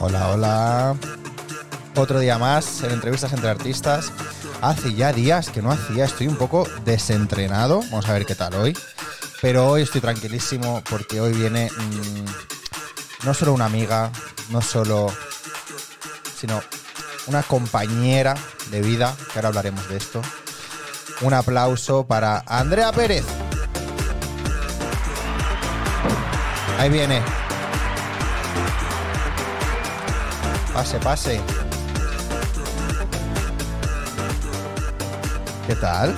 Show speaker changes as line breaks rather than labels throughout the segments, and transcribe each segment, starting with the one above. Hola, hola. Otro día más en entrevistas entre artistas. Hace ya días que no hacía, estoy un poco desentrenado. Vamos a ver qué tal hoy. Pero hoy estoy tranquilísimo porque hoy viene mm, no solo una amiga, no solo, sino una compañera de vida, que ahora hablaremos de esto. Un aplauso para Andrea Pérez. Ahí viene. Pase, pase. ¿Qué tal?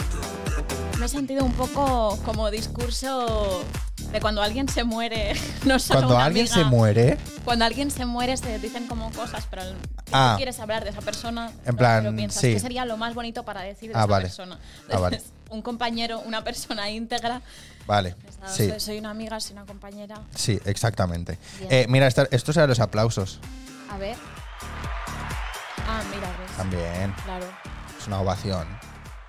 Me he sentido un poco como discurso de cuando alguien se muere. No solo
Cuando
una
alguien
amiga.
se muere,
Cuando alguien se muere se dicen como cosas, pero el-
Ah.
tú quieres hablar de esa persona.
En plan,
pero piensas
sí.
que sería lo más bonito para decir de
Ah,
esa
vale.
persona.
Ah, vale.
Entonces, Un compañero, una persona íntegra.
vale.
Pues nada,
Sí,
soy, soy una amiga, soy una compañera.
sí, exactamente.
Bien.
Eh, mira, esta- estos eran los aplausos
A ver. Ah, mira, ves.
también.
Claro.
Es una ovación.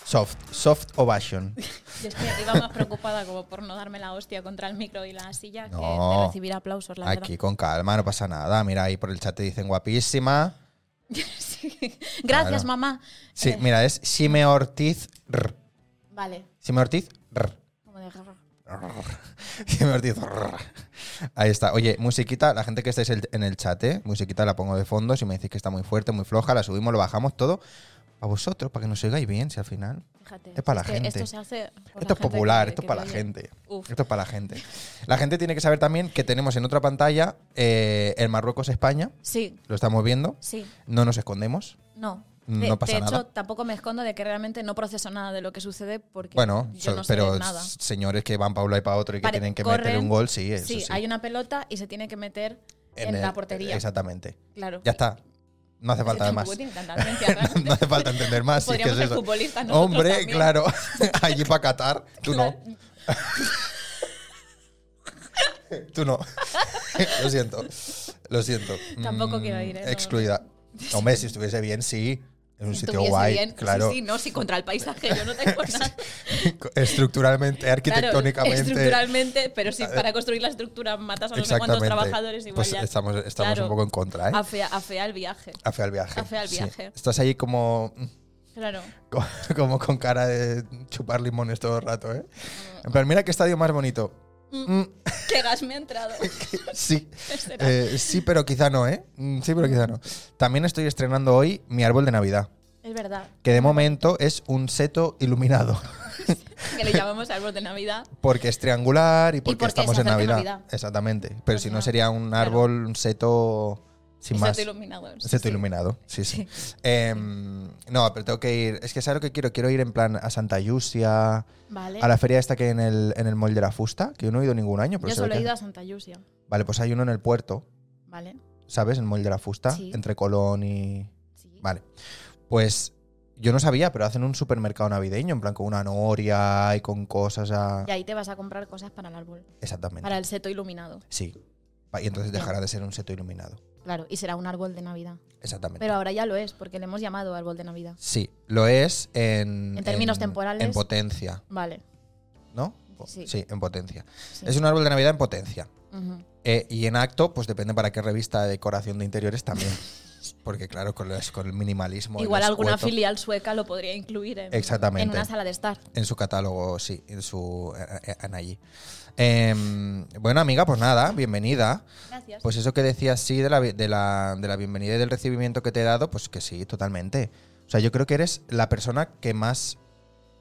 Soft, soft ovation.
Yo es que iba más preocupada como por no darme la hostia contra el micro y la silla que
No.
de recibir aplausos, la
Aquí con calma, no pasa nada. Mira, ahí por el chat te dicen guapísima.
verdad. Sí. Gracias,
Claro.
mamá.
Sí,
Eh,
mira, es Sime Ortiz. rr.
Vale.
Sime Ortiz. rr.
Como de garra.
Y me has dicho, "Rrr". Ahí está. Oye, musiquita, la gente que estáis el- en el chat, ¿eh? musiquita la pongo de fondo. Si me decís que está muy fuerte, muy floja, la subimos, lo bajamos todo. A vosotros, para que nos oigáis bien, si al final.
Fíjate.
Es para la
que
gente.
Esto se hace. por
Esto es
la gente
popular,
que-
esto es
que
para la
vive.
gente.
Uf.
Esto es para la gente. La gente tiene que saber también que tenemos en otra pantalla eh, el Marruecos-España.
Sí,
Lo estamos viendo.
sí,
No nos escondemos.
no.
Mm, No
de,
pasa
de hecho,
nada.
tampoco me escondo de que realmente no proceso nada de lo que sucede porque
Bueno,
yo
so-
no sé
pero
nada.
s- señores que van para un lado y para otro y que
Pare-
tienen que
corren,
meter un gol, sí, eso
Sí,
sí.
hay una pelota y se tiene que meter en,
el-
la portería.
Exactamente.
Claro.
Ya está. No hace falta
Tampoco
más.
tiene tanta ciencia,
no,
realmente.
hace falta entender más. sí,
Podríamos
que es
ser
eso.
futbolistas nosotros
Hombre,
también.
claro. Allí para Qatar. Tú no. Tú no. Lo siento. Lo siento.
Tampoco
Mm,
quiero ir, ¿eh? No,
Excluida. Hombre, si estuviese bien, sí. En un
Si
sitio
estuviese
guay.
bien, sí,
claro.
Sí, no, sí, contra el paisaje, yo no tengo nada.
Estructuralmente,
Claro,
arquitectónicamente.
estructuralmente, pero si
A ver.
para construir la estructura matas a no sé cuántos
exactamente.
trabajadores, igual
pues
ya
estamos, estamos
Claro.
un poco en contra, ¿eh?
afea, afea el viaje.
Afea el viaje.
afea el
sí.
viaje.
Estás ahí como
Claro.
Co- Como con cara de chupar limones todo el rato, ¿eh? En plan, mira qué estadio más bonito.
Mm,
Mm,
qué gas me ha entrado.
sí.
Será.
Eh, sí, pero quizá no, ¿eh? Mm, Sí, pero quizá no. También estoy estrenando hoy mi árbol de Navidad,
Es verdad.
que de momento es un seto iluminado,
Que le llamamos árbol de Navidad.
porque es triangular y porque,
porque se
estamos en
acerca
Navidad.
Navidad.
Exactamente. Pero si no
Ajá.
sería un
Claro.
árbol, un seto sin
y
más.
seto iluminador. sí,
Seto
sí.
iluminado, sí, sí. Em, no, pero tengo que ir. Es que, ¿sabes lo que quiero? Quiero ir en plan a Santa Yusia.
Vale.
A la feria esta que hay en el, en el Mall de la Fusta, que yo no he ido ningún año. Pero
Yo
se ve
solo he
que-
ido a Santa Yusia.
Vale, pues hay uno en el puerto,
Vale.
¿sabes? En el Mall de la Fusta,
Sí.
entre Colón y...
Sí.
Vale. Pues yo no sabía, pero hacen un supermercado navideño, en plan con una noria y con cosas a...
Y ahí te vas a comprar cosas para el árbol.
Exactamente.
Para el seto iluminado.
Sí. Va, Y entonces
Ya.
dejará de ser un seto iluminado.
Claro. Y será un árbol de Navidad.
Exactamente.
Pero ahora ya lo es, porque le hemos llamado árbol de Navidad.
sí, lo es en...
En términos temporales.
En potencia,
Vale.
¿no?
Sí.
en potencia.
sí.
Es un árbol de Navidad en potencia.
Ujú.
Eh, y en acto, pues depende para qué revista de decoración de interiores también. Porque claro, con, los- con el minimalismo. y
Igual
lo
alguna
escueto
filial sueca lo podría incluir en,
Exactamente.
en una sala de estar.
En su catálogo, sí, en su... eh, En allí. Em, bueno, amiga, pues nada, bienvenida.
Gracias.
Pues eso que decías, sí, de la, bi- de, la, de la bienvenida y del recibimiento que te he dado, pues que sí, totalmente. O sea, yo creo que eres la persona que más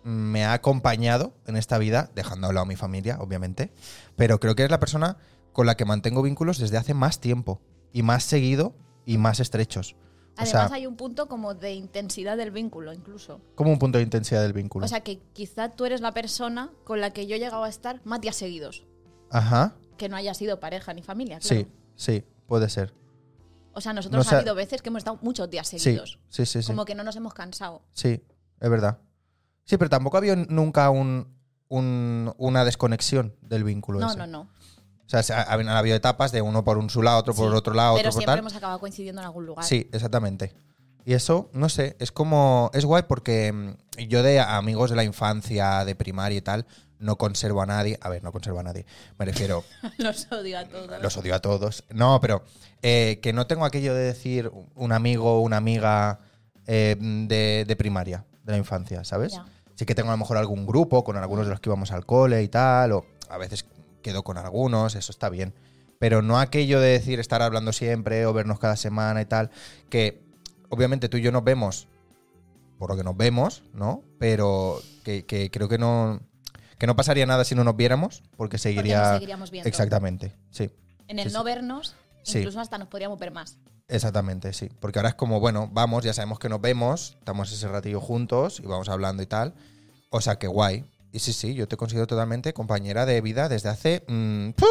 me ha acompañado en esta vida, dejando a un lado a mi familia, obviamente, pero creo que eres la persona con la que mantengo vínculos desde hace más tiempo, y más seguido, y más estrechos. O
Además
sea,
hay un punto como de intensidad del vínculo incluso.
como un punto de intensidad del vínculo.
O sea que quizá tú eres la persona con la que yo he llegado a estar más días seguidos.
Ajá,
Que no haya sido pareja ni familia. claro.
sí, sí, puede ser.
O sea,
No
nosotros
sea-
ha habido veces que hemos estado muchos días
Sí,
seguidos.
sí, sí, sí.
Como que no nos hemos cansado.
Sí, es verdad. Sí, pero tampoco había nunca un, un- una desconexión del vínculo.
No,
ese.
no, no.
O sea, se- ha- han habido etapas de uno por un su lado, otro por
Sí,
otro lado, otro
Pero
por
siempre
tal.
hemos acabado coincidiendo en algún lugar.
Sí, exactamente. Y eso, no sé, es como. Es guay porque mm, yo de amigos de la infancia, de primaria y tal, no conservo a nadie. A ver, no conservo a nadie. Me refiero,
Los odio a todos.
los odio a todos. No, pero eh, que no tengo aquello de decir un amigo o una amiga eh, de, de primaria, de la infancia, ¿sabes?
Ya.
Sí que tengo a lo mejor algún grupo con algunos de los que íbamos al cole y tal, o a veces quedo con algunos, eso está bien. Pero no aquello de decir estar hablando siempre o vernos cada semana y tal, que obviamente tú y yo nos vemos por lo que nos vemos, ¿no? Pero que, que creo que no, que no pasaría nada si no nos viéramos, porque seguiría...
nos seguiríamos viendo.
Exactamente, sí.
En el
Sí, sí.
no vernos,
Sí.
incluso hasta nos podríamos ver más.
Exactamente, sí. Porque ahora es como, bueno, vamos, ya sabemos que nos vemos, estamos ese ratillo juntos y vamos hablando y tal. O sea, que guay. Y sí, sí, yo te considero totalmente compañera de vida desde hace... mm, ¡puh!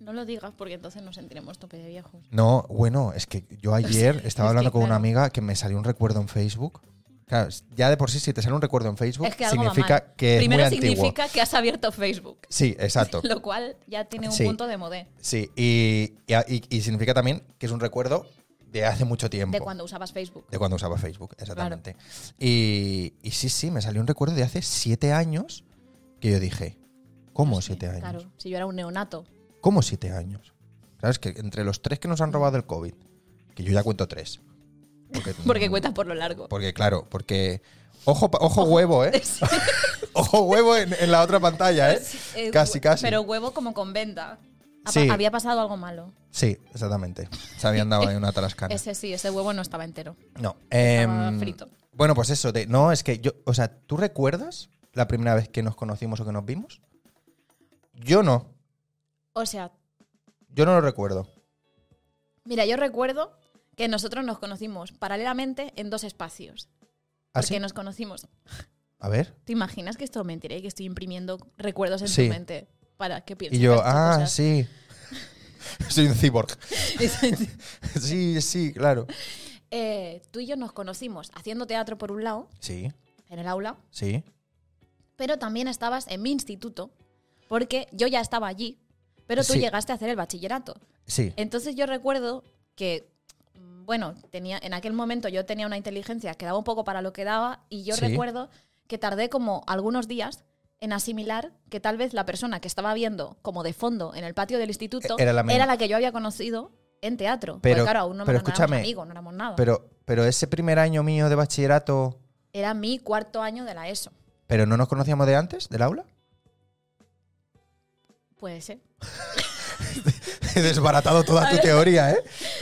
No lo digas porque entonces nos sentiremos tope de viejos.
No, bueno, es que yo ayer estaba
Pues es
hablando
que,
con una
claro.
amiga que me salió un recuerdo en Facebook. Claro, es- ya de por sí, si te sale un recuerdo en Facebook,
Es que algo
significa
va mal.
que es
Primero
muy
significa
antiguo.
que has abierto Facebook,
Sí, exacto.
lo cual ya tiene un
Sí.
punto de modé.
Sí, y, y- y- y significa también que es un recuerdo de hace mucho tiempo.
De cuando usabas Facebook.
De cuando usaba Facebook, exactamente. Y, y sí, sí, me salió un recuerdo de hace siete años que yo dije, ¿cómo
No sé,
siete años?
Pues Claro, si yo era un neonato.
¿Cómo siete años? Claro, es que entre los tres que nos han robado el COVID, que yo ya cuento tres. Porque, mm,
Porque cuentas por lo largo.
Porque, claro, porque... Ojo, pa- ojo huevo, ¿eh?
Sí.
Ojo huevo en, en la otra pantalla, ¿eh?
Eh,
Casi,
hue-
casi.
Pero huevo como con venda. Ha-
Sí.
Había pasado algo malo.
Sí, exactamente. Se habían dado ahí una tarascana.
Ese sí, ese huevo no estaba entero.
No.
Estaba
em,
frito.
Bueno, pues eso. de- no, es que yo. O sea, ¿tú recuerdas la primera vez que nos conocimos o que nos vimos? Yo no.
O sea,
Yo no lo recuerdo.
mira, yo recuerdo que nosotros nos conocimos paralelamente en dos espacios.
¿Así?
Porque nos conocimos.
¿Ah, A ver.
¿Te imaginas que esto es mentira y que estoy imprimiendo recuerdos en
Sí.
tu mente? Para que pienses.
Y yo,
estas
ah,
cosas?
sí. Soy un cyborg. sí, sí, claro.
Eh, tú y yo nos conocimos haciendo teatro por un lado,
Sí,
en el aula,
sí.
pero también estabas en mi instituto, porque yo ya estaba allí, pero tú
Sí.
llegaste a hacer el bachillerato.
Sí.
Entonces yo recuerdo que, mm, bueno, tenía, en aquel momento yo tenía una inteligencia que daba un poco para lo que daba y yo
Sí.
recuerdo que tardé como algunos días en asimilar que tal vez la persona que estaba viendo como de fondo en el patio del instituto
E- era la misma.
que yo había conocido en teatro.
Pero-
Porque claro, aún no,
pero
no éramos
escúchame,
amigos, no éramos nada.
Pero, pero ese primer año mío de bachillerato.
Era mi cuarto año de la ESO.
¿Pero no nos conocíamos de antes, del aula?
Puede ser.
He desbaratado toda tu teoría, ¿eh?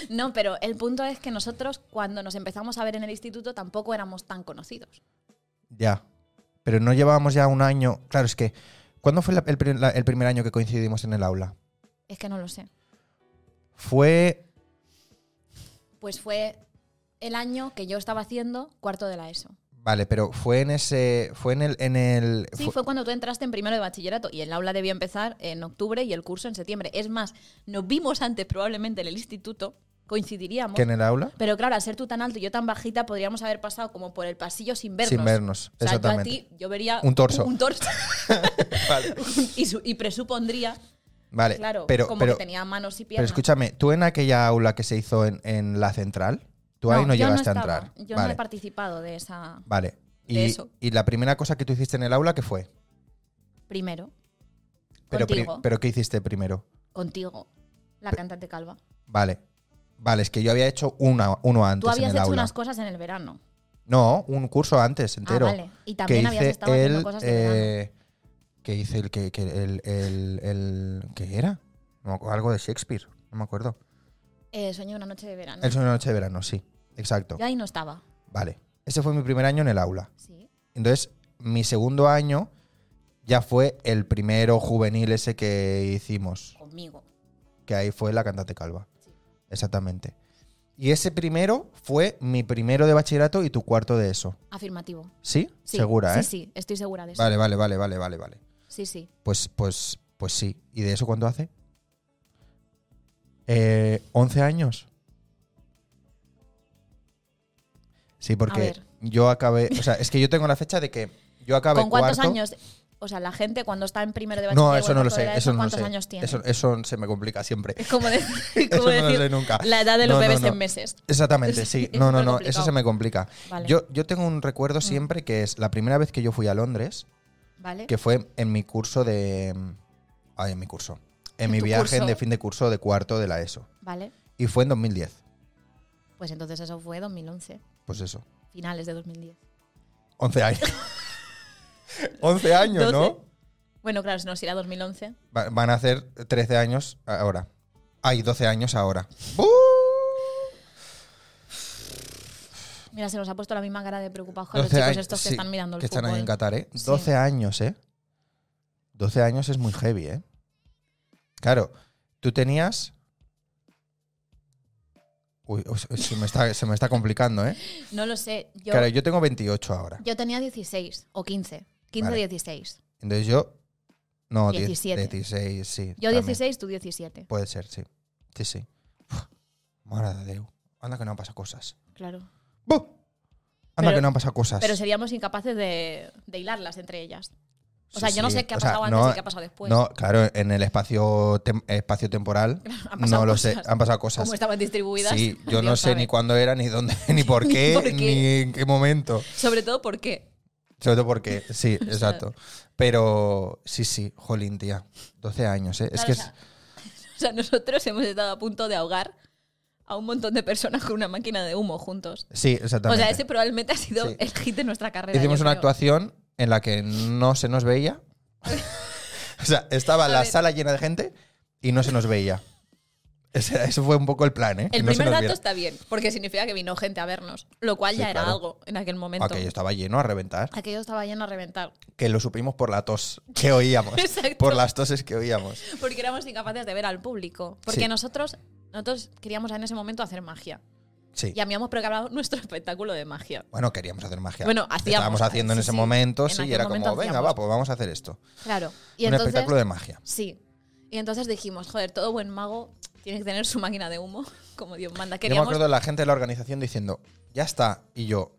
No, pero el punto es que nosotros cuando nos empezamos a ver en el instituto tampoco éramos tan conocidos.
Ya. Pero no llevábamos ya un año. Claro, es que. ¿Cuándo fue la- el, pri- la- el primer año que coincidimos en el aula?
Es que no lo sé.
Fue.
Pues fue el año que yo estaba haciendo cuarto de la ESO.
Vale, pero fue en ese. Fue en el. En el
Sí,
fu-
fue cuando tú entraste en primero de bachillerato y el aula debía empezar en octubre y el curso en septiembre. Es más, nos vimos antes probablemente en el instituto, coincidiríamos.
que en el aula.
Pero claro, al ser tú tan alto y yo tan bajita, podríamos haber pasado como por el pasillo sin vernos.
Sin vernos,
O sea, yo a
exactamente.
ti, yo vería
Un torso.
Un torso
Vale,
y, su- y presupondría,
Vale,
claro,
pero,
como
pero,
que tenía manos y
pero
piernas.
escúchame, tú en aquella aula que se hizo en, en la central, tú ahí no
yo
llegaste a
estaba.
entrar.
Yo no
vale,
he participado de esa
vale.
de
Y,
eso.
y la primera cosa que tú hiciste en el aula, ¿qué fue?
primero.
Pero, pri-
contigo.
pero ¿qué hiciste primero?
contigo, la cantante calva.
Vale. Vale, es que yo había hecho una, uno antes
Tú habías
en el
hecho
aula.
unas cosas en el verano.
No, un curso antes entero.
ah, vale. Y también habías
hice
estado haciendo
el,
cosas de verano.
eh, que hice el que, que el, el, el- ¿qué era? No, algo de Shakespeare, no me acuerdo.
Eh, sueño de una noche de verano.
El sueño de una noche de verano, sí. Exacto.
Yo ahí no estaba.
Vale. Ese fue mi primer año en el aula.
Sí.
Entonces, mi segundo año ya fue el primero juvenil ese que hicimos,
Conmigo.
que ahí fue la cantante calva.
Sí.
Exactamente. Y ese primero fue mi primero de bachillerato y tu cuarto de eso.
Afirmativo.
¿Sí?
Sí,
Segura,
sí,
¿eh?
Sí, estoy segura de eso.
Vale, vale, vale, vale, vale, vale.
Sí, sí.
Pues, pues, pues sí. ¿Y de eso cuánto hace? Eh, ¿11 años? Sí, porque
ver.
yo acabé. O sea, es que yo tengo la fecha de que yo acabé.
¿Con cuántos
cuarto.
años? O sea, la gente cuando está en primero de bachillerato.
No, eso no lo
cuarto de la
sé.
ESO,
Eso no lo
¿Cuántos
sé.
años tiene?
Eso, eso se me complica siempre.
Es como, de-
Eso
como
no lo
decir
sé nunca.
la edad de los
No, no,
bebés
no.
en meses.
Exactamente, sí. No, no,
Es muy
no.
complicado.
Eso se me complica.
Vale. Mm.
Yo, yo tengo un recuerdo siempre que es la primera vez que yo fui a Londres.
¿Vale?
que fue en mi curso de. Ay, en mi curso. En
¿En
mi
tu
viaje
curso?
de fin de curso de cuarto de la ESO.
¿Vale?
Y fue en 2010.
Pues entonces eso fue 2011,
Pues eso.
finales de 2010.
11 años. 11 años, ¿no?
12. Bueno, claro, si no, si era 2011.
Va- Van a hacer 13 años ahora. Hay 12 años ahora. ¡Bú!
Mira, se nos ha puesto la misma cara de preocupados a los
12
chicos
años,
estos que
sí,
están mirando el
que están ahí en
fútbol.
Qatar, ¿eh?
Sí.
12 años, ¿eh? 12 años es muy heavy, ¿eh? Claro, tú tenías... Uy, uy, se- se me está, se me está complicando, ¿eh?
No lo sé. Yo,
Claro, yo tengo 28 ahora.
yo tenía 16 o 15. 15,
Vale.
16.
Entonces yo... No, 10,
17.
16, sí.
Yo
también.
16, tú 17.
Puede ser, sí. Sí, sí. Uf, Madre de Déu. Anda que no han pasado cosas.
Claro.
¡Bu! Anda
Pero-
que no han pasado cosas.
Pero seríamos incapaces de, de hilarlas entre ellas.
Sí,
O sea, yo no
sí.
sé qué ha
O sea,
pasado antes
no-
y qué ha pasado después.
No, claro, en el espacio, tem- espacio temporal
Han pasado
no lo
cosas.
sé, han pasado cosas.
Cómo estaban distribuidas.
Sí, yo no
Dios
sé
sabe.
ni cuándo era, ni dónde, ni por qué,
por qué.
ni en qué momento.
Sobre todo porque.
Sobre todo porque, sí, exacto. Pero sí, sí, jolín, tía. 12 años, ¿eh? es
Claro,
que
o, sea, o sea, nosotros hemos estado a punto de ahogar a un montón de personas con una máquina de humo juntos.
es- Sí,
O
exactamente.
sea, ese probablemente ha sido
Sí.
el hit de nuestra carrera.
Hicimos
yo
una
creo.
actuación en la que no se nos veía. o sea, estaba
A
la
ver.
sala llena de gente y no se nos veía. Ese, ese fue un poco el plan, ¿eh? Que
El
no se
primer
nos
dato
viera.
está bien, porque significa que vino gente a vernos, lo cual
Sí,
ya era
claro.
algo en aquel momento.
Aquello estaba lleno a reventar.
Aquello estaba lleno a reventar.
Que lo supimos por la tos que oíamos.
Exacto.
Por las toses que oíamos.
Porque éramos incapaces de ver al público. Porque
Sí.
nosotros, nosotros queríamos en ese momento hacer magia.
Sí.
Y habíamos programado nuestro espectáculo de magia.
Bueno, queríamos hacer magia.
Bueno, hacíamos,
Estábamos haciendo en
sí,
ese
sí.
momento,
En
sí, y
aquel
era
momento
como, venga,
hacíamos".
va, pues vamos a hacer esto.
Claro. Y
Un
entonces,
espectáculo de magia.
sí. Y entonces dijimos, joder, todo buen mago tiene que tener su máquina de humo, como Dios
Yo
manda.
me
Queríamos
acuerdo de la gente de la organización diciendo, ya está. Y yo,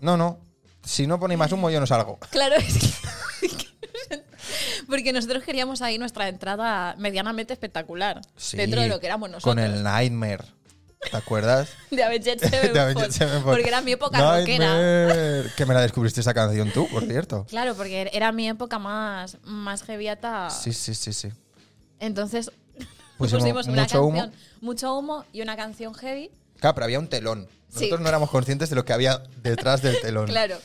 no, no. Si no ponéis más humo, yo no salgo.
Claro, es que- porque nosotros queríamos ahí nuestra entrada medianamente espectacular
Sí,
dentro de lo que éramos nosotros.
Con el Nightmare. ¿Te acuerdas?
de Avenged
De Avenged
Sevenfold,
Sevenfold.
porque era mi época rockera.
Nightmare. Que me la descubriste esa canción tú, por cierto.
Claro, porque era mi época más más heavyata.
Sí, sí, sí, sí.
Entonces
Pusimos
pusimos, una
mucho humo.
canción, mucho humo y una canción heavy.
Claro, pero había un telón. Nosotros
Sí.
no éramos conscientes de lo que había detrás del telón.
Claro.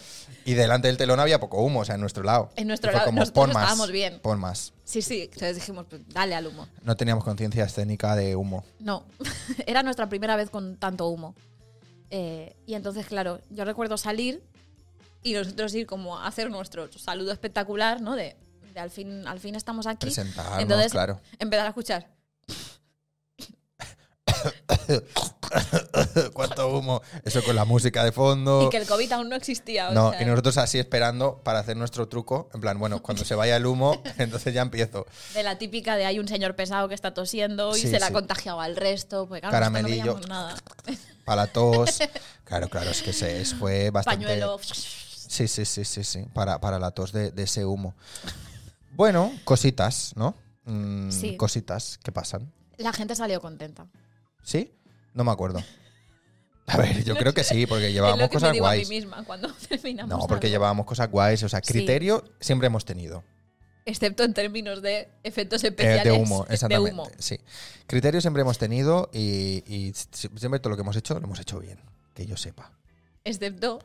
Y delante del telón había poco humo, o sea, en nuestro lado.
En nuestro
Y fue
lado,
como,
nosotros
pon más,
estábamos bien.
Pon más.
Sí, sí, entonces dijimos, pues, dale al humo.
No teníamos conciencia escénica de humo.
No, era nuestra primera vez con tanto humo. Eh, y entonces, claro, yo recuerdo salir y nosotros ir como a hacer nuestro saludo espectacular, ¿no? De, de al, fin, al fin estamos aquí.
Presentarnos,
entonces,
claro.
empezar a escuchar.
Cuánto humo. Eso con la música de fondo.
Y que el COVID aún no existía. o
Oh. No,
sea,
y nosotros así esperando para hacer nuestro truco. En plan, bueno, cuando se vaya el humo, entonces ya empiezo.
De la típica de hay un señor pesado que está tosiendo y
Sí,
se la ha
sí.
contagiado al resto. Pues claro,
Caramelillo.
nosotros no veíamos nada.
Para la tos. Claro, claro, es que se, es- fue bastante.
Pañuelo.
Sí, sí, sí, sí, sí. Para, para la tos de, de ese humo. Bueno, cositas, ¿no? Mm,
Sí.
Cositas que pasan.
La gente salió contenta.
¿Sí? No me acuerdo. A ver, yo creo que sí, porque
es lo
llevábamos
que me
cosas
digo a
guays.
mí misma cuando terminamos.
No, porque
algo.
llevábamos cosas guays. O sea,
Sí.
criterio siempre hemos tenido.
Excepto en términos de efectos
Eh,
especiales.
de humo,
de
exactamente.
humo.
Sí. Criterio siempre hemos tenido y, y si- siempre todo lo que hemos hecho lo hemos hecho bien. Que yo sepa.
Excepto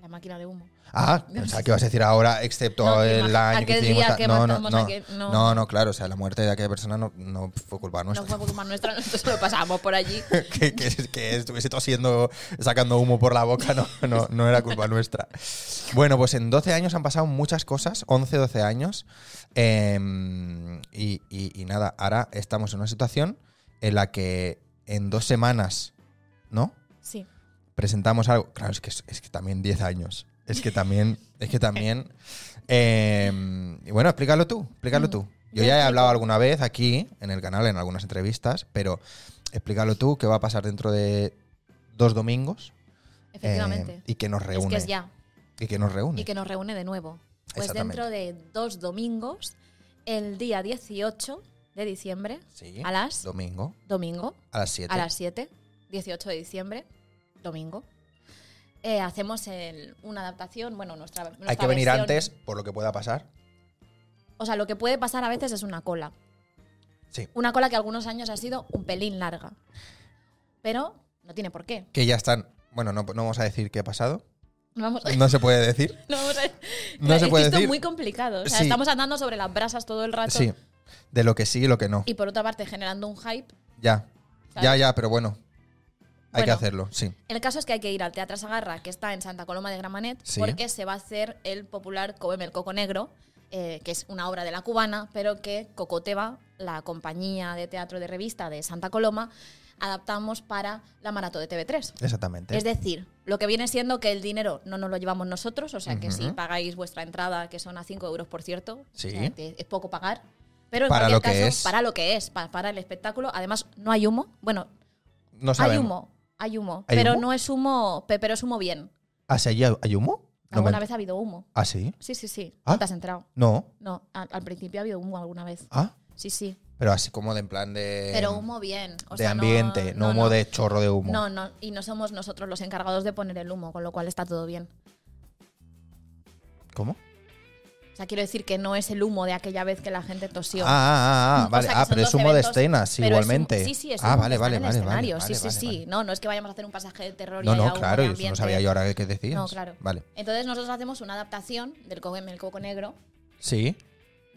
la máquina de humo.
Ah, pensaba que ibas a decir ahora, excepto
No, que
el
imagi-
año que
aquel
hicimos.
día
tal.
que
no, no,
matamos
no,
a aquel-
no.
no.
no, claro, o sea, la muerte de aquella persona no, Pues no fue culpa nuestra.
No fue porque más nuestra, nosotros lo pasábamos por allí.
que, que, que estuviese tosiendo, sacando humo por la boca, no, no, no era culpa nuestra. Bueno, pues en 12 años han pasado muchas cosas, 11, 12 años. eh, y, y- y nada, ahora estamos en una situación en la que en dos semanas, ¿no?
Sí.
Eh, Presentamos algo. Claro, es que, es es que también 10 años. Es que también. Es que también. eh, y bueno, explícalo tú, explícalo tú. Yo
Mm,
ya
Yo
he
explico.
hablado alguna vez aquí en el canal, en algunas entrevistas, pero explícalo tú, qué va a pasar dentro de dos domingos eh,
Efectivamente.
y que nos
es
reúne.
que es ya.
Y que nos reúne.
Y que nos reúne de nuevo. Pues
Exactamente.
dentro de dos domingos, el día 18 de diciembre,
Sí,
a las
domingo
domingo,
a las 7.
a las 7, 18 de diciembre, domingo. eh, hacemos el- una adaptación, bueno, nuestra, nuestra
Hay que venir
versión.
antes por lo que pueda pasar.
O sea, lo que puede pasar a veces es una cola.
Sí.
Una cola que algunos años ha sido un pelín larga. Pero no tiene por qué.
Que ya están. Bueno, no, no vamos a decir qué ha pasado.
No vamos a...
No se puede decir.
no vamos a-
No
es
se
que
puede
esto
decir.
es muy complicado. O sea,
Sí.
estamos andando sobre las brasas todo el rato.
Sí. De lo que sí y lo que no.
Y por otra parte, generando un hype.
Ya.
¿Sabes?
Ya, ya, pero bueno. Hay que
Bueno.
hacerlo, sí.
El caso es que hay que ir al Teatro Sagarra, que está en Santa Coloma de Gramanet,
Sí.
porque se va a hacer el popular Cómeme el Coco Negro, eh, que es una obra de la cubana, pero que Cocoteva, la compañía de teatro de revista de Santa Coloma, adaptamos para la maratón de TV3.
Exactamente.
Es decir, lo que viene siendo que el dinero no nos lo llevamos nosotros, o sea que
Ujú.
si pagáis vuestra entrada, que son a 5 euros por cierto, o
Sí.
sea, que es poco pagar, pero en
Para lo
cualquier
que
caso,
es.
para lo que es, pa- para, el espectáculo, además no hay humo, bueno,
no
hay
sabemos.
humo, hay humo,
¿Hay
pero
humo?
no es humo, pe- pero es humo bien.
¿Ah, sí, allí hay hay humo? No me-
Alguna vez ha habido humo.
¿Ah, sí?
Sí, sí, sí.
Ah.
No te has enterado.
No.
No, a- al, principio ha habido humo alguna vez.
Ah,
Sí, sí.
pero así como de en plan de.
Pero humo bien. o
de
sea, no-
ambiente, no,
no,
humo
no.
de chorro de humo.
No, no, y no somos nosotros los encargados de poner el humo, con lo cual está todo bien.
¿Cómo?
O sea, quiero decir que no es el humo de aquella vez que la gente tosió.
Ah, ah, ah, ah,
O
vale.
sea, que
ah,
son
pero es
dos
humo de
eventos,
escenas, sí,
pero es humo-
igualmente.
sí, sí, es
Ah,
humo
vale,
que
vale,
está en el
vale, vale,
escenario.
vale,
sí, sí,
vale,
sí.
vale.
No, no es que vayamos a hacer un pasaje de terror y
No,
haya
no,
humo
claro,
de
yo eso no
ambiente.
sabía yo ahora qué decías.
No, claro.
Vale.
Entonces nosotros hacemos una adaptación del Cogeme el Coco Negro
Sí,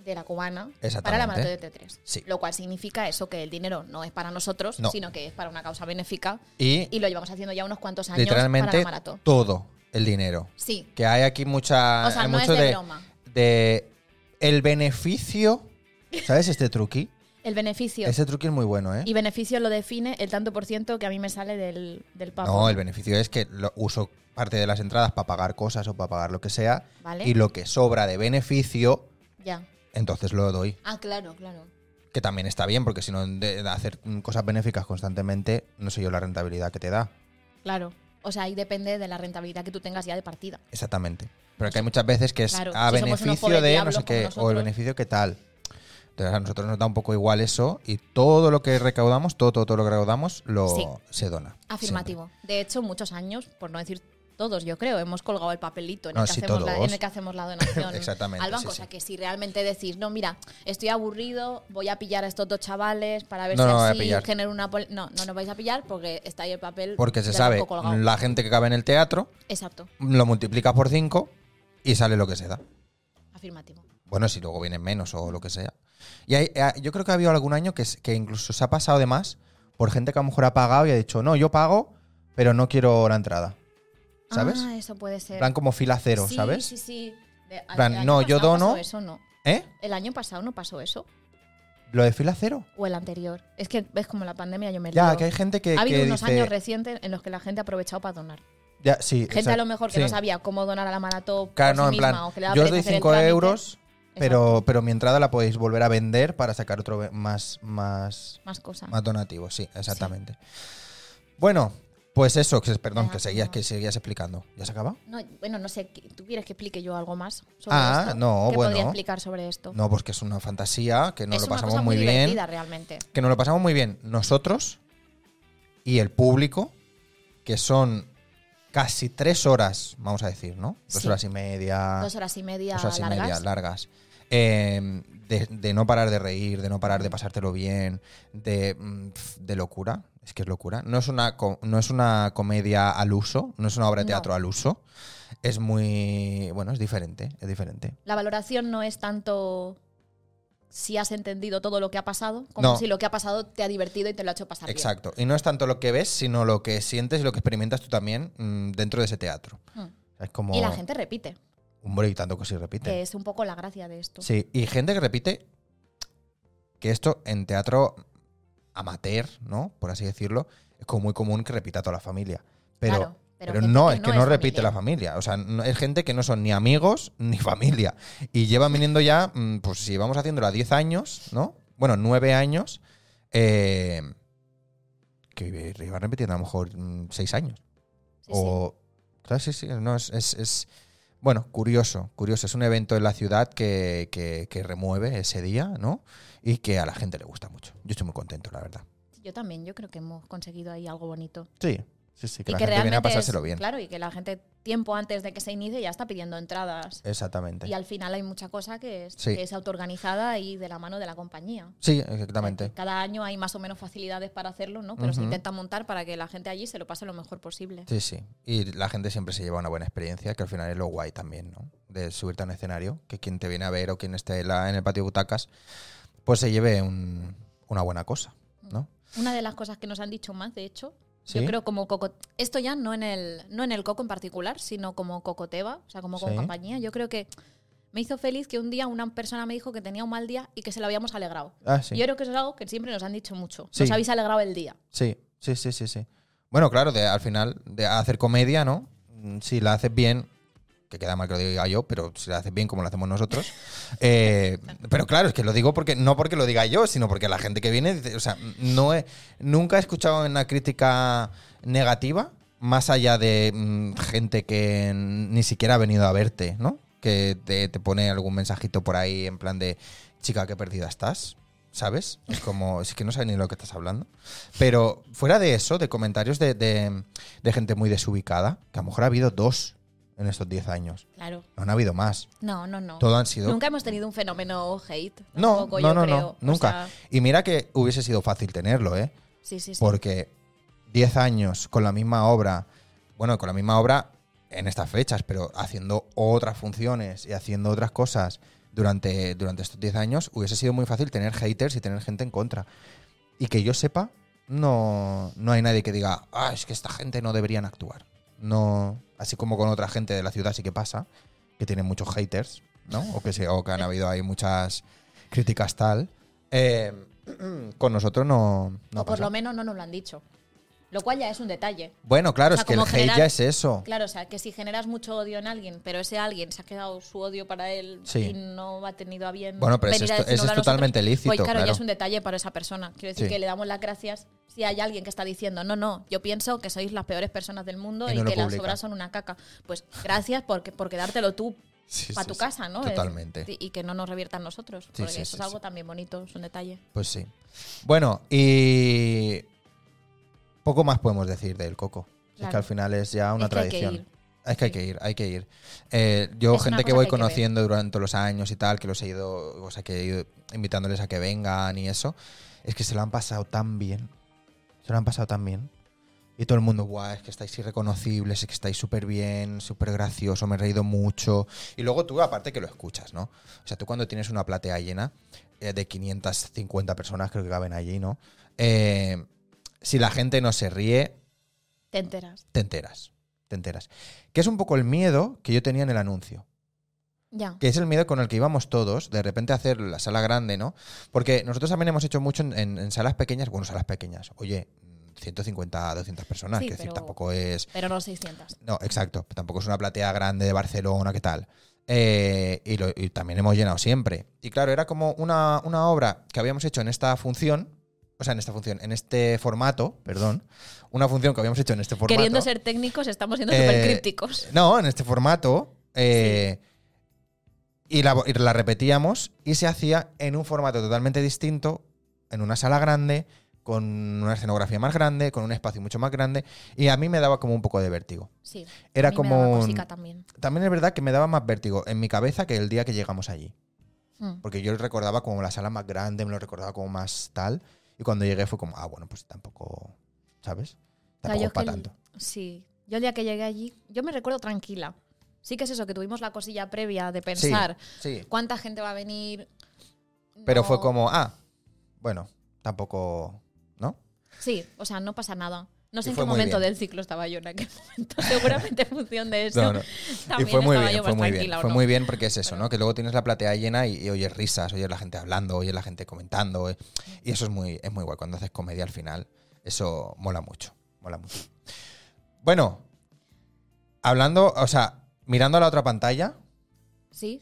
de la cubana para
Exactamente.
la maratón de T3.
Sí.
Lo cual significa eso, que el dinero no es para nosotros,
No.
sino que es para una causa benéfica
y,
y lo llevamos haciendo ya unos cuantos años para
literalmente
la maratón.
todo el dinero.
Sí.
Que hay aquí mucha.
O sea,
ah, hay
no es
mucho
de
de,
broma.
de El beneficio. ¿Sabes este truqui?
El beneficio.
Ese truqui es muy bueno, ¿eh?
Y beneficio lo define el tanto por ciento que a mí me sale del, del papo.
No, el beneficio es que lo- uso parte de las entradas para pagar cosas o para pagar lo que sea.
Vale.
Y lo que sobra de beneficio,
Ya.
entonces lo doy.
Ah, claro, claro.
Que también está bien, porque si no, de- de hacer mm, cosas benéficas constantemente, no sé yo la rentabilidad que te da.
Claro. O sea, ahí depende de la rentabilidad que tú tengas ya de partida.
Exactamente. Pero que hay muchas veces que es
Claro,
a
si somos unos
beneficio
pobres
de no
diablos
sé
como
qué, o el
nosotros.
beneficio que tal. Entonces a nosotros nos da un poco igual eso y todo lo que recaudamos, todo, todo, todo lo que recaudamos, lo,
Sí.
se dona.
Afirmativo. De hecho, muchos años, por no decir todos, yo creo, hemos colgado el papelito en,
No,
el, que
sí,
hacemos la,
todos.
en el que hacemos la donación
Exactamente,
al banco.
sí,
O sea,
sí.
que si realmente decís, no, mira, estoy aburrido, voy a pillar a estos dos chavales para ver
No,
si
no voy a
así
pillar.
genero una... pol- No, no nos vais a pillar porque está ahí el papel
Siempre. Porque se
del
sabe,
banco colgado.
la gente que cabe en el teatro,
Exacto.
lo multiplicas por 5 y sale lo que se da.
Afirmativo.
Bueno, si luego vienen menos o lo que sea. Y hay- eh, yo creo que ha habido algún año que, s- que incluso se ha pasado de más por gente que a lo mejor ha pagado y ha dicho, no, yo pago, pero no quiero la entrada. ¿Sabes?
Ah, eso puede ser.
Plan como fila cero,
Sí,
¿sabes?
Sí, sí. De- al-
Plan,
el año
no, yo
pasado
dono.
pasó Eso no.
¿Eh?
El año pasado no pasó eso.
¿Lo de fila cero?
O el anterior. Es que ves como la pandemia yo me
Ya,
lío.
que hay gente que.
ha habido
que
unos
dice-
años recientes en los que la gente ha aprovechado para donar.
Ya, sí,
Gente
exacto,
a lo mejor que
sí.
no sabía cómo donar a la maratón
Claro,
por
no,
sí
en plan.
misma, o que le da
yo os
pereza
doy
hacer el
5
trámite.
euros,
Exacto.
pero, pero mi entrada la podéis volver a vender para sacar otro ve- más, más,
Más cosas.
más donativo, sí, exactamente. Bueno, pues eso, que, perdón,
Ya,
que seguías,
no.
que seguías explicando. ¿Ya se acaba?
No, bueno, no sé, ¿qué- ¿tú quieres que explique yo algo más sobre
Ah,
esto?
no,
¿Qué
bueno.
podría explicar sobre esto?
No, porque es una fantasía, que nos
es
lo
una
pasamos
cosa
muy, bien.
divertida realmente.
Que nos lo pasamos muy bien nosotros y el público, que son casi tres horas, vamos a decir, ¿no? Dos
Sí.
horas y media.
Dos horas y media
Ah, dos horas y
largas.
media largas. Eh, de, de no parar de reír, de no parar de pasártelo bien, de, mm, pf, de locura. Es que es locura. No es, una, co- no es una comedia al uso, no es una obra de
No.
teatro al uso. Es muy. Bueno, es diferente, es diferente.
La valoración no es tanto si has entendido todo lo que ha pasado, como
No.
si lo que ha pasado te ha divertido y te lo ha hecho pasar bien.
Exacto. Y no es tanto lo que ves, sino lo que sientes y lo que experimentas tú también mm, dentro de ese teatro.
Mm.
Es como.
Y la gente repite,
Hombre, y tanto que sí repite.
que es un poco la gracia de esto.
Sí, y gente que repite que esto en teatro amateur, ¿no? Por así decirlo, es como muy común que repita toda la familia. Pero,
Claro,
pero,
pero gente
no,
que
es que
no
no,
es
repite
familia.
la familia. O sea, no- es gente que no son ni amigos ni familia. Y llevan viniendo ya, mm, pues si vamos haciéndola 10 años, ¿no? Bueno, 9 años. eh, que llevan repitiendo a lo mejor 6 años.
Sí, sí.
O. Claro, sí, sí. No, es, es- es- Bueno, curioso, curioso. Es un evento en la ciudad que, que- que remueve ese día, ¿no? Y que a la gente le gusta mucho. Yo estoy muy contento, la verdad.
Yo también, yo creo que hemos conseguido ahí algo bonito.
Sí, Sí, sí, que la gente viene a pasárselo
es-
bien.
Claro, y que la gente tiempo antes de que se inicie ya está pidiendo entradas.
Exactamente.
Y al final hay mucha cosa que es,
Sí.
que es autoorganizada y de la mano de la compañía.
Sí, exactamente.
Cada año hay más o menos facilidades para hacerlo, ¿no? Pero se
Ujú.
intenta montar para que la gente allí se lo pase lo mejor posible.
Sí, sí. Y la gente siempre se lleva una buena experiencia, que al final es lo guay también, ¿no? De subirte a un escenario, que quien te viene a ver o quien esté en la- en el patio de butacas, pues se lleve un- una buena cosa,
Mm.
¿no?
Una de las cosas que nos han dicho más, de hecho,
Sí.
yo creo como coco, esto ya no en el no en el coco en particular, sino como cocoteva, o sea, como con
Sí.
compañía. Yo creo que me hizo feliz que un día una persona me dijo que tenía un mal día y que se lo habíamos alegrado.
Ah, sí.
Yo creo que eso es algo que siempre nos han dicho mucho.
Sí.
Nos habéis alegrado el día.
Sí, sí, sí, sí, sí. Bueno, claro, de, al final, de hacer comedia, ¿no? Mm, Si la haces bien, que queda mal que lo diga yo, pero si la haces bien como lo hacemos nosotros. eh, pero claro, es que lo digo porque no porque lo diga yo, sino porque la gente que viene, dice- o sea, no he- nunca he escuchado una crítica negativa, más allá de mm, gente que ni siquiera ha venido a verte, ¿no? Que te, te pone algún mensajito por ahí en plan de, chica, qué perdida estás. ¿Sabes? Es como, es que no sabes ni de lo que estás hablando. Pero fuera de eso, de comentarios de, de- de gente muy desubicada, que a lo mejor ha habido dos en estos 10 años.
Claro.
No han habido más.
No, no, no.
Todo han sido.
Nunca hemos tenido un fenómeno hate.
no,
tampoco,
no,
yo
no,
creo.
no,
O
nunca.
sea,
Y mira que hubiese sido fácil tenerlo, ¿eh?
sí, sí, sí.
Porque 10 años con la misma obra, bueno, con la misma obra en estas fechas, pero haciendo otras funciones y haciendo otras cosas durante, durante estos 10 años, hubiese sido muy fácil tener haters y tener gente en contra. Y que yo sepa, no, no hay nadie que diga, ah, es que esta gente no deberían actuar. No, así como con otra gente de la ciudad sí que pasa, que tienen muchos haters, ¿no? O que, se, o que han habido ahí muchas críticas tal. Eh, con nosotros no, no
o por
pasa.
lo menos no nos lo han dicho. Lo cual ya es un detalle.
Bueno, claro,
O sea,
es que el
como
hate
general-
ya es eso.
Claro, o sea, que si generas mucho odio en alguien, pero ese alguien se ha quedado su odio para él
Sí.
y no ha tenido a bien.
Bueno, pero ese
venir a
es to- ese
decirnoslo
es
a nosotros,
totalmente lícito,
Pues claro,
claro.
ya es un detalle para esa persona. Quiero decir
Sí.
que le damos las gracias si hay alguien que está diciendo, no, no, yo pienso que sois las peores personas del mundo
Y
y,
no lo
que las
publica.
obras son una caca. Pues gracias por, por quedártelo tú
Sí,
para
sí,
tu
sí.
casa, ¿no? Es-
Totalmente.
y- y que no nos reviertan nosotros.
Sí,
porque
sí, sí,
eso es algo
sí.
también bonito, es un detalle.
Pues sí. Bueno, y poco más podemos decir del coco. Es que
Claro.
al final es ya una
Es que hay que
tradición.
ir.
Es que hay que ir, hay que ir. Eh, yo,
Es una
gente que
cosa
voy
que hay que ver.
conociendo durante los años y tal, que los he ido, o sea, que he ido invitándoles a que vengan y eso, es que se lo han pasado tan bien. Se lo han pasado tan bien. Y todo el mundo, guau, es que estáis irreconocibles, es que estáis súper bien, súper gracioso, me he reído mucho. Y luego tú, aparte que lo escuchas, ¿no? O sea, tú cuando tienes una platea llena eh, de 550 personas, creo que caben allí, ¿no? Eh, si la gente no se ríe,
Te enteras.
te enteras. Te enteras. Que es un poco el miedo que yo tenía en el anuncio.
Ya.
Que es el miedo con el que íbamos todos, de repente a hacer la sala grande, ¿no? Porque nosotros también hemos hecho mucho en, en- en salas pequeñas, bueno, salas pequeñas. Oye, 150, 200 personas,
Sí,
que decir,
pero-
tampoco es.
Pero no 600.
No, exacto. Tampoco es una platea grande de Barcelona, ¿qué tal? Eh, y, lo- y también hemos llenado siempre. Y claro, era como una, una obra que habíamos hecho en esta función, o sea, en esta función, en este formato, perdón, una función que habíamos hecho en este formato.
Queriendo ser técnicos, estamos siendo
Eh,
súper crípticos.
No, en este formato. eh, y, la, y la repetíamos y se hacía en un formato totalmente distinto, en una sala grande, con una escenografía más grande, con un espacio mucho más grande. Y a mí me daba como un poco de vértigo.
Sí.
Era
A mí me
como
daba
un-
cosica también.
También es verdad que me daba más vértigo en mi cabeza que el día que llegamos allí.
Mm.
Porque yo recordaba como la sala más grande, me lo recordaba como más tal. Y cuando llegué fue como, ah, bueno, pues tampoco, ¿sabes?
O sea,
Tampoco
yo
es para
que el-
tanto.
sí. Yo el día que llegué allí, yo me recuerdo tranquila. Sí que es eso, que tuvimos la cosilla previa de pensar
Sí, sí.
cuánta gente va a venir.
Pero
No-
fue como, ah, bueno, tampoco, ¿no?
Sí, o sea, no pasa nada. No
Y
sé en
fue
qué
muy
momento
bien.
del ciclo estaba yo en aquel momento. Seguramente en función de eso.
No, no. Y
También
fue muy
estaba
bien,
yo
fue
más
muy bien.
tranquila, ¿o
Fue
no?
muy bien porque es eso,
Pero-
¿no? Que luego tienes la platea llena y, y oyes risas, oyes la gente hablando, oyes la gente comentando. oye- Y eso es muy, es muy guay. Cuando haces comedia al final, eso mola mucho. Mola mucho. Bueno, hablando, o sea, mirando a la otra pantalla,
Sí.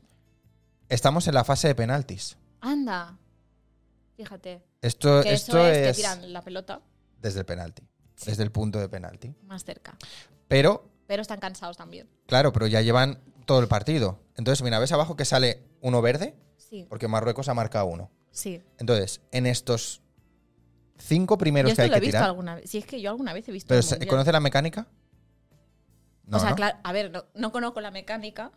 estamos en la fase de penaltis.
Anda. Fíjate.
Esto,
Que
esto
eso es que
es,
tiran la pelota
desde el penalti,
Sí.
desde el punto de penalti.
más cerca.
Pero
Pero están cansados también.
Claro, pero ya llevan todo el partido. Entonces, mira, ves abajo que sale uno verde,
Sí,
porque Marruecos ha marcado uno.
sí.
Entonces, en estos cinco
Yo
primeros que
esto
hay
lo he
que
visto
tirar.
alguna vez. Si es que yo alguna vez he visto.
Pero
el
¿se-
mundial.
¿conoce la mecánica? No,
o sea,
¿no?
claro, a ver, no, no conozco la mecánica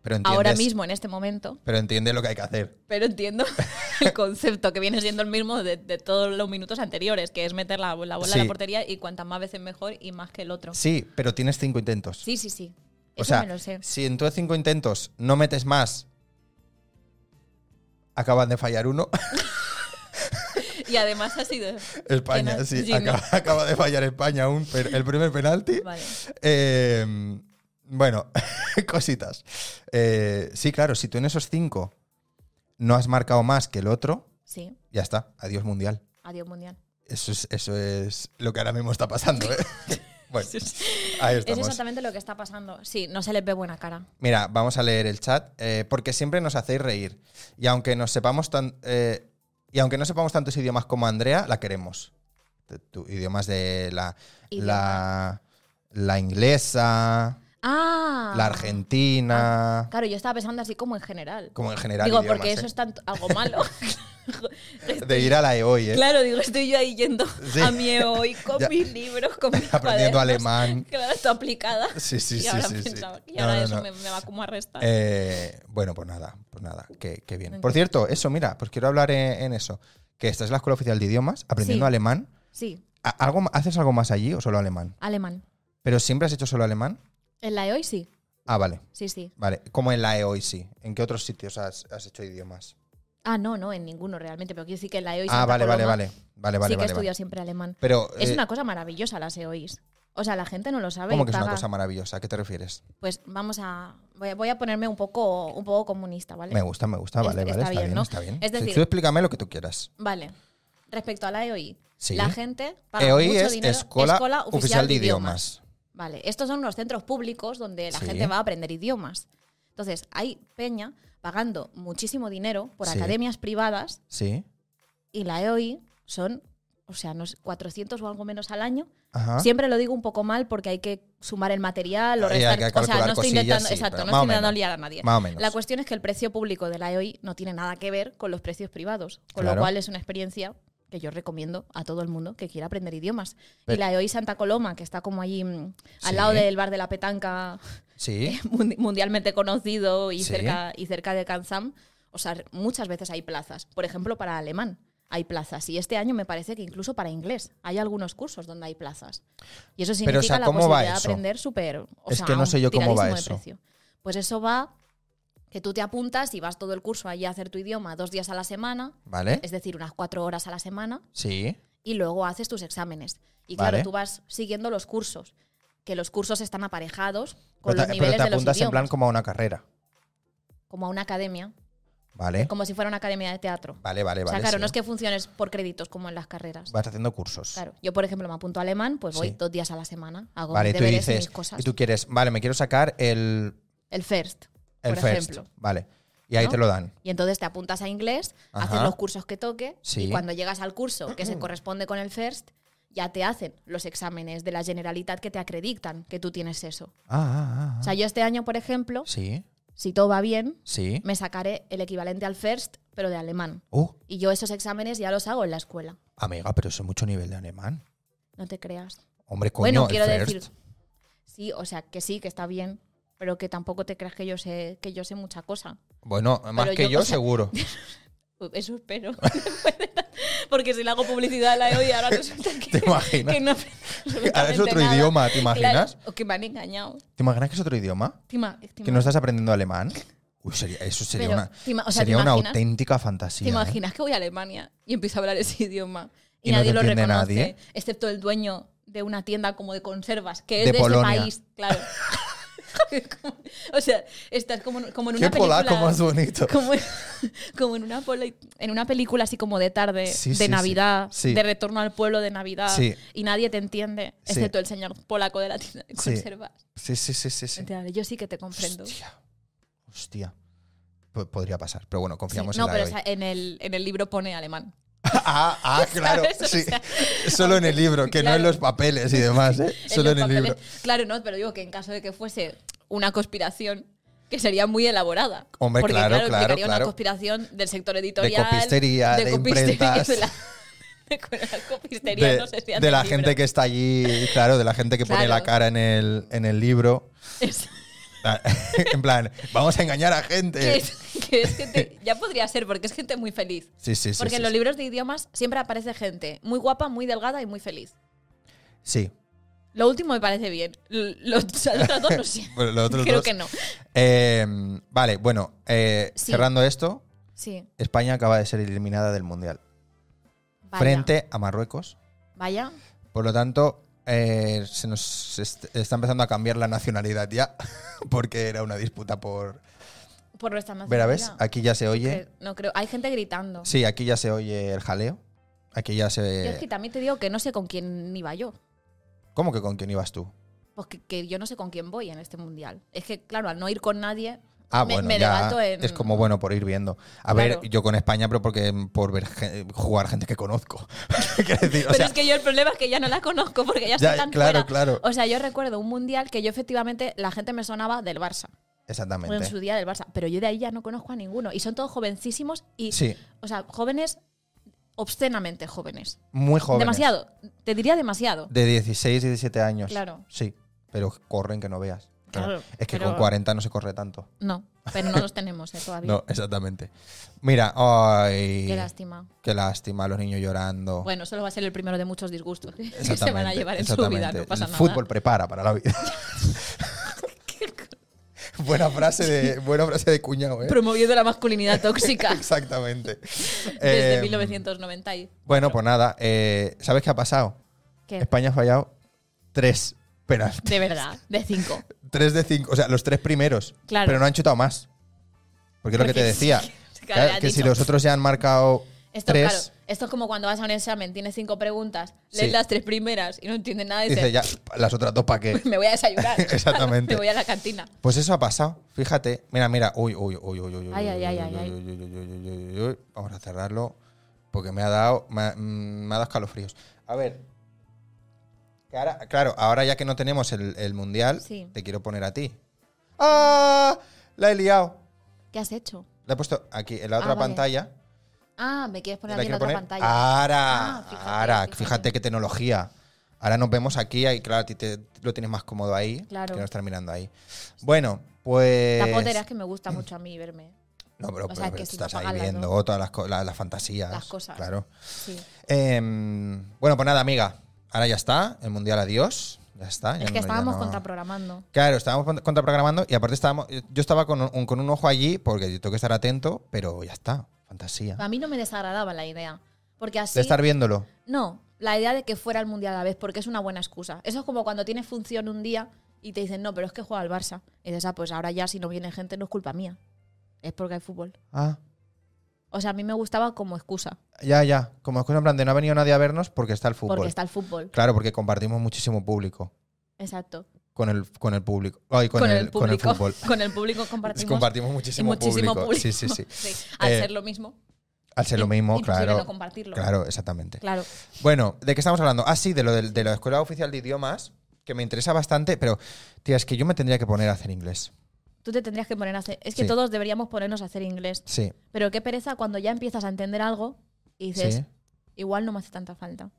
Pero entiendes,
ahora mismo en este momento,
Pero entiende lo que hay que hacer.
pero entiendo el concepto que viene siendo el mismo de, de todos los minutos anteriores, que es meter la, la bola a
Sí.
la portería y cuantas más veces mejor y más que el otro.
Sí, pero tienes cinco intentos.
Sí, sí, sí.
o
Eso
sea,
me lo sé.
si en tus cinco intentos no metes más, acaban de fallar uno.
Y además ha sido.
España,
Penal-
sí,
sí,
acaba,
no.
acaba de fallar España un per- el primer penalti.
Vale.
Eh, bueno, cositas. Eh, sí, claro, si tú en esos cinco no has marcado más que el otro,
Sí.
ya está, adiós mundial.
Adiós, mundial.
Eso es, eso es lo que ahora mismo está pasando. ¿eh? bueno, ahí
Es
estamos.
exactamente lo que está pasando. Sí, no se les ve buena cara.
Mira, vamos a leer el chat, eh, porque siempre nos hacéis reír. Y aunque nos sepamos tan, eh, y aunque no sepamos tantos idiomas como Andrea, la queremos. Tu- tu- idiomas de la, la, la inglesa,
Ah.
la argentina,
Claro, yo estaba pensando así como en general.
como en general.
digo,
idiomas,
porque
¿eh?
eso es tanto, algo malo.
De ir a la EOI, ¿eh?
Claro, digo, estoy yo ahí yendo
Sí.
a mi hoy con
Ya.
mis libros, con mis
Aprendiendo
cuadernos.
alemán.
Claro, está aplicada.
Sí, sí,
y
sí,
ahora
sí, sí.
pensaba que
No,
ahora
no,
eso
no.
Me, me va como a restar.
Eh, bueno, pues nada, pues nada, qué, qué bien.
Ok.
Por cierto, eso, mira, pues quiero hablar en, en eso. Que esta es la escuela oficial de idiomas, aprendiendo
Sí.
alemán.
Sí,
¿A- ¿Algo, ¿Haces algo más allí o solo alemán?
alemán.
¿Pero siempre has hecho solo alemán?
En la de hoy sí,
Ah, vale,
sí, sí.
vale. Como en la EOI, sí. ¿En qué otros sitios has, has hecho idiomas?
Ah, no, no, en ninguno realmente, pero quiero decir que en la EOI
Ah, vale, vale, vale. Vale, vale,
sí que
vale.
estudio
vale.
siempre alemán.
Pero,
Es
eh,
una cosa maravillosa las EOIs. O sea, la gente no lo sabe.
¿cómo
y
que es una
paga-
cosa maravillosa? ¿A qué te refieres?
Pues vamos a. Voy a, voy a ponerme un poco, un poco comunista, ¿vale?
Me gusta, me gusta,
Es-
vale, vale.
está bien, ¿no?
está bien.
Es
Sí,
decir-
tú explícame lo que tú quieras.
Vale. Respecto a la EOI,
Sí.
la gente paga
EOI
mucho
es
dinero.
Escola, Oficial, de Idiomas.
Vale, estos son los centros públicos donde la
Sí.
gente va a aprender idiomas. Entonces, hay peña pagando muchísimo dinero por
Sí.
academias privadas
Sí.
y la EOI son, o sea, no sé, 400 o algo menos al año.
Ajá.
Siempre lo digo un poco mal porque hay que sumar el material o
Y hay
restar.
que
o sea,
calcular
no estoy
cosillas,
intentando,
sí,
exacto,
pero
no
más o
estoy intentando
menos.
liar a nadie.
Más o menos.
La cuestión es que el precio público de la EOI no tiene nada que ver con los precios privados, con
Claro.
lo cual es una experiencia que yo recomiendo a todo el mundo que quiera aprender idiomas.
Pe-
y la EOI Santa Coloma, que está como allí mm, al
Sí.
lado del bar de la petanca
Sí.
mundi- mundialmente conocido y,
Sí.
cerca, y cerca de Kansam, o sea, r- muchas veces hay plazas. Por ejemplo, para alemán hay plazas. Y este año me parece que incluso para inglés hay algunos cursos donde hay plazas. Y eso significa
o sea,
la
¿cómo va
posibilidad de
eso?
aprender súper. o
Es
sea,
que
a
no
un
sé yo cómo va
tiradísimo de
eso.
precio. Pues eso va que tú te apuntas y vas todo el curso allí a hacer tu idioma dos días a la semana,
¿Vale?
es decir, unas cuatro horas a la semana
Sí.
y luego haces tus exámenes. Y claro,
Vale.
tú vas siguiendo los cursos, que los cursos están aparejados con
Pero
los
te, pero
niveles
te
de los
apuntas en
idiomas,
plan como a una carrera.
como a una academia,
Vale.
como si fuera una academia de teatro.
¿Eh? Vale, vale, vale.
o sea, claro,
sí.
no es que funciones por créditos como en las carreras.
Vas haciendo cursos.
Claro, yo por ejemplo me apunto a alemán, pues voy
Sí.
dos días a la semana, hago
Vale,
mis
tú
deberes y
dices.
mis cosas.
Y tú quieres, vale, me quiero sacar el,
El first,
el
por
first.
ejemplo.
Vale. Y ahí
¿No?
te lo dan.
Y entonces te apuntas a inglés, haces
Ajá.
los cursos que toque
Sí.
y cuando llegas al curso que se corresponde con el first, ya te hacen los exámenes de la Generalitat que te acreditan que tú tienes eso.
Ah, ah, ah,
O sea, yo este año, por ejemplo,
Sí,
si todo va bien,
sí.
me sacaré el equivalente al first, pero de alemán.
Uh,
Y yo esos exámenes ya los hago en la escuela.
amiga, pero eso es mucho nivel de alemán.
No te creas.
Hombre, coño,
bueno,
el
quiero
first.
decir. Sí, o sea, que sí, que está bien, pero que tampoco te creas que yo sé, que yo sé mucha cosa.
Bueno, más
Pero
que yo,
yo, o sea-
seguro.
Eso espero. Porque si le hago publicidad a la EOI, ahora resulta que,
¿Te imaginas?
que no
Ahora es
absolutamente
otro
nada.
idioma, ¿te
Claro,
imaginas?
o que me han engañado.
¿Te imaginas que es otro idioma?
Te ima- te
¿Que no
ima-
estás aprendiendo alemán? Uy, sería, eso sería
Pero,
una,
te ima- o sea,
sería
¿te
una
imaginas?
auténtica fantasía.
¿Te
¿eh?
imaginas que voy a Alemania y empiezo a hablar ese idioma y,
Y no te
nadie lo
entiende
reconoce?
nadie.
Excepto el dueño de una tienda como de conservas, que es
De
de, ese
Polonia.
país, claro. o sea, estás como, como en
Qué
una película.
polaco más bonito.
como, como en, una poli- en una película así como de tarde,
Sí,
de
sí, sí.
Navidad,
Sí.
de retorno al pueblo de Navidad,
Sí.
y nadie te entiende,
Sí.
excepto el señor polaco de la tienda de
Sí.
conservas.
Sí, sí, sí, sí. sí.
Entiendo, Yo sí que te comprendo.
Hostia. Hostia. Po- podría pasar, pero bueno,
Sí,
confiamos
No,
en la
pero
de hoy.
esa- en el, en el libro pone alemán.
ah, ah, claro.
¿Sabes? O
sí.
sea,
Solo en el libro, que no en
claro.
los papeles y demás, ¿eh?
en
Solo en
los
el
papeles.
libro.
Claro, no, pero digo que en caso de que fuese una conspiración, que sería muy elaborada.
Hombre,
Porque,
claro, claro,
implicaría
claro.
una conspiración del sector editorial.
copistería, de
copistería,
imprentas.
de la- con la copistería,
de,
no sé si
de la gente que está allí, claro, de la gente que pone
Claro.
la cara en el, en el libro.
que...
Ah, en plan, vamos a engañar a gente.
que es, que es gente- ya podría ser, porque es gente muy feliz.
Sí, sí, sí.
Porque
sí,
en los
sí.
libros de idiomas siempre aparece gente muy guapa, muy delgada y muy feliz.
Sí.
Lo último me parece bien. L- Los, los otros dos no sé.
Pero los otros
Creo
dos-
que no.
Eh, vale, bueno, eh,
Sí.
cerrando esto,
Sí.
España acaba de ser eliminada del Mundial
Vaya.
frente a Marruecos.
Vaya.
Por lo tanto, eh, se nos est- está empezando a cambiar la nacionalidad ya, porque era una disputa por...
Por nuestra
Verá,
nacionalidad.
¿ves? Aquí ya se oye.
Que- Eh, No Ah, creo. Hay gente gritando.
Sí, aquí ya se oye el jaleo. Aquí ya
Yo es
se...
que también te digo que no sé con quién iba yo.
¿Cómo que con quién ibas tú?
Pues que, que yo no sé con quién voy en este mundial. Es que, claro, al no ir con nadie,
Ah,
me,
bueno,
me
ya
debato en.
es como bueno por ir viendo. A
Claro.
ver, yo con España, pero porque por ver gen- jugar gente que conozco. Quiero decir, o
Pero
sea,
es que yo el problema es que ya no la conozco porque
ya,
ya, estoy tan
claro,
fuera.
claro.
O sea, yo recuerdo un mundial que yo efectivamente la gente me sonaba del Barça, en
Exactamente.
su día del Barça, pero yo de ahí ya no conozco a ninguno y son todos jovencísimos y,
Sí,
o sea, jóvenes, obscenamente jóvenes.
muy jóvenes.
Demasiado, te diría demasiado.
De 16, 17 años.
Claro.
Sí, pero corren que no veas.
Claro,
es que
pero-
con 40 no se corre tanto.
No, pero no los tenemos eh, todavía.
No, exactamente. Mira, ay,
Qué lástima.
qué lástima, los niños llorando.
Bueno, solo va a ser el primero de muchos disgustos que se van a
Oh. Exactamente,
llevar en su vida,
exactamente.
no pasa
El
nada.
fútbol prepara para la vida. buena frase de buena frase de cuñado, ¿eh?
Promoviendo la masculinidad tóxica
Exactamente.
desde
Eh,
1990. y-
Bueno, pues nada, eh, ¿sabes qué ha pasado?
¿Qué?
España ha fallado tres penaltis.
De verdad, de cinco.
Tres de cinco, o sea, los tres primeros.
Claro.
Pero no han chutado más. Porque es lo que
Porque
te decía.
sí, que
claro,
había
que si
dicho.
los otros ya han marcado
Esto,
tres,
claro, esto es como cuando vas a un examen, tienes cinco preguntas,
Sí.
lees las tres primeras y no entiendes nada y dices,
dice ya, las otras dos para qué.
me voy a desayunar.
Exactamente.
me voy a la cantina.
Pues eso ha pasado, fíjate. Mira, mira, uy, uy, uy, uy, uy, uy,
Ay,
uy,
ay,
uy,
ay,
uy,
ay, ay.
uy, uy, uy, uy, uy, uy, uy. Vamos a cerrarlo porque me ha dado, me ha, mm, me ha dado escalofríos. A ver, que ahora- claro, ahora ya que no tenemos el, el mundial,
Sí.
te quiero poner a ti. ¡Ah! La he liado.
¿Qué has hecho?
La he puesto aquí en la otra
Ah, vale.
pantalla.
Ah, me quieres poner
¿La
aquí en
quiero
la otra
poner?
pantalla.
Ahora,
Ah, fíjate,
ahora, fíjate.
fíjate.
qué tecnología. Ahora nos vemos aquí, ahí, claro, a ti te, lo tienes más cómodo ahí,
Claro.
que no estar mirando ahí. Bueno, pues...
La potera es que me gusta mucho a mí verme.
No, pero,
O sea,
pero
que si
estás
te
ahí
apagan las
viendo todas las, co- la- las fantasías.
Las cosas.
Claro.
Sí.
Em, bueno, pues nada, amiga. Ahora ya está. El mundial, adiós. Ya está. ya
Es
no- ya
que estábamos
no-
contraprogramando.
Claro, estábamos con- contraprogramando y aparte estábamos. Yo estaba con un, con un ojo allí porque yo tengo que estar atento, pero ya está. Fantasía.
A mí no me desagradaba la idea. Porque así.
De estar viéndolo.
No, la idea de que fuera el mundial a la vez, porque es una buena excusa. Eso es como cuando tienes función un día y te dicen, no, pero es que juega el Barça. Y dices, ah, pues ahora ya si no viene gente no es culpa mía. Es porque hay fútbol.
Ah,
O sea, a mí me gustaba como excusa,
ya, ya. Como excusa en plan de no ha venido nadie a vernos porque está el fútbol.
porque está el fútbol.
Claro, porque compartimos muchísimo público
Exacto.
con el, con el público. Ay, con, el, con el
público.
fútbol.
Con el público compartimos.
Compartimos
y
muchísimo,
muchísimo público.
Sí, sí, sí.
Al
Eh,
ser lo mismo.
Al ser lo mismo,
imposible
claro.
no compartirlo.
Claro, exactamente.
Claro.
Bueno, ¿de qué estamos hablando? Ah, sí, de lo del- de, la Escuela Oficial de Idiomas, que me interesa bastante, pero, tía, es que yo me tendría que poner a hacer inglés.
Tú te tendrías que poner a hacer. Es que
Sí.
todos deberíamos ponernos a hacer inglés.
Sí,
Pero qué pereza cuando ya empiezas a entender algo y dices,
sí.
igual no me hace tanta falta.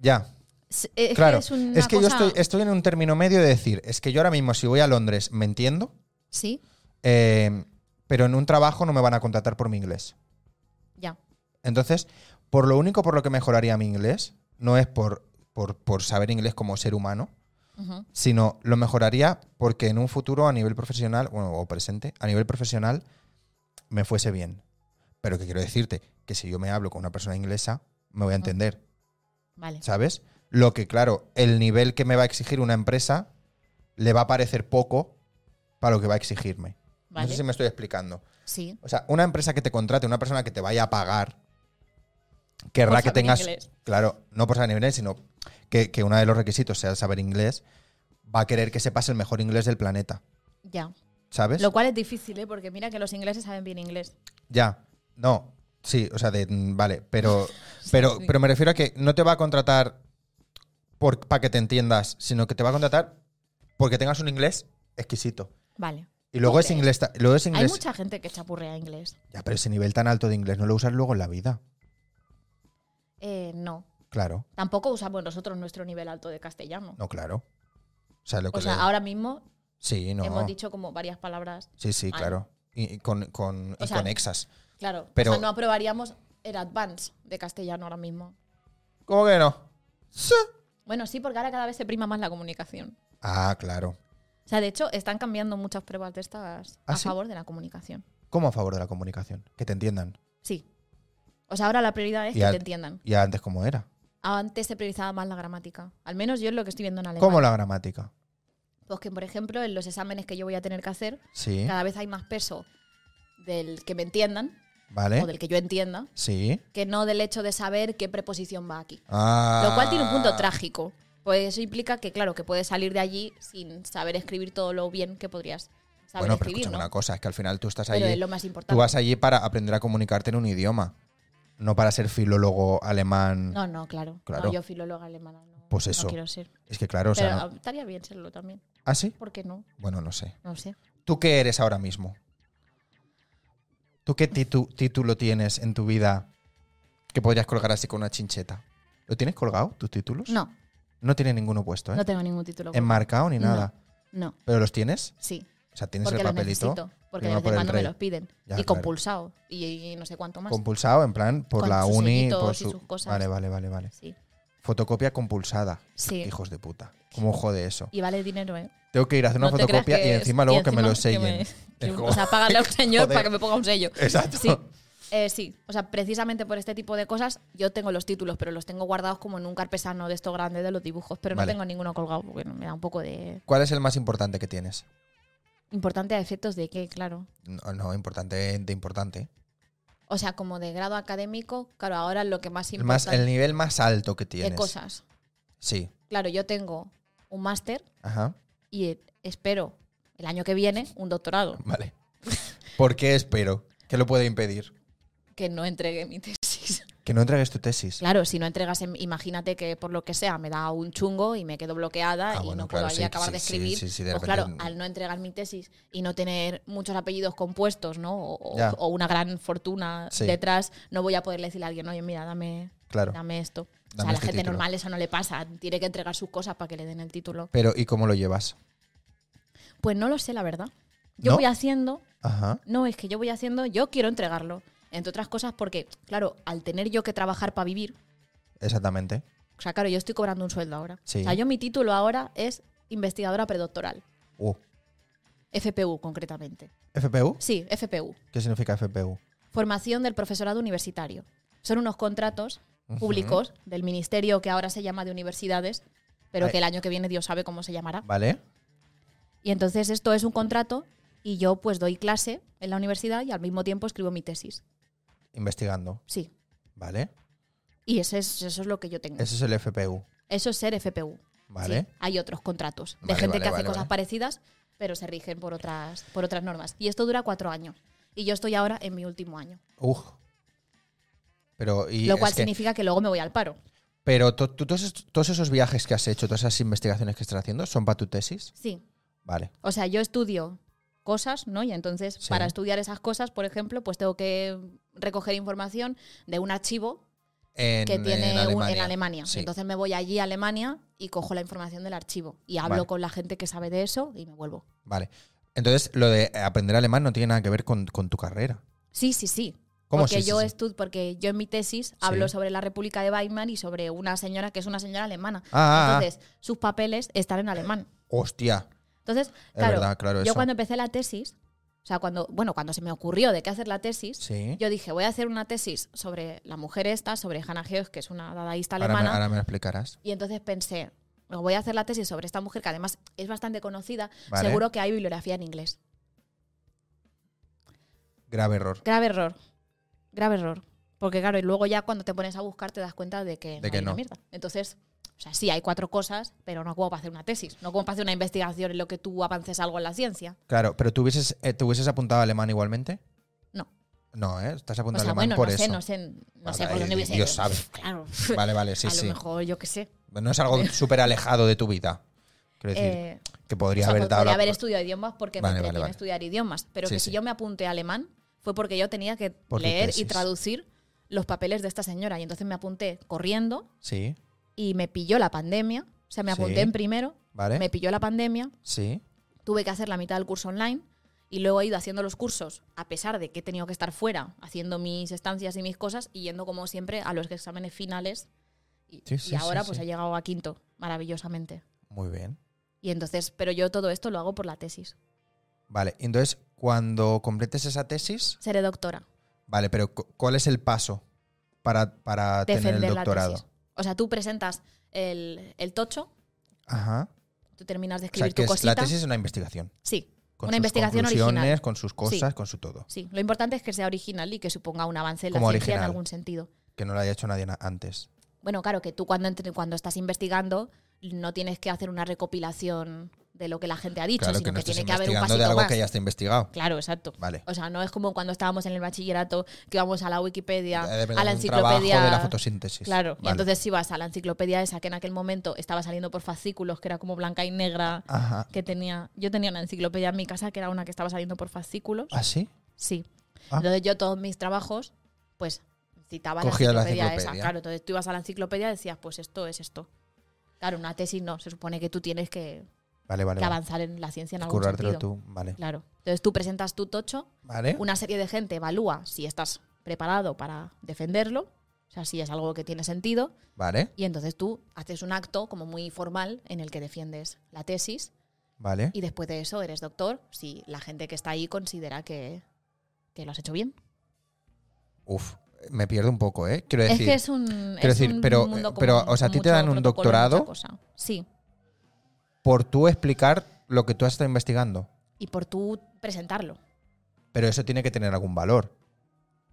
Ya,
Es, es que
claro.
es una
Es que yo
cosa-
estoy, estoy en un término medio de decir, es que yo ahora mismo si voy a Londres me entiendo,
Sí,
eh, pero en un trabajo no me van a contratar por mi inglés.
ya.
Entonces, por lo único por lo que mejoraría mi inglés, no es por, por, por saber inglés como ser humano,
Ujú.
sino lo mejoraría porque en un futuro a nivel profesional, bueno, o presente, a nivel profesional me fuese bien. Pero que quiero decirte que si yo me hablo con una persona inglesa, me voy a entender,
Vale.
¿sabes? Lo que, claro, el nivel que me va a exigir una empresa le va a parecer poco para lo que va a exigirme.
Vale.
No sé si me estoy explicando.
Sí.
O sea, una empresa que te contrate, una persona que te vaya a pagar, querrá
Por
que
saber
tengas.
inglés.
Claro, no por saber inglés, sino que, que uno de los requisitos sea saber inglés, va a querer que sepas el mejor inglés del planeta.
Ya.
¿Sabes?
Lo cual es difícil, ¿eh? Porque mira que los ingleses saben bien inglés.
Ya. No. Sí, o sea, de, mm, vale, pero, pero,
sí.
pero me refiero a que no te va a contratar para que te entiendas, sino que te va a contratar porque tengas un inglés exquisito.
Vale.
Y luego es
Hombre.
inglés, ta- luego es
Hay
inglés.
mucha gente que chapurrea inglés.
Ya, pero ese nivel tan alto de inglés no lo usas luego en la vida.
Eh, no.
Claro,
Tampoco usamos nosotros nuestro nivel alto de castellano.
no, claro. O sea, lo que
o sea,
le-
ahora mismo
sí, no.
hemos dicho como varias palabras.
Sí, sí,
Ah,
claro. Y, y con, con-
O
y
sea,
conexas.
Claro.
Pero-
o sea, no aprobaríamos el advance de castellano ahora mismo.
¿Cómo que no? Sí.
Bueno, sí, porque ahora cada vez se prima más la comunicación.
Ah, claro.
O sea, de hecho, están cambiando muchas pruebas de estas
¿Ah,
a
sí?
favor de la comunicación.
¿Cómo a favor de la comunicación? Que te entiendan.
Sí. O sea, ahora la prioridad es
Y
que
al-
te entiendan.
¿Y antes cómo era?
Antes se priorizaba más la gramática. Al menos yo es lo que estoy viendo en alemán.
¿Cómo la gramática?
Pues que, por ejemplo, en los exámenes que yo voy a tener que hacer,
Sí,
cada vez hay más peso del que me entiendan o
¿vale?
del que yo entienda,
Sí.
que no del hecho de saber qué preposición va aquí.
Ah.
Lo cual tiene un punto trágico. Pues eso implica que, claro, que puedes salir de allí sin saber escribir todo lo bien que podrías saber
Bueno, pero
escribir,
escúchame
¿no?
una cosa, es que al final tú estás
Pero es
allí.
lo más
Tú
importante.
vas allí para aprender a comunicarte en un idioma, no para ser filólogo alemán.
No, no, claro.
Claro.
No, yo filóloga alemana no,
Pues
no
eso.
quiero ser.
Es que claro, o sea,
Pero
no-
ah, estaría bien serlo también.
¿Ah, sí?
¿Por qué no?
Bueno, no sé.
No sé.
¿Tú qué eres ahora mismo? ¿Tú qué titu- título tienes en tu vida que podrías colgar así con una chincheta? ¿Lo tienes colgado, tus títulos?
No,
No tienes ninguno puesto, ¿eh?
no tengo ningún título.
Enmarcado ni
No.
nada.
no,
¿Pero los tienes?
sí.
O sea, tienes
Porque
el
los
papelito
necesito. Porque de
firmado
vez en
por el
cuando me
rey.
los piden.
Ya,
y
claro.
compulsado. Y, y no sé cuánto más.
compulsado, en plan, por
Con
la
sus
uni,
sellitos
por
y
su...
sus cosas.
Vale, vale, vale, vale.
sí.
Fotocopia compulsada.
Sí.
Hijos de puta. ¿Cómo jode eso?
Y vale dinero, ¿eh?
Tengo que ir a hacer una
No te creas
fotocopia y
que es-
encima luego
y
que me lo
encima
sellen.
que me-
Es
que-
como-
o sea, págale al señor
Joder.
para que me ponga un sello.
Exacto.
Sí. Eh, sí, o sea, precisamente por este tipo de cosas yo tengo los títulos, pero los tengo guardados como en un carpesano de esto grande de los dibujos, pero
Vale.
no tengo ninguno colgado porque me da un poco de...
¿Cuál es el más importante que tienes?
Importante a efectos de que, claro.
No, no, importante de importante.
O sea, como de grado académico, claro, ahora lo que más
El, más,
importa
el nivel más alto que tienes.
de cosas.
Sí.
Claro, yo tengo un máster
Ajá.
y eh, espero el año que viene un doctorado,
Vale. ¿Por qué espero? ¿Qué lo puede impedir?
que no entregue mi tesis.
Que no entregues tu tesis.
Claro, si no entregas, em- imagínate que por lo que sea me da un chungo y me quedo bloqueada
Ah,
y
bueno,
no
claro,
puedo ahí
sí,
acabar
sí,
de
sí,
escribir.
sí, sí, de
pues
repente-
claro, al no entregar mi tesis y no tener muchos apellidos compuestos, ¿no? O, o-
Ya.
o una gran fortuna
Sí.
detrás, no voy a poder decirle a alguien, oye, mira, dame,
Claro.
dame esto. o
Dame
sea, a la
este
gente
título.
normal eso no le pasa, tiene que entregar sus cosas para que le den el título.
Pero ¿y cómo lo llevas?
Pues no lo sé, la verdad. Yo
¿No?
voy haciendo,
Ajá.
no, es que yo voy haciendo, yo quiero entregarlo. Entre otras cosas porque, claro, al tener yo que trabajar para vivir,
Exactamente.
O sea, claro, yo estoy cobrando un sueldo ahora.
Sí.
O sea, yo mi título ahora es investigadora predoctoral.
Uh.
FPU, concretamente.
¿FPU?
Sí, FPU.
¿Qué significa FPU?
Formación del profesorado universitario. Son unos contratos públicos del ministerio que ahora se llama de universidades, pero
Ay.
que el año que viene Dios sabe cómo se llamará.
¿Vale?
Y entonces esto es un contrato y yo pues doy clase en la universidad y al mismo tiempo escribo mi tesis.
Investigando.
Sí.
¿Vale?
Y eso es, eso es lo que yo tengo.
Eso es el FPU.
Eso es ser FPU.
¿Vale?
Sí, hay otros contratos de
Vale,
gente
vale,
que hace
vale,
cosas
vale.
parecidas, pero se rigen por otras, por otras normas. Y esto dura cuatro años. Y yo estoy ahora en mi último año.
Uf. Pero, y
Lo
es
cual
que-
significa que luego me voy al paro.
pero to- tú- todos, estos- todos esos viajes que has hecho, todas esas investigaciones que estás haciendo, ¿son para tu tesis?
Sí.
Vale.
O sea, yo estudio cosas, ¿no? Y entonces,
Sí.
para estudiar esas cosas, por ejemplo, pues tengo que recoger información de un archivo
En,
que tiene un-
en Alemania. Sí.
Entonces me voy allí a Alemania y cojo la información del archivo y hablo
Vale.
con la gente que sabe de eso y me vuelvo.
Vale. Entonces, lo de aprender alemán no tiene nada que ver con, con tu carrera.
Sí, sí, sí.
¿Cómo
porque
sí, sí,
yo
sí?
estu- porque yo en mi tesis hablo sobre la República de Weimar y sobre una señora que es una señora alemana.
Ah, ah, ah.
Entonces, sus papeles están en alemán.
Hostia.
Entonces,
Es
claro,
verdad, claro,
yo
eso.
cuando empecé la tesis, o sea, cuando, bueno, cuando se me ocurrió de qué hacer la tesis,
Sí.
yo dije, voy a hacer una tesis sobre la mujer esta, sobre Hannah Geus, que es una dadaísta
Ahora me,
alemana.
ahora me lo explicarás.
Y entonces pensé, "Bueno, voy a hacer la tesis sobre esta mujer que además es bastante conocida,
Vale.
seguro que hay bibliografía en inglés.
Grave error.
Grave error. Grave error. Porque claro, y luego ya cuando te pones a buscar te das cuenta de
De
que no
que
hay una
no.
mierda. Entonces, o sea, sí, hay cuatro cosas, pero no como para hacer una tesis, no como para hacer una investigación en lo que tú avances algo en la ciencia.
Claro, pero ¿tú hubieses, eh, ¿te hubieses apuntado a alemán igualmente?
No.
No, ¿eh? Estás
O
apuntado
sea,
a alemán
bueno,
por
no
eso.
sé, no sé, no sé,
Vale,
porque no
Dios
hubiese...
sabe.
Claro.
Vale, vale, sí,
a
sí.
lo mejor, yo qué sé.
No es algo súper alejado de tu vida. Quiero decir,
Eh,
que
o
podría
sea,
haber
pod-
dado
podría
la-
haber estudiado idiomas porque
Vale, vale,
me entretiene
vale.
estudiar idiomas, pero
Sí,
que
sí.
si yo me apunté a alemán fue porque yo tenía que
Por tu
leer y
tesis.
traducir los papeles de esta señora. Y entonces me apunté corriendo
Sí,
y me pilló la pandemia. O sea, me
Sí. ¿Eh?
apunté en primero,
¿vale?
me pilló la pandemia,
Sí,
tuve que hacer la mitad del curso online y luego he ido haciendo los cursos, a pesar de que he tenido que estar fuera, haciendo mis estancias y mis cosas y yendo como siempre a los exámenes finales. Y,
Sí,
y
sí,
ahora
sí,
pues
sí.
he llegado a quinto, maravillosamente.
muy bien.
Y entonces, pero yo todo esto lo hago por la tesis.
Vale, entonces, cuando completes esa tesis,
Seré doctora.
vale, pero cu- ¿cuál es el paso para, para tener el
defender la
doctorado?
tesis. O sea, tú presentas el, el tocho,
Ajá.
tú terminas de
O sea,
escribir
que
tu
es- la
cosita.
tesis es una investigación.
sí,
Con
Una
sus
investigación
conclusiones,
original.
con sus cosas, con su todo.
sí. Lo importante es que sea original y que suponga un avance en la
Como
ciencia en
original.
algún sentido.
Que no lo haya hecho nadie na- antes.
Bueno, claro, que tú cuando, entre- cuando estás investigando no tienes que hacer una recopilación de lo que la gente ha dicho,
claro
sino
que
que,
no estés
tiene que haber un
investigando
pasito
de algo
más.
que ya está investigado.
Claro, exacto.
Vale.
O sea, no es como cuando estábamos en el bachillerato que íbamos a la Wikipedia,
Ya depende
a la
de un trabajo
enciclopedia.
de la fotosíntesis.
Claro, y
Vale.
entonces si vas a la enciclopedia esa que en aquel momento estaba saliendo por fascículos, que era como blanca y negra,
Ajá.
que tenía... Yo tenía una enciclopedia en mi casa que era una que estaba saliendo por fascículos.
¿Ah, sí?
Sí.
Ah.
Entonces yo todos mis trabajos, pues citaba
Cogía la
la enciclopedia, esa.
enciclopedia.
Claro, entonces tú ibas a la enciclopedia y decías, pues esto es esto. Claro, una tesis no, se supone que tú tienes que,
Vale, vale.
que
vale.
avanzar en la ciencia en algún
Currártelo
sentido.
tú. ¿Eh? Vale.
Claro. Entonces tú presentas tu tocho,
Vale.
una serie de gente evalúa si estás preparado para defenderlo, o sea, si es algo que tiene sentido,
Vale.
y entonces tú haces un acto como muy formal en el que defiendes la tesis
Vale.
y después de eso eres doctor si la gente que está ahí considera que, que lo has hecho bien.
Uf, me pierdo un poco, ¿eh? Quiero decir,
es que es un, es
decir,
un
pero- eh,
mundo con
pero, o sea, ¿a ti te
mucho
dan un
protocolo y mucha
doctorado?
cosa. Sí,
por tú explicar lo que tú has estado investigando.
y por tú presentarlo.
Pero eso tiene que tener algún valor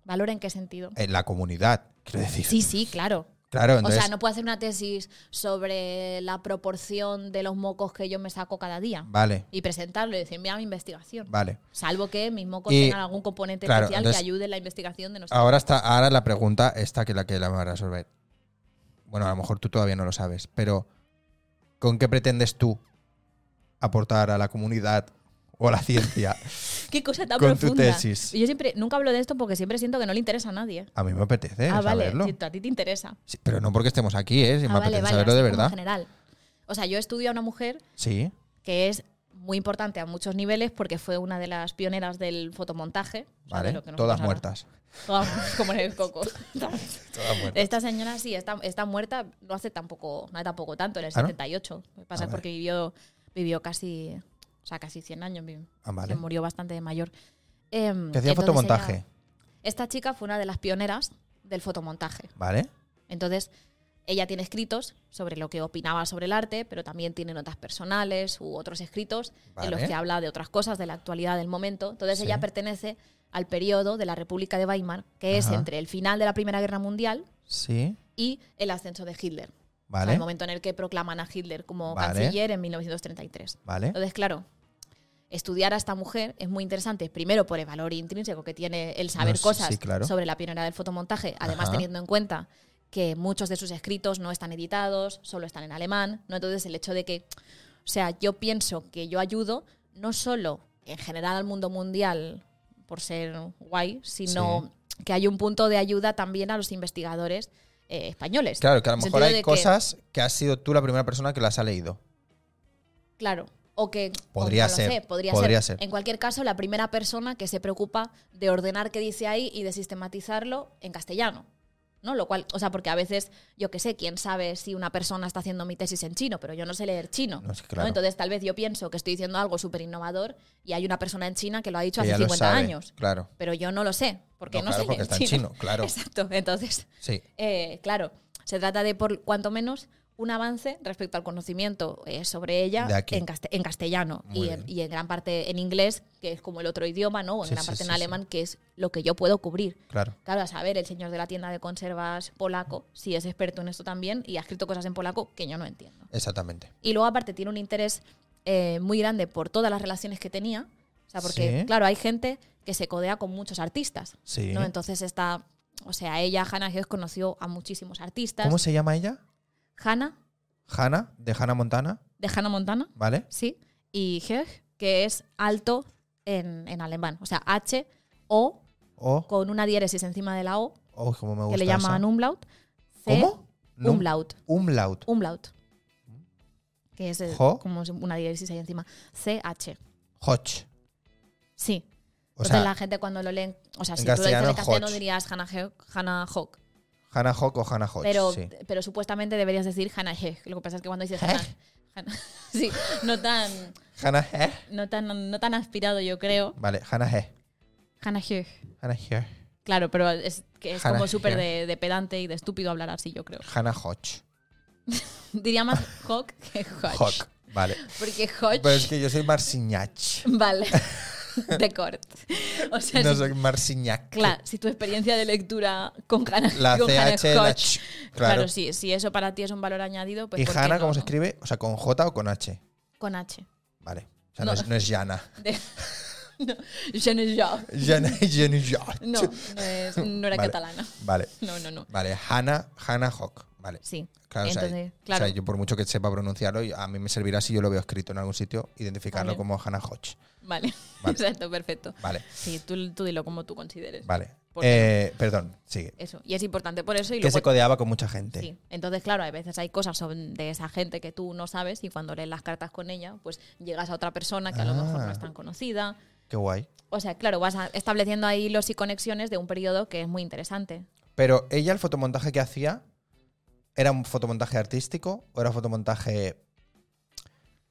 ¿Valor en qué sentido?
en la comunidad. Quiero decir,
Sí, sí, claro.
claro,
O
entonces,
sea, no puedo hacer una tesis sobre la proporción de los mocos que yo me saco cada día
vale,
y presentarlo y decir, mira mi investigación.
vale.
Salvo que mis mocos
Y-
tengan algún componente
claro,
especial
entonces- Ah,
que ayude en la investigación de no sé
Ahora está, ahora la pregunta está que la que la va a resolver. Bueno, a lo mejor tú todavía no lo sabes, pero ¿con qué pretendes tú aportar a la comunidad o a la ciencia?
Qué cosa tan
Con tu
profunda.
tesis.
Yo siempre, nunca hablo de esto porque siempre siento que no le interesa a nadie.
A mí me apetece
ah, vale,
saberlo.
si a ti te interesa.
Sí, pero no porque estemos aquí, ¿eh? Si me
Ah,
apetece
vale, vale,
saberlo
así
de
como en
verdad.
general. O sea, yo estudio a una mujer
Sí,
que es muy importante a muchos niveles porque fue una de las pioneras del fotomontaje. o sea, de
vale.
lo que nosotros
Todas
ahora-
muertas.
Todas como en el coco.
Todas muertas.
Esta señora sí, está, está muerta, no hace tampoco, no hace tampoco tanto, en el
¿Ah, no?
78. Lo que pasa
Ah,
es
vale.
porque vivió, vivió casi, o sea, casi 100 años, vi-
Ah, vale.
se murió bastante de mayor. Em,
Que hacía
entonces
fotomontaje,
ella- esta chica fue una de las pioneras del fotomontaje.
¿vale?
Entonces, ella tiene escritos sobre lo que opinaba sobre el arte, pero también tiene notas personales u otros escritos en los
Vale.
que habla de otras cosas, de la actualidad del momento. Entonces,
Sí.
ella pertenece al periodo de la República de Weimar, que es
Ajá.
entre el final de la Primera Guerra Mundial
Sí,
y el ascenso de Hitler. O sea,
vale.
el momento en el que proclaman a Hitler como
Vale.
canciller en 1933.
Vale,
Entonces, claro, estudiar a esta mujer es muy interesante, primero por el valor intrínseco que tiene el saber
No, sí,
cosas
sí, claro.
sobre la pionera del fotomontaje, además
Ajá.
teniendo en cuenta que muchos de sus escritos no están editados, solo están en alemán, ¿no? Entonces el hecho de que, o sea, yo pienso que yo ayudo no solo en general al mundo mundial por ser guay, sino que hay un punto de ayuda también a los investigadores eh, españoles.
Claro, que a lo
En el
mejor
sentido
hay
de que-
cosas que, has sido tú la primera persona que las ha leído.
Claro. O que
Podría
o no lo
ser,
sé, podría,
podría
ser.
ser.
En cualquier caso, la primera persona que se preocupa de ordenar qué dice ahí y de sistematizarlo en castellano. ¿No? Lo cual, o sea, porque a veces, yo qué sé, quién sabe si una persona está haciendo mi tesis en chino, pero yo no sé leer chino.
No, es que claro.
Entonces, tal vez yo pienso que estoy diciendo algo súper innovador y hay una persona en China que lo ha dicho
que
hace
ya
50
lo sabe.
años.
Claro.
Pero yo no lo sé, porque no,
claro,
sé
porque
leer
está en chino, claro.
Exacto. Entonces,
Sí,
eh, claro, se trata de, por cuanto menos, un avance respecto al conocimiento eh, sobre ella
De aquí.
en, caste- en castellano
Muy
y en,
bien.
y en gran parte en inglés, que es como el otro idioma, ¿no? O en
Sí,
gran
sí,
parte en
sí, sí.
alemán, que es lo que yo puedo cubrir.
claro.
Claro, a saber, el señor de la tienda de conservas polaco, si es experto en esto también y ha escrito cosas en polaco que yo no entiendo.
Exactamente.
Y luego, aparte, tiene un interés eh, muy grande por todas las relaciones que tenía. O sea, porque,
Sí.
claro, hay gente que se codea con muchos artistas.
Sí.
¿no? Entonces está, o sea, ella, Hannah Hughes, conoció a muchísimos artistas.
¿Cómo se llama ella?
Hannah,
Hannah, de Hannah Montana,
de Hannah Montana,
¿vale?
sí, y Hugh, que es alto en, en alemán, o sea, H, O,
O
con una diéresis encima de la O,
Uy, cómo me
que
gusta
le
esa.
llaman umlaut. C,
¿Cómo? No,
Umlaut.
Umlaut.
Umlaut. Que es eh,
Jo.
como si- una diéresis ahí encima. CH.
Hoch.
Sí.
O
Entonces
sea,
la gente cuando lo leen, o sea,
en
si tú lo dices
castellano,
en castellano
Hodge.
dirías Hannah, He- Hannah Hawk.
Hannah Hoch o Hannah Hoch.
Pero,
sí.
pero supuestamente deberías decir Hannah Heg. Lo que pasa es que cuando dices
Heg.
Hannah, Hannah- sí, no tan,
Hannah Heh.
no tan, no tan aspirado yo creo.
Vale, Hannah Heh.
Hannah Heg.
Hannah Heh.
Claro, pero es que es
Hannah
como súper
Heg.
de, de pedante y de estúpido hablar así, yo creo.
Hannah Hoch.
Diría más Hawk que Hodge.
Hoch. Vale.
Porque Hodge,
Pero Pues es que yo soy Marciñach.
vale, de cort. O sea,
No
si-
soy Marciñac.
Claro, si tu experiencia de lectura con Hannah
La
con Hannah
CH, la
Hodge-
Ch.
Claro,
Claro.
sí, si eso para ti es un valor añadido, pues
¿Y
¿por qué
Hannah
no,
cómo se
no?
escribe? O sea, ¿con J o con H?
Con H.
Vale. O sea, no,
No.
es, no es Jana.
De- no, je ne sais.
Jana, Jana, Jana.
No, no, es- no era
Vale.
catalana.
Vale.
No, no, no.
Vale, Hannah, Hannah Hock. Vale.
Sí.
Claro, o sea,
Entonces,
o sea,
claro.
yo por mucho que sepa pronunciarlo, yo- a mí me servirá si yo lo veo escrito en algún sitio, identificarlo
Vale.
como Hannah Hodge.
Vale.
Vale.
Exacto, perfecto.
Vale,
Sí, tú, tú dilo como tú consideres.
vale.
¿Por qué
Eh, perdón, sigue.
Eso. Y es importante por eso. Y
Que se
luego-
codeaba con mucha gente.
Sí. Entonces, claro, a veces hay cosas sobre- de esa gente que tú no sabes y cuando lees las cartas con ella, pues llegas a otra persona que a lo mejor
Ah.
no es tan conocida.
Qué guay.
O sea, claro, vas a- estableciendo ahí los y conexiones de un periodo que es muy interesante.
Pero ella, el fotomontaje que hacía, ¿era un fotomontaje artístico o era fotomontaje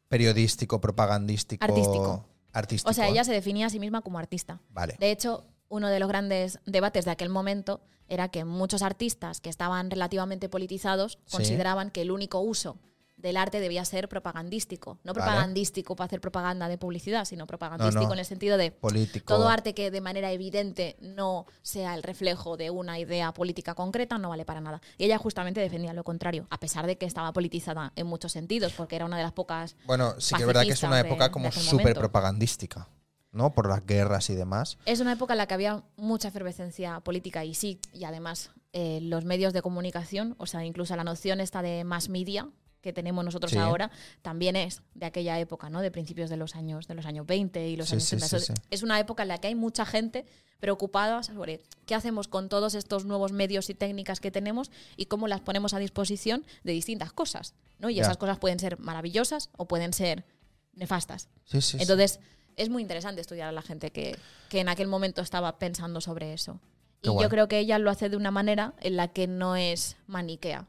periodístico, propagandístico?
Artístico.
Artístico.
O sea,
¿eh?
ella se definía a sí misma como artista.
Vale.
De hecho, uno de los grandes debates de aquel momento era que muchos artistas que estaban relativamente politizados
Sí.
consideraban que el único uso del arte debía ser propagandístico. No
Vale.
propagandístico para hacer propaganda de publicidad, sino propagandístico
No, no.
en el sentido de
Político.
todo arte que de manera evidente no sea el reflejo de una idea política concreta no vale para nada. Y ella justamente defendía lo contrario, a pesar de que estaba politizada en muchos sentidos, porque era una de las pocas
Bueno, sí que es verdad que es
pacifistas
una
de-
época
de
como
aquel
súper
momento.
propagandística, ¿no? Por las guerras y demás.
Es una época en la que había mucha efervescencia política y sí, y además eh, los medios de comunicación, o sea, incluso la noción esta de mass media que tenemos nosotros
Sí.
ahora, también es de aquella época, ¿no? De principios de los años, de los años 20 y los
Sí,
años
sí,
30.
sí,
Eso-
sí.
Es una época en la que hay mucha gente preocupada sobre qué hacemos con todos estos nuevos medios y técnicas que tenemos y cómo las ponemos a disposición de distintas cosas, ¿no? Y
Ya.
esas cosas pueden ser maravillosas o pueden ser nefastas.
Sí, sí. sí.
Entonces, es muy interesante estudiar a la gente que, que en aquel momento estaba pensando sobre eso.
Qué
Y
guay.
yo creo que ella lo hace de una manera en la que no es maniquea.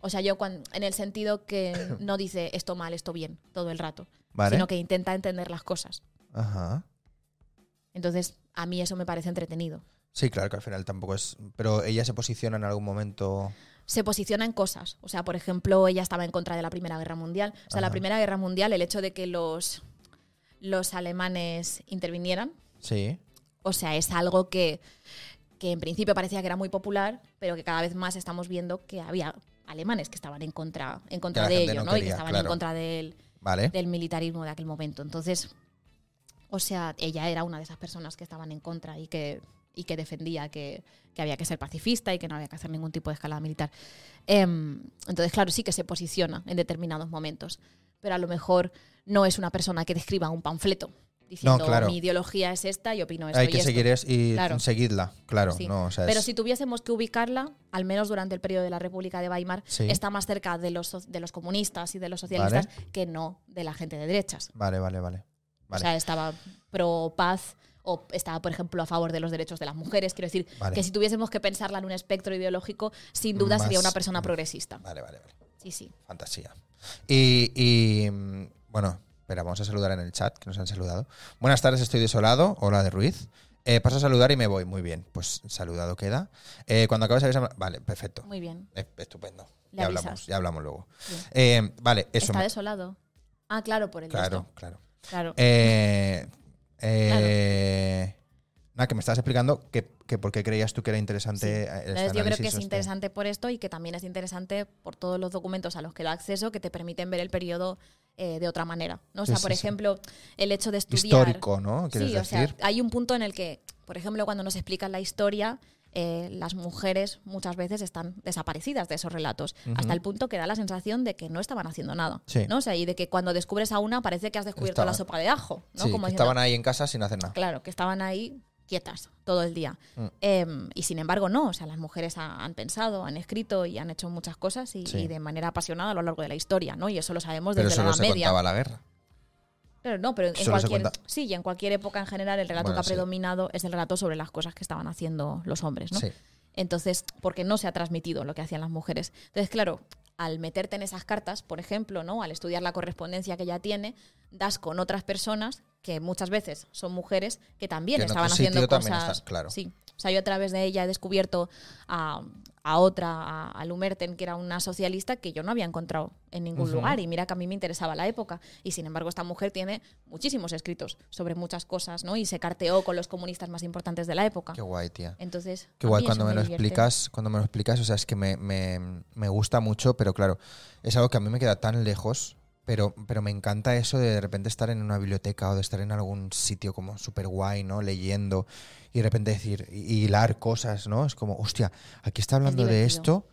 O sea, yo cuan- en el sentido que no dice esto mal, esto bien, todo el rato,
Vale.
sino que intenta entender las cosas.
Ajá.
Entonces, a mí eso me parece entretenido.
Sí, claro que al final tampoco es. Pero ella se posiciona en algún momento.
se posiciona en cosas. O sea, por ejemplo, ella estaba en contra de la Primera Guerra Mundial. O sea,
Ajá.
la Primera Guerra Mundial, el hecho de que los, los alemanes intervinieran,
Sí.
O sea, es algo que, que en principio parecía que era muy popular, pero que cada vez más estamos viendo que había alemanes que estaban en contra, en contra
la
de
gente
ello,
no
¿no? y que
quería,
estaban
claro.
en contra del,
Vale.
del militarismo de aquel momento. Entonces, o sea, ella era una de esas personas que estaban en contra y que, y que defendía que, que había que ser pacifista y que no había que hacer ningún tipo de escalada militar. Em, entonces, claro, sí que se posiciona en determinados momentos, pero a lo mejor no es una persona que describa un panfleto diciendo
claro.
mi ideología es esta y opino esto
Hay
y
que
esto".
seguir es y
Claro.
seguidla, claro.
Sí.
No, o sea,
Pero
es-
si tuviésemos que ubicarla, al menos durante el periodo de la República de Weimar,
Sí.
está más cerca de los, so- de los comunistas y de los socialistas que no de la gente de derechas.
Vale, vale, vale.
O
Vale.
sea, estaba pro paz o estaba, por ejemplo, a favor de los derechos de las mujeres. Quiero decir,
Vale.
que si tuviésemos que pensarla en un espectro ideológico, sin duda sería
Más-
una persona progresista.
vale, vale, vale.
Sí, sí.
Fantasía. Y, y, mm, bueno, espera, vamos a saludar en el chat, que nos han saludado. Buenas tardes, estoy desolado. Hola de Ruiz. Eh, paso a saludar y me voy. Muy bien, pues saludado queda. Eh, cuando acabes avisarme- Vale, perfecto.
Muy bien.
Eh, Estupendo.
Le
Ya
avisas.
hablamos, ya hablamos luego.
Bien.
Eh, vale, eso.
Está
me-
desolado. Ah, claro, por el
Claro,
resto.
claro.
Claro.
Eh, eh, Nada, que me estabas explicando que, que por qué creías tú que era
Sí.
interesante. eh, este
Entonces, yo creo
análisis
que
o
es
este-
interesante por esto y que también es interesante por todos los documentos a los que da acceso que te permiten ver el periodo eh, de otra manera. ¿no? O
Sí,
sea,
sí,
por
sí.
ejemplo, el hecho de estudiar.
Histórico, ¿no?
Sí,
¿Quieres
o
decir?
sea, hay un punto en el que, por ejemplo, cuando nos explican la historia. eh, las mujeres muchas veces están desaparecidas de esos relatos,
Ujú.
hasta el punto que da la sensación de que no estaban haciendo nada.
Sí.
¿no? O sea, y de que cuando descubres a una parece que has descubierto
Estaba-
la sopa de ajo. ¿no?
Sí,
Como
que
diciendo,
estaban ahí en casa sin hacer nada.
Claro, que estaban ahí quietas todo el día.
Mm.
Em, y sin embargo, no. O sea, las mujeres ha- han pensado, han escrito y han hecho muchas cosas y,
Sí.
y de manera apasionada a lo largo de la historia, ¿no? Y eso lo sabemos
Pero
Pues
eso
desde la
no
Edad
se
Media.
contaba la guerra.
Claro, no, pero en
Solo se
cualquier,
cuenta-
sí, y en cualquier época en general el relato
Bueno,
que ha
sí.
predominado es el relato sobre las cosas que estaban haciendo los hombres, ¿no?
Sí.
Entonces, porque no se ha transmitido lo que hacían las mujeres. Entonces, claro, al meterte en esas cartas, por ejemplo, ¿no? Al estudiar la correspondencia que ella tiene, das con otras personas que muchas veces son mujeres que también
Que en
estaban
otro
haciendo
sitio
cosas.
también están, claro.
Sí. O sea, yo a través de ella he descubierto a, a otra, a, a Lumerten, que era una socialista que yo no había encontrado en ningún
Ujú.
lugar. Y mira que a mí me interesaba la época. Y sin embargo, esta mujer tiene muchísimos escritos sobre muchas cosas, ¿no? Y se carteó con los comunistas más importantes de la época.
Qué guay, tía.
Entonces,
Qué
Ah. Eh, a
guay
mí
cuando
eso
me, lo
divierte.
explicas, cuando me lo explicas, o sea, es que me, me- me gusta mucho, pero claro, es algo que a mí me queda tan lejos, pero, pero me encanta eso de de repente estar en una biblioteca o de estar en algún sitio como súper guay, ¿no? Leyendo y de repente decir, y- y hilar cosas, ¿no? Es como, hostia, aquí está hablando de
divertido.
esto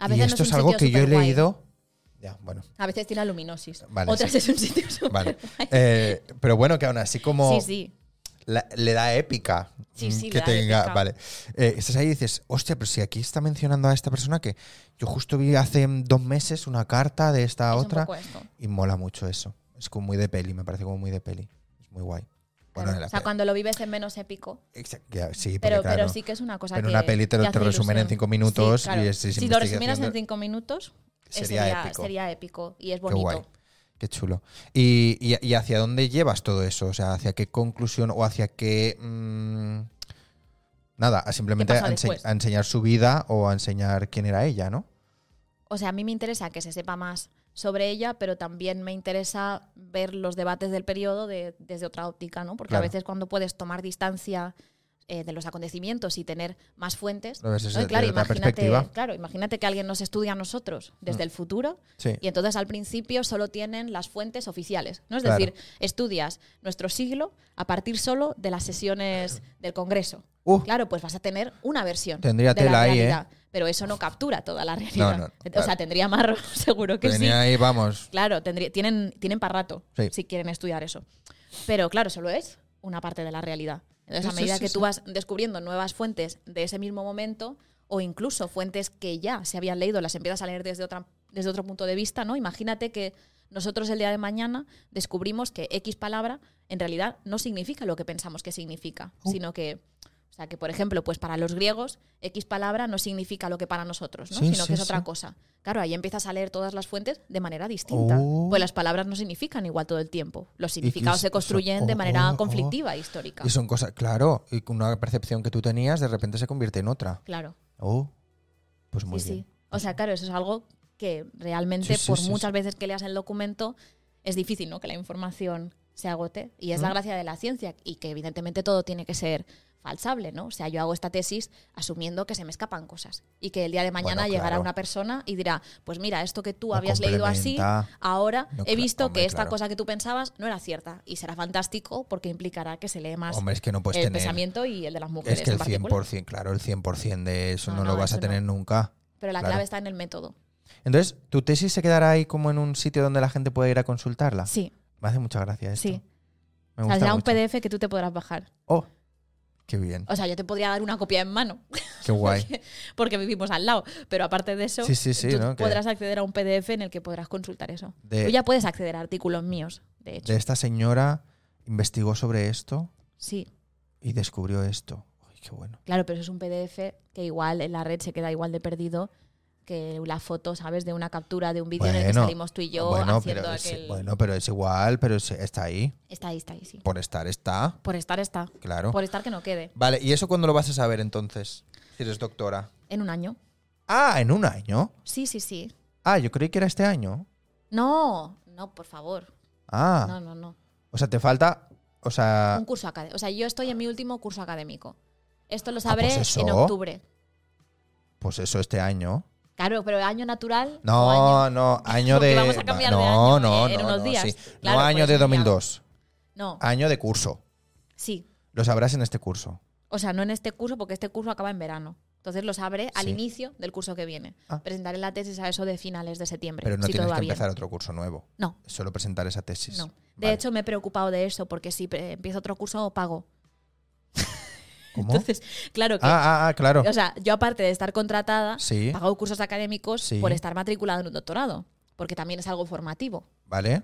A
y
veces no
esto es,
un
algo
sitio
que yo he
superguay.
leído. Ya, bueno,
A veces tiene aluminosis.
Vale,
Otras
sí.
es un sitio súper
vale.
guay.
Eh, pero bueno, que aún así como...
Sí, sí.
la- le da épica
Sí,
mm,
sí,
que
le da
tenga.
épica.
Vale. Eh, estás ahí y dices, hostia, pero si aquí está mencionando a esta persona que yo justo vi hace mm, dos meses una carta de esta
es un
otra
poco esto.
y mola mucho eso. Es como muy de peli, me parece como muy de peli. Es muy guay. Bueno,
Claro.
en la
o sea,
pe-
cuando lo vives es menos épico.
Exacto, ya, sí,
Pero,
porque,
pero
claro,
sí que es una cosa
pero
que.
una peli te lo-
que
te
hace
resumen en
ilusión.
cinco minutos
Sí, claro.
y es- es
Si lo resumieras
investigación
en
de-
cinco minutos, eh,
sería
sería,
épico.
sería épico y es
Qué guay.
bonito.
Qué chulo. ¿Y, y, y hacia dónde llevas todo eso? O sea, ¿hacia qué conclusión o hacia qué... mm, nada, a simplemente
pasa
a ense-
después?
a enseñar su vida o a enseñar quién era ella, ¿no?
O sea, a mí me interesa que se sepa más sobre ella, pero también me interesa ver los debates del periodo de- desde otra óptica, ¿no? Porque
Claro.
a veces cuando puedes tomar distancia eh, de los acontecimientos y tener más fuentes,
Lo ves desde-
¿no? Y claro,
desde otra
imagínate,
perspectiva. Mm.
claro, imagínate que alguien nos estudia a nosotros desde el futuro
Sí.
y entonces al principio solo tienen las fuentes oficiales, ¿no? Es
Claro.
decir, estudias nuestro siglo a partir solo de las sesiones del Congreso.
Uh.
Claro, pues vas a tener una versión
Tendría
de la
tela ahí, ¿eh?
realidad, pero eso no captura toda la realidad.
no,
O sea,
claro. Pues
tendría más, ro- seguro que
Tenía
sí.
ahí, vamos.
Claro, tendría, tienen, tienen para rato
Sí.
si quieren estudiar eso. Pero claro, solo es una parte de la realidad. Entonces,
Sí,
a
sí,
medida
sí,
que
sí.
tú vas descubriendo nuevas fuentes de ese mismo momento, o incluso fuentes que ya se habían leído, las empiezas a leer desde, otra, desde otro punto de vista, ¿no? Imagínate que nosotros el día de mañana descubrimos que X palabra en realidad no significa lo que pensamos que significa,
Oh.
sino que. O sea, que por ejemplo, pues para los griegos, X palabra no significa lo que para nosotros, ¿no?
Sí,
sino
sí,
que es otra
sí.
cosa. Claro, ahí empiezas a leer todas las fuentes de manera distinta.
Oh.
Pues las palabras no significan igual todo el tiempo. Los significados
eso-
se construyen de
oh,
manera
oh, oh.
conflictiva e histórica.
Y son cosas, claro, y con una percepción que tú tenías de repente se convierte en otra.
Claro,
Oh, pues muy
sí,
bien.
sí. O sea, claro, eso es algo que realmente,
Sí, sí,
por
sí,
muchas veces que leas el documento, es difícil, ¿no? Que la información se agote. Y es la
Mm.
gracia de la ciencia y que evidentemente todo tiene que ser falsable, ¿no? O sea, yo hago esta tesis asumiendo que se me escapan cosas y que el día de mañana
Bueno,
llegará
claro.
una persona y dirá, pues mira, esto que tú
Lo
habías leído así,
complementa.
ahora
No,
he
cla-
visto
hombre,
que esta
claro.
cosa que tú pensabas no era cierta y será fantástico porque implicará que se lee más
Hombre, es que no puedes
el
tener.
pensamiento y el de las mujeres
es que
en
el
particular.
100%, claro, el 100% de eso no,
No,
lo
no,
vas a
eso no.
tener nunca.
Pero la
claro.
clave está en el método.
Entonces, ¿tu tesis se quedará ahí como en un sitio donde la gente puede ir a consultarla?
Sí,
Me hace mucha gracia Ah, esto.
sí.
Me
O
gusta
sea, será un
mucho.
PDF que tú te podrás bajar.
Oh, qué bien,
O sea, yo te podría dar una copia en mano,
qué guay.
porque vivimos al lado. Pero aparte de eso,
Sí, sí, sí,
tú
¿no? Que-
podrás acceder a un PDF en el que podrás consultar eso.
De-
tú ya puedes acceder a artículos míos, de hecho.
De esta señora investigó sobre esto
Sí,
y descubrió esto. Ay, qué bueno.
claro, pero eso es un PDF que igual en la red se queda igual de perdido que la foto, ¿sabes? De una captura de un vídeo en el que
Bueno,
salimos tú y yo haciendo
pero es,
aquel...
bueno, pero es igual, pero es- está ahí.
Está ahí, está ahí, sí.
Por estar está,
Por estar está.
claro.
Por estar que no quede.
Vale, ¿y eso cuándo lo vas a saber entonces? Si eres doctora.
En un año.
Ah, en un año.
Sí, sí, sí.
Ah, yo creí que era este año.
No, no, por favor.
Ah,
No, no, no.
o sea, te falta. O sea,
Un curso académico. O sea, yo estoy en mi último curso académico. Esto lo sabré
pues eso.
en octubre.
pues eso, este año.
Claro, pero año natural. o
No,
año-
no, año de.
Porque vamos a
va-
cambiar de
no,
año
no,
en- en
no,
unos
no,
días.
sí.
Claro,
no
por
año
eso
de
ya.
2002.
No,
Año de curso.
sí.
Lo sabrás en este curso.
O sea, no en este curso, porque este curso acaba en verano. Entonces lo sabré al
Sí.
inicio del curso que viene.
Ah.
Presentaré la tesis a eso de finales de septiembre.
Pero no
si
tienes
todo
que
va bien.
empezar otro curso nuevo.
No,
Es Solo presentar esa tesis.
no. De
Vale.
hecho, me he preocupado de eso, porque si pre- empiezo otro curso, pago.
¿Cómo?
Entonces, claro que.
ah, ah, ah, claro.
O sea, yo aparte de estar contratada,
Sí.
he pagado cursos académicos
Sí.
por estar matriculada en un doctorado, porque también es algo formativo.
Vale.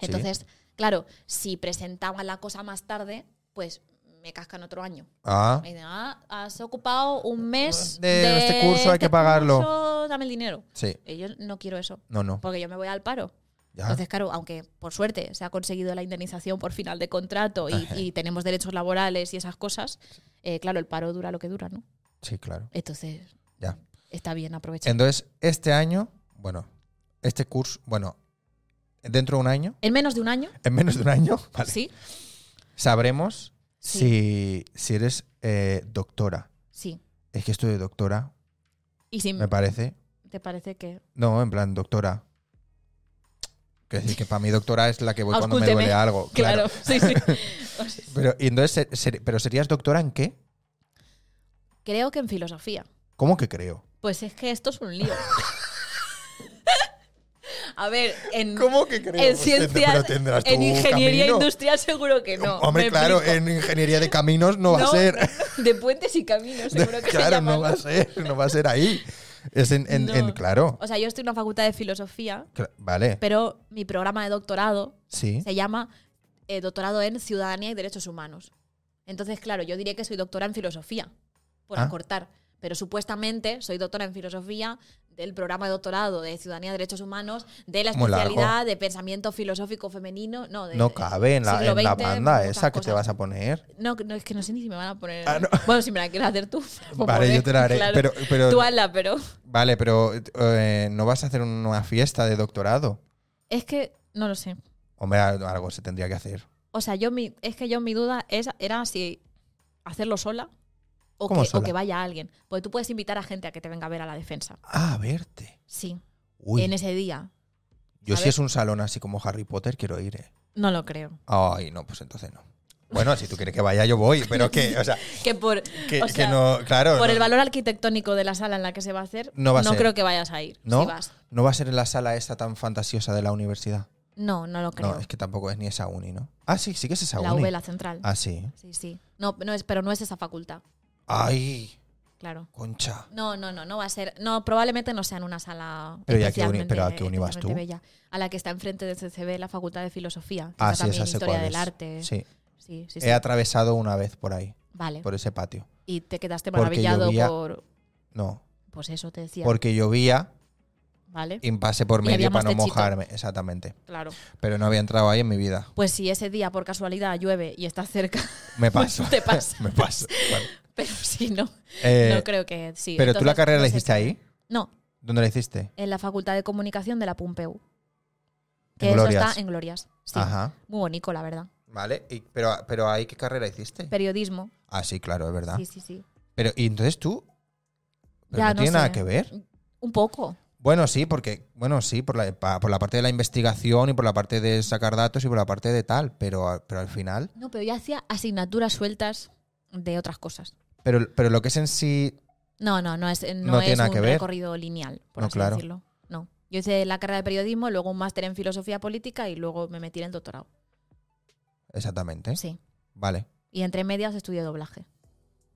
Sí.
Entonces, claro, si presentaba la cosa más tarde, pues me cascan otro año.
Ah,
Me dicen, ah, has ocupado un mes
De este curso, hay que pagarlo.
curso, dame el dinero.
sí.
Y yo no quiero eso,
No, no.
porque yo me voy al paro.
Ya.
Entonces, claro, aunque por suerte se ha conseguido la indemnización por final de contrato y,
Ajá.
y tenemos derechos laborales y esas cosas, eh, claro, el paro dura lo que dura, ¿no?
Sí, claro.
Entonces,
Ya.
está bien aprovechar.
Entonces, este año, bueno, este curso, bueno, dentro de un año,
En menos de un año,
en menos de un año, vale,
sí,
sabremos si, si eres eh, doctora.
sí.
Es que esto de doctora,
Y si
me parece.
te parece que...
No, en plan, doctora. Quiero decir que para mí doctora es la que voy cuando me
Auscúlteme.
duele algo. Claro.
Ah, Claro, sí, sí.
Pero, y entonces, ser- ser- ¿pero serías doctora en qué?
Creo que en filosofía.
¿Cómo que creo?
Pues es que esto es un lío. A ver, en,
¿Cómo que creo?
en ciencias, en ingeniería industrial seguro que no.
Hombre,
Me
claro,
explico.
en ingeniería de caminos no va a
No,
ser.
De puentes y caminos, seguro que se
claro,
llama.
no va a ser, no va a ser ahí. Es en, en- en-
No.
claro.
O sea, yo estoy en una facultad de filosofía,
Cla- Vale,
pero mi programa de doctorado
sí.
se llama eh, Doctorado en Ciudadanía y Derechos Humanos. Entonces, claro, yo diría que soy doctora en filosofía, por
Ah.
acortar. Pero supuestamente soy doctora en filosofía del programa de doctorado de Ciudadanía y Derechos Humanos, de la
Muy largo.
especialidad de pensamiento filosófico femenino. No, de-
No cabe en la,
siglo
en la
XX,
banda
muchas
esa que te
cosas.
vas a poner.
No, no, es que no sé ni si me van a poner.
Ah, no.
Bueno, si me la quieres hacer tú. Pues por
Vale,
poder,
yo te la haré.
claro.
Pero, pero,
Tú hazla, pero.
vale, pero eh, no vas a hacer una fiesta de doctorado.
Es que no lo sé.
Hombre, al- algo se tendría que hacer.
O sea, yo mi, es que yo mi duda es, era si hacerlo sola o,
¿Cómo
que,
sola?
o que vaya alguien. Porque tú puedes invitar a gente a que te venga a ver a la defensa.
Ah, verte.
Sí.
Uy,
En ese día.
yo
a
si
ver.
es un salón así como Harry Potter quiero ir, eh.
No lo creo.
Ay, no, pues entonces no. Bueno, si tú quieres que vaya, yo voy, pero que, o sea,
Que por,
que,
o
que
sea,
no, claro.
por
no,
el valor arquitectónico de la sala en la que se va a hacer,
No va a ser.
creo que vayas a ir.
¿No?
si vas.
no va a ser en la sala esa tan fantasiosa de la universidad.
No, no lo creo.
No, es que tampoco es ni esa uni, ¿no? Ah, sí, sí que es esa
la
uni.
V, la central.
Ah, sí.
Sí, sí. No, no es, pero no es esa facultad,
Ay,
claro.
concha.
No, no, no, no va a ser. No, probablemente no sea en una sala.
Pero ¿y a qué uni-
especialmente-
pero a qué uni vas tú?
especialmente Bella, a la que está enfrente del CCB, la Facultad de Filosofía. Que
Ah,
está
sí,
también
esa sé
Historia
cuál
del
es.
Arte.
Sí.
sí, sí, sí.
He atravesado una vez por ahí,
Vale.
por ese patio.
y te quedaste
porque
maravillado
llovía-
por.
No,
Pues eso te decía.
porque llovía
vale.
y pasé por
Y
medio
había más
para no
techito.
mojarme, exactamente.
Claro.
Pero no había entrado ahí en mi vida.
Pues si ese día por casualidad llueve y estás cerca,
Me
Pues
paso.
te pasa.
Me paso. Vale.
pero si no,
Eh,
no creo que sí.
pero tú la
Entonces,
carrera
no
la
sé
hiciste
si-
ahí.
No,
¿Dónde la hiciste?
en la Facultad de Comunicación de la Pumpeu. Que
En
eso
Glorias.
está en Glorias. Sí.
Ajá.
Muy bonito, la verdad.
Vale, y- pero, pero ahí qué carrera hiciste.
Periodismo.
ah, sí, claro, es verdad.
Sí, sí, sí.
Pero, y entonces tú. Pero
Ya,
no
no
tiene nada
sé.
que ver.
Un poco.
Bueno, sí, porque, bueno, sí, por la, pa- por la parte de la investigación y por la parte de sacar datos y por la parte de tal, pero, a- pero al final.
No, pero yo hacía asignaturas sueltas de otras cosas.
Pero, pero lo que es en sí.
No, no, no es, eh, no
No tiene
es
nada
un
que ver.
recorrido lineal, por
No,
así
claro.
decirlo. No. Yo hice la carrera de periodismo, luego un máster en filosofía política y luego me metí en el doctorado.
Exactamente.
Sí.
Vale.
Y entre medias estudié doblaje.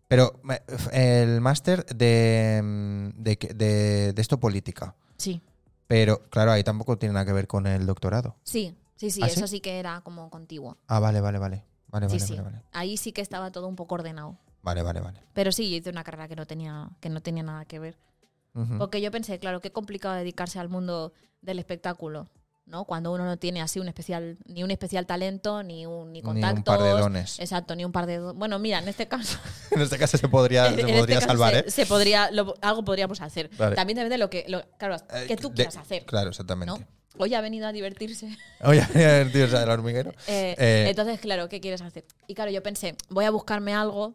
Pero me- f- el máster de, mm, de, que- de- de esto política.
Sí.
Pero, claro, ahí tampoco tiene nada que ver con el doctorado.
Sí, sí, sí.
¿Ah, sí?
eso sí? que era como contiguo.
Ah, vale, vale, vale. Vale,
Sí,
vale,
sí.
vale, vale.
Ahí sí que estaba todo un poco ordenado.
Vale, vale, vale.
Pero sí, yo hice una carrera que no tenía, que no tenía nada que ver.
Ujú.
Porque yo pensé, claro, qué complicado dedicarse al mundo del espectáculo, ¿no? Cuando uno no tiene así un especial, ni un especial talento, ni un
Ni
ni
un
contactos.
par de dones.
Exacto, ni un par de do- Bueno, mira, en este caso.
En este caso se podría,
en
se
este
podría
caso
salvar,
se-
¿eh?
se podría, lo- algo podríamos hacer.
Vale.
También depende de lo que, lo- claro,
Eh,
que tú
de-
quieras hacer,
Claro, exactamente.
¿no? Hoy ha venido a divertirse.
Oye, el tío, o sea, el hormiguero.
Eh,
Eh,
entonces, claro, ¿qué quieres hacer? Y claro, yo pensé, voy a buscarme algo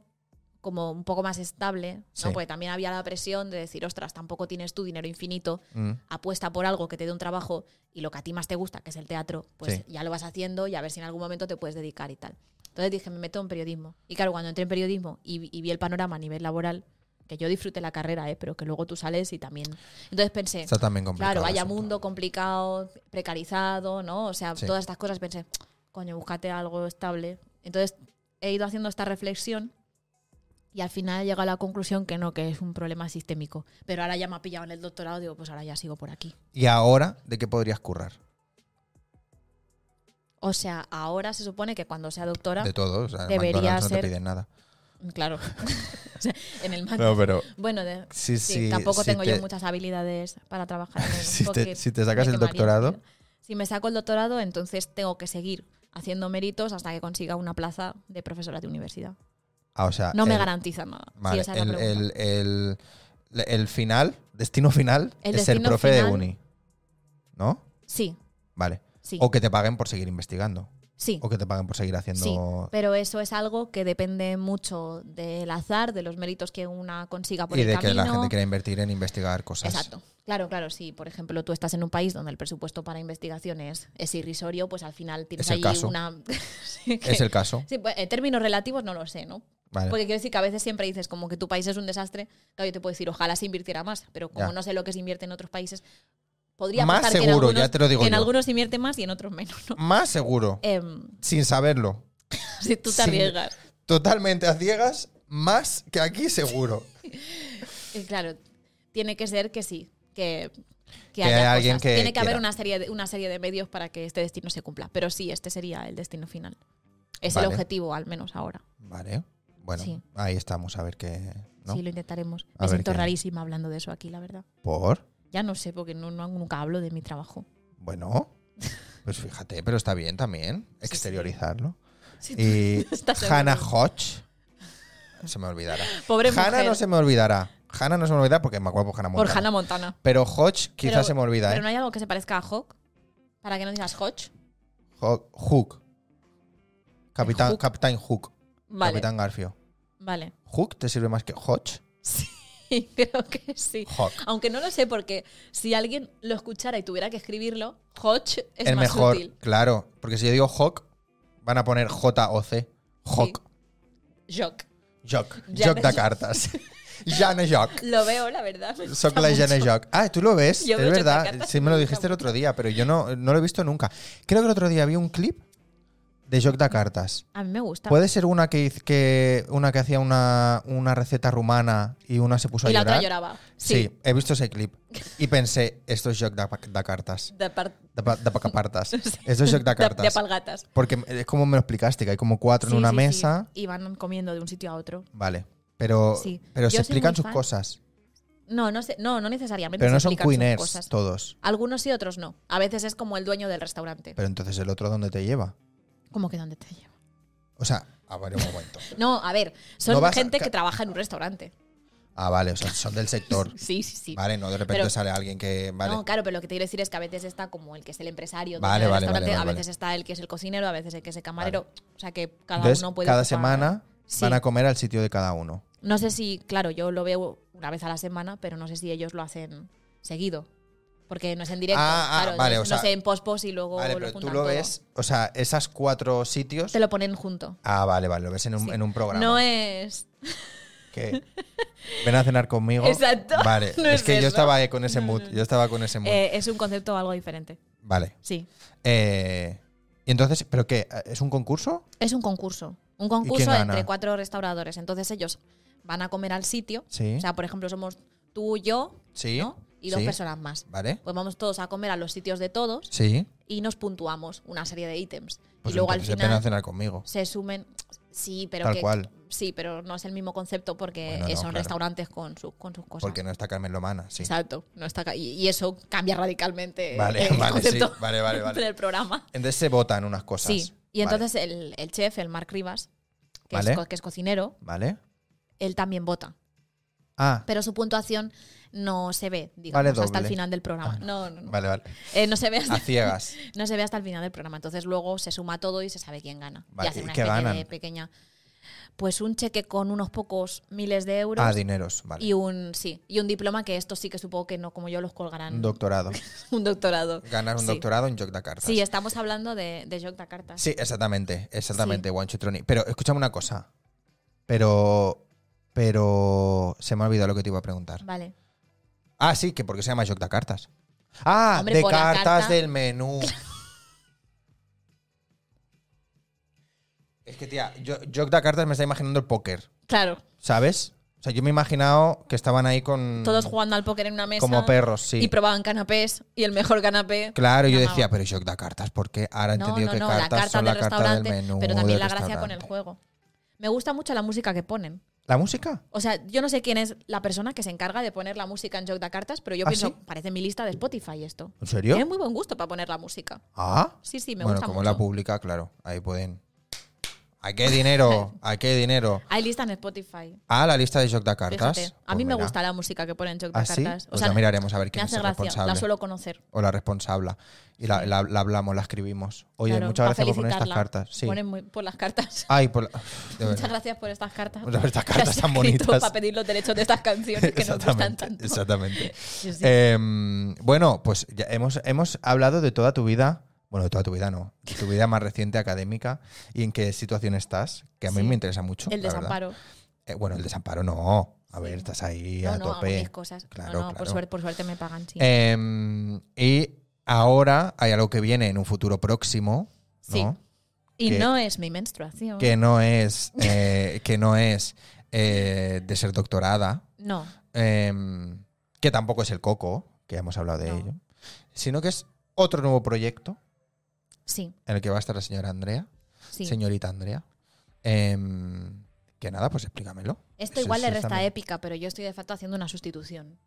como un poco más estable, ¿no?
Sí.
Porque también había la presión de decir, ostras, tampoco tienes tú dinero infinito,
mm,
apuesta por algo que te dé un trabajo y lo que a ti más te gusta, que es el teatro, pues
Sí.
ya lo vas haciendo y a ver si en algún momento te puedes dedicar y tal. Entonces dije, me meto en periodismo. Y claro, cuando entré en periodismo y, vi- y vi el panorama a nivel laboral, que yo disfruté la carrera, ¿eh? pero que luego tú sales y también... Entonces pensé,
está también complicado.
Claro, vaya
el asunto.
mundo complicado, precarizado, ¿no? O sea,
Sí.
todas estas cosas pensé, coño, búscate algo estable. Entonces he ido haciendo esta reflexión Y al final he llegado a la conclusión que no, que es un problema sistémico. Pero ahora ya me ha pillado en el doctorado, digo, pues ahora ya sigo por aquí.
¿Y ahora de qué podrías currar?
O sea, ahora se supone que cuando sea doctora,
De todo, o sea, en
Debería
McDonald's no
ser-
te piden nada.
claro, O sea, en el mando.
No, pero
Bueno, de-
sí,
sí,
sí,
tampoco
sí
tengo
te-
yo muchas habilidades para trabajar. en el-
Si te-
porque
si te sacas
me
el
quemaría,
doctorado.
tío. Si me saco el doctorado, entonces tengo que seguir haciendo méritos hasta que consiga una plaza de profesora de universidad.
ah, o sea,
No me
el-
garantiza nada. Sí,
vale,
esa es la
el,
pregunta.
el- el- le- el final, destino final,
El
es ser
destino
profe de
final-
uni. ¿No?
Sí,
Vale.
sí,
O que te paguen por seguir investigando.
sí.
O que te paguen por seguir
Sí,
haciendo.
pero eso es algo que depende mucho del azar, de los méritos que una consiga por
y
el
de
camino.
que la gente quiera invertir en investigar cosas.
Exacto. Claro, claro. Si, por ejemplo, tú estás en un país donde el presupuesto para investigación es, es irrisorio, pues al final tienes
Es el
ahí
caso.
una. Sí, que-
Es el caso.
Sí, pues, en términos relativos no lo sé, ¿no?
Vale.
Porque quiero decir que a veces siempre dices como que tu país es un desastre. Claro, yo te puedo decir, ojalá se invirtiera más, pero como
Ya.
no sé lo que se invierte en otros países, podría
Más
apostar que en,
seguro,
algunos,
ya te lo digo
que en
yo.
algunos se invierte más y en otros menos, ¿no?
Más seguro,
Em,
sin saberlo.
si tú te
Sí.
arriesgas.
Totalmente a ciegas, más que aquí seguro.
Eh, Claro, tiene que ser que sí, que,
Que
que
haya
haya
alguien
cosas.
que
tiene que haber
quiera.
una serie, de, una serie de medios para que este destino se cumpla. Pero sí, este sería el destino final. Es
Vale.
el objetivo, al menos ahora.
Vale. Bueno,
Sí.
ahí estamos, a ver qué. ¿no?
Sí, lo intentaremos.
A
Me
ver
siento
qué-
rarísima hablando de eso aquí, la verdad.
Por.
Ya no sé, porque no, no- nunca hablo de mi trabajo.
Bueno. Pues fíjate, pero está bien también
sí.
exteriorizarlo.
Sí,
Y
Estás seguro.
Hannah Hodge. Se me olvidará.
Pobre
Hannah
mujer.
no se me olvidará. Hannah no se me olvidará porque me acuerdo por Hannah
por
Montana.
Hannah Montana.
Pero Hodge quizás
Pero-
se me olvida,
Pero
¿eh?
no hay algo que se parezca a Hawk. Para que no digas Hodge.
Ho- Hook. Capitán
Hook.
Captain Hook.
Vale.
Capitán Garfio.
Vale.
¿Hook te sirve más que Hodge?
Sí, creo que sí.
Hawk.
Aunque no lo sé, porque si alguien lo escuchara y tuviera que escribirlo, Hodge es
el
más
mejor,
útil.
claro. Porque si yo digo Hawk, van a poner J-O-C. Hawk.
Jock.
Jock.
Ya
Jock
no-
da cartas. Jane Jock.
Lo veo, la verdad. me gusta
Soc la
mucho.
Jane Jock. Ah, tú lo ves.
Yo
es
veo Jock da
verdad.
cartas
Sí,
y
me
me
lo
gusta
dijiste el otro día, pero yo no, no lo he visto nunca. Creo que el otro día vi un clip de Jock da cartas.
A mí me gusta.
¿Puede ser una que, hiz- que, una que hacía una, una receta rumana y una se puso
y
a
la
llorar?
otra lloraba.
Sí.
Sí.
he visto ese clip. Y pensé, esto es Jock da, da cartas.
De, par-
Da, pa- da pacapartas. Esto es Jock da
de-
cartas.
de palgatas.
Porque es como me lo explicaste, que hay como cuatro en
Sí,
una
sí, sí.
mesa.
Y van comiendo de un sitio a otro.
Vale. Pero,
Sí.
pero
Yo
se
soy
explican
muy
sus
fan.
cosas.
No, no, sé, no, no necesariamente.
Pero
se
no son
explican sus
queeners
cosas.
todos.
Algunos y otros no. A veces es como el dueño del restaurante.
Pero entonces el otro, ¿dónde te lleva?
¿Cómo que dónde te lleva?
O sea,
Ah,
a ver un momento.
No, a ver, son
No vas a-
gente
ca-
que trabaja en un restaurante.
Ah, vale, o sea, son del sector.
Sí, sí, sí.
Vale, no de repente
Pero-
sale alguien que. Vale.
No, claro, pero lo que te quiero decir es que a veces está como el que es el empresario dueño
Vale,
del
vale, vale,
restaurante,
vale,
a veces está el que es el cocinero, a veces el que es el camarero. O sea que cada
Entonces,
uno puede.
cada
ocupar-
semana
Sí.
van a comer al sitio de cada uno.
No sé si, claro, yo lo veo una vez a la semana, pero no sé si ellos lo hacen seguido. Porque no es en directo.
Ah, ah,
claro,
vale,
no,
o
no
sea-
sé, en post-post y luego
vale,
lo
pero tú
juntan
lo
todo.
ves. O sea, esas cuatro sitios.
Te lo ponen junto.
Ah, vale, vale, lo ves en un,
Sí.
en un programa.
No es.
que ven a cenar conmigo.
Exacto,
Vale,
no
es
es
que yo
eso.
estaba eh, con ese
No,
mood.
no, no.
Yo estaba con ese mood.
eh, es un concepto algo diferente.
vale.
Sí.
Eh, y entonces, ¿pero qué? ¿Es un concurso?
Es un concurso.
quién
Un concurso
gana?
entre cuatro restauradores. Entonces ellos van a comer al sitio.
Sí.
O sea, por ejemplo, somos tú, yo
sí.
¿no? y dos
sí,
personas más.
Vale.
Pues vamos todos a comer a los sitios de todos
Sí.
y nos puntuamos una serie de ítems.
Pues
y luego al
entonces ven a
final
cenar conmigo.
se sumen. Sí, pero
Tal
que-
cual.
Sí, pero no es el mismo concepto porque
Bueno,
eh,
no,
son
claro.
restaurantes con, sus con sus cosas.
Porque no está Carmen Lomana, sí.
Exacto. No está ca- y, y eso cambia radicalmente
Vale,
el
vale, sí,
concepto
vale, vale, vale.
del programa.
Entonces se votan unas cosas.
Sí. Y
Vale,
entonces el, el chef, el Marc Rivas, que,
Vale.
es, co- que es cocinero,
Vale.
él también vota.
Ah,
Pero su puntuación no se ve,
Vale
digamos, hasta el
doble.
final del programa.
Ah,
no, no, no.
vale, Ah. vale.
Eh, no se ve hasta
A ciegas.
No se ve hasta el final del programa. Entonces luego se suma todo y se sabe quién gana.
Vale,
y hacen
¿y
una
qué
especie
ganan?
de pequeña. Pues un cheque con unos pocos miles de euros
Ah, dineros, vale.
y un sí. Y un diploma que esto sí que supongo que no, como yo los colgarán.
Un doctorado.
un doctorado.
Ganar un
Sí.
doctorado en Joc da Cartas.
Sí, estamos hablando de, de Joc da Cartas.
Sí, exactamente, exactamente, One Two, Three. Pero escúchame una cosa. Pero. Pero. Se me ha olvidado lo que te iba a preguntar.
Vale.
Ah, sí, que porque se llama Joc da Cartas. Ah,
Hombre,
de
por la
cartas
carta.
del menú. es que, tía, yo, Joc da Cartas me está imaginando el póker.
Claro,
¿Sabes? O sea, yo me he imaginado que estaban ahí con.
todos jugando al póker en una mesa.
Mm. Como perros, sí.
Y probaban canapés y el mejor canapé.
Claro, yo
ganaba.
decía, pero shock da cartas, porque ahora he
no,
entendido
no,
que
no,
cartas
la carta
son
del
la carta del
restaurante,
menú.
pero también
del
la gracia con el
restaurante.
juego. Me gusta mucho la música que ponen.
¿La música?
O sea, yo no sé quién es la persona que se encarga de poner la música en Joc de Cartas, pero yo
¿Ah,
pienso,
sí?
parece mi lista de Spotify esto.
¿En serio?
Tiene muy buen gusto para poner la música.
Ah.
Sí, sí, me
bueno,
gusta
como
mucho.
la pública, claro, ahí pueden. ¿A qué dinero? ¿A qué dinero?
Hay lista en Spotify.
Ah, la lista de shock da cartas.
Fíjate. A
Pues
mí me
mira.
gusta la música que ponen en Joc de
¿Ah, sí?
Cartas. O
Pues
sea,
ya miraremos a ver
me
quién es
hace
el
gracia.
responsable.
La suelo conocer.
O la responsable. Y la, la- la hablamos, la escribimos. Oye,
Claro,
muchas
pa'
gracias por poner estas
felicitarla.
cartas. Sí.
Ponen muy- por las cartas.
Ay, por la- de verdad.
Muchas gracias por estas cartas.
Por estas
que
cartas
has
tan
escrito
bonitas.
Para pedir los derechos de estas canciones que nos gustan
Exactamente,
tanto.
exactamente.
Sí, sí.
Em, bueno, pues ya hemos, hemos hablado de toda tu vida, bueno, de toda tu vida no, de tu vida más reciente académica y en qué situación estás, que a mí
Sí.
me interesa mucho.
el
la verdad.
desamparo.
Eh, bueno, el desamparo no. A ver, estás ahí
No,
a
no, hago
tope.
mis cosas. No,
Claro,
no, Por,
claro.
suerte, por suerte me pagan, sí.
Em, y ahora hay algo que viene en un futuro próximo, ¿no?
Sí. y
que-
no es mi menstruación.
Que no es, eh, que no es eh, de ser doctorada,
No,
em, que tampoco es el coco, que ya hemos hablado de
No.
ello, sino que es otro nuevo proyecto
sí,
en el que va a estar la señora Andrea,
sí.
señorita Andrea. Em, que nada, pues explícamelo.
Esto
Sí,
igual le
sí,
resta
también.
épica, pero yo estoy de facto haciendo una sustitución.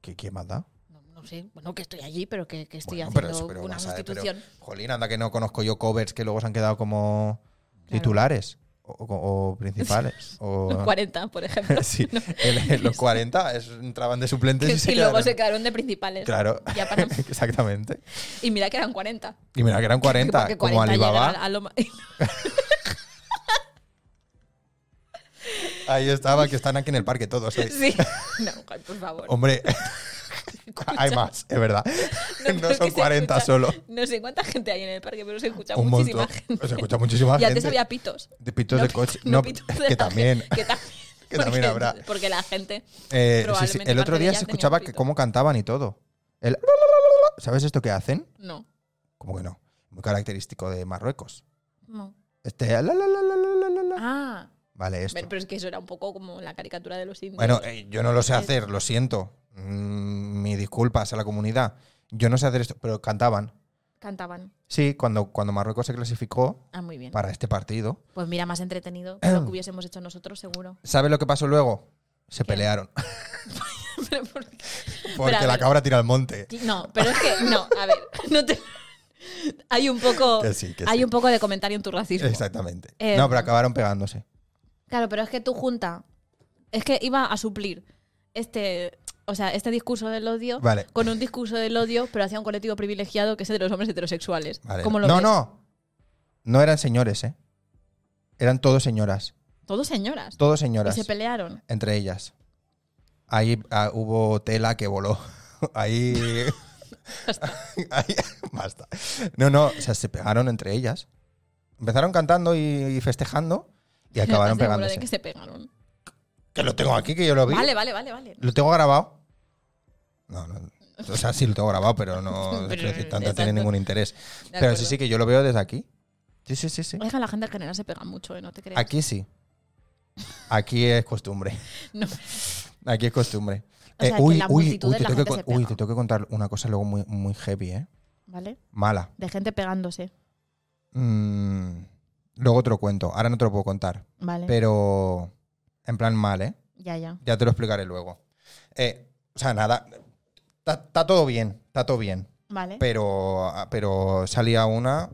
¿Qué, ¿Qué más da?
No, no sé, bueno, que estoy allí, pero que, que estoy
Bueno, pero
haciendo
eso, pero
una
vas a ver, pero-
sustitución.
Jolín, anda que no conozco yo covers que luego se han quedado como
Claro.
titulares o, o- o principales. o,
Los 40, por ejemplo.
Sí, el- los 40 es- entraban de suplentes y
Que
se
sí, luego
quedaron.
se quedaron de principales.
Claro,
Ya para-
exactamente.
y mira que eran 40.
Y mira que eran 40,
Porque
como
40 llegan
Alibaba.
a- a lo ma-
Ahí estaba, que están aquí en el parque todos. eh.
sí. No, Juan, por favor.
Hombre, hay más, es verdad.
No,
No,
pero es que
son
se
40
escucha-
solo.
No sé cuánta gente hay en el parque, pero se escucha
Un
muchísima
montón.
gente.
Se escucha muchísima
Y antes
gente.
había pitos.
De pitos de coche. No,
pitos de
que
la
también.
gente, Que, ta-
Que también
porque-
habrá.
Porque la gente.
Eh, sí, sí,
Probablemente
El otro
parte de
día
ellas
se
tenía
escuchaba que
pito.
cómo cantaban y todo. El ¿Sabes esto que hacen?
No.
Como que no. Muy característico de Marruecos.
no.
Este. la, la, la, la, la, la, la.
Ah.
Vale, esto.
Pero, pero es que eso era un poco como la caricatura de los indios.
Bueno, eh, yo no lo sé hacer, lo siento. Mm, mi disculpas a la comunidad. Yo no sé hacer esto, pero cantaban.
Cantaban.
Sí, cuando, cuando Marruecos se clasificó
Ah, muy bien.
para este partido,
Pues mira, más entretenido que lo que hubiésemos hecho nosotros, seguro.
¿sabe lo que pasó luego? Se
¿Qué?
pelearon.
Pero por-
Porque
a
la
ver.
cabra tira al monte.
No, pero es que, no, a ver, no te- Hay un poco.
Que sí, que
hay
sí.
un poco de comentario en tu racismo.
Exactamente.
Eh,
no, pero acabaron pegándose.
Claro, pero es que tú junta. Es que iba a suplir este. O sea, este discurso del odio
Vale.
con un discurso del odio, pero hacia un colectivo privilegiado que es el de los hombres heterosexuales.
Vale.
¿Cómo lo
no,
ves?
no. No eran señores, ¿eh? Eran todos señoras.
Todos señoras.
Todos
Y
señoras.
se pelearon.
entre ellas. Ahí ah, hubo tela que voló. Ahí. Ahí- Basta. No, no, o sea, se pegaron entre ellas. Empezaron cantando y festejando y acabaron
Estás seguro de
pegándose.
que se pegaron.
Que lo tengo aquí, que yo lo vi.
Vale, vale, vale, vale.
¿Lo tengo grabado? No, no. O sea, sí lo tengo grabado, pero no
Pero,
quiero decir, tanto
exacto.
tiene ningún interés.
De
Pero
acuerdo.
sí, sí, que yo lo veo desde aquí. Sí, sí, sí, sí.
Oiga, la gente en general se pega mucho, ¿eh? No te creas.
Aquí sí. Aquí es costumbre.
No.
Aquí es costumbre.
O sea, que en la multitud de
te
la
tengo que
gente
con-
se
uy,
pega.
te tengo que contar una cosa luego muy, muy heavy, ¿eh?
¿Vale?
Mala.
De gente pegándose.
Mm, luego te lo cuento. Ahora no te lo puedo contar.
Vale.
Pero en plan mal, ¿eh?
ya, ya.
Ya te lo explicaré luego. Eh, o sea, nada. Está está todo bien. Está todo bien.
Vale.
Pero, ah, pero salía una.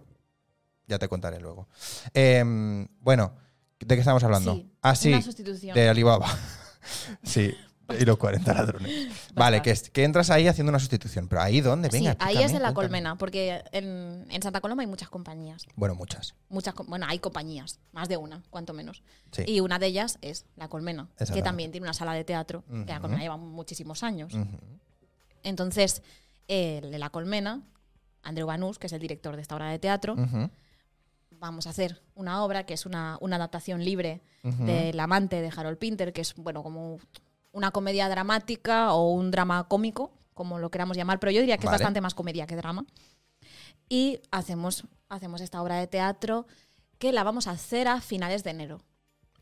Ya te contaré luego. Em, bueno, ¿de qué estamos hablando?
Sí,
ah, sí.
Una sustitución.
De Alibaba. sí. Y los 40 ladrones. Vale, que, es- que entras ahí haciendo una sustitución. Pero ahí dónde, venga.
sí, ahí es
explícame,
en la
cuéntame.
colmena, porque en, en Santa Coloma hay muchas compañías.
Bueno, muchas.
muchas com- bueno hay compañías más de una cuanto menos
Sí.
y una de ellas es la Colmena que
Exactamente.
también tiene una sala de teatro que la
Ujú.
Colmena lleva muchísimos años
Ujú.
entonces el de la Colmena Andreu Banús que es el director de esta obra de teatro
Ujú.
vamos a hacer una obra que es una, una adaptación libre
Ujú.
del amante de Harold Pinter que es bueno como una comedia dramática o un drama cómico como lo queramos llamar pero yo diría que
Vale.
es bastante más comedia que drama y hacemos hacemos esta obra de teatro que la vamos a hacer a finales de enero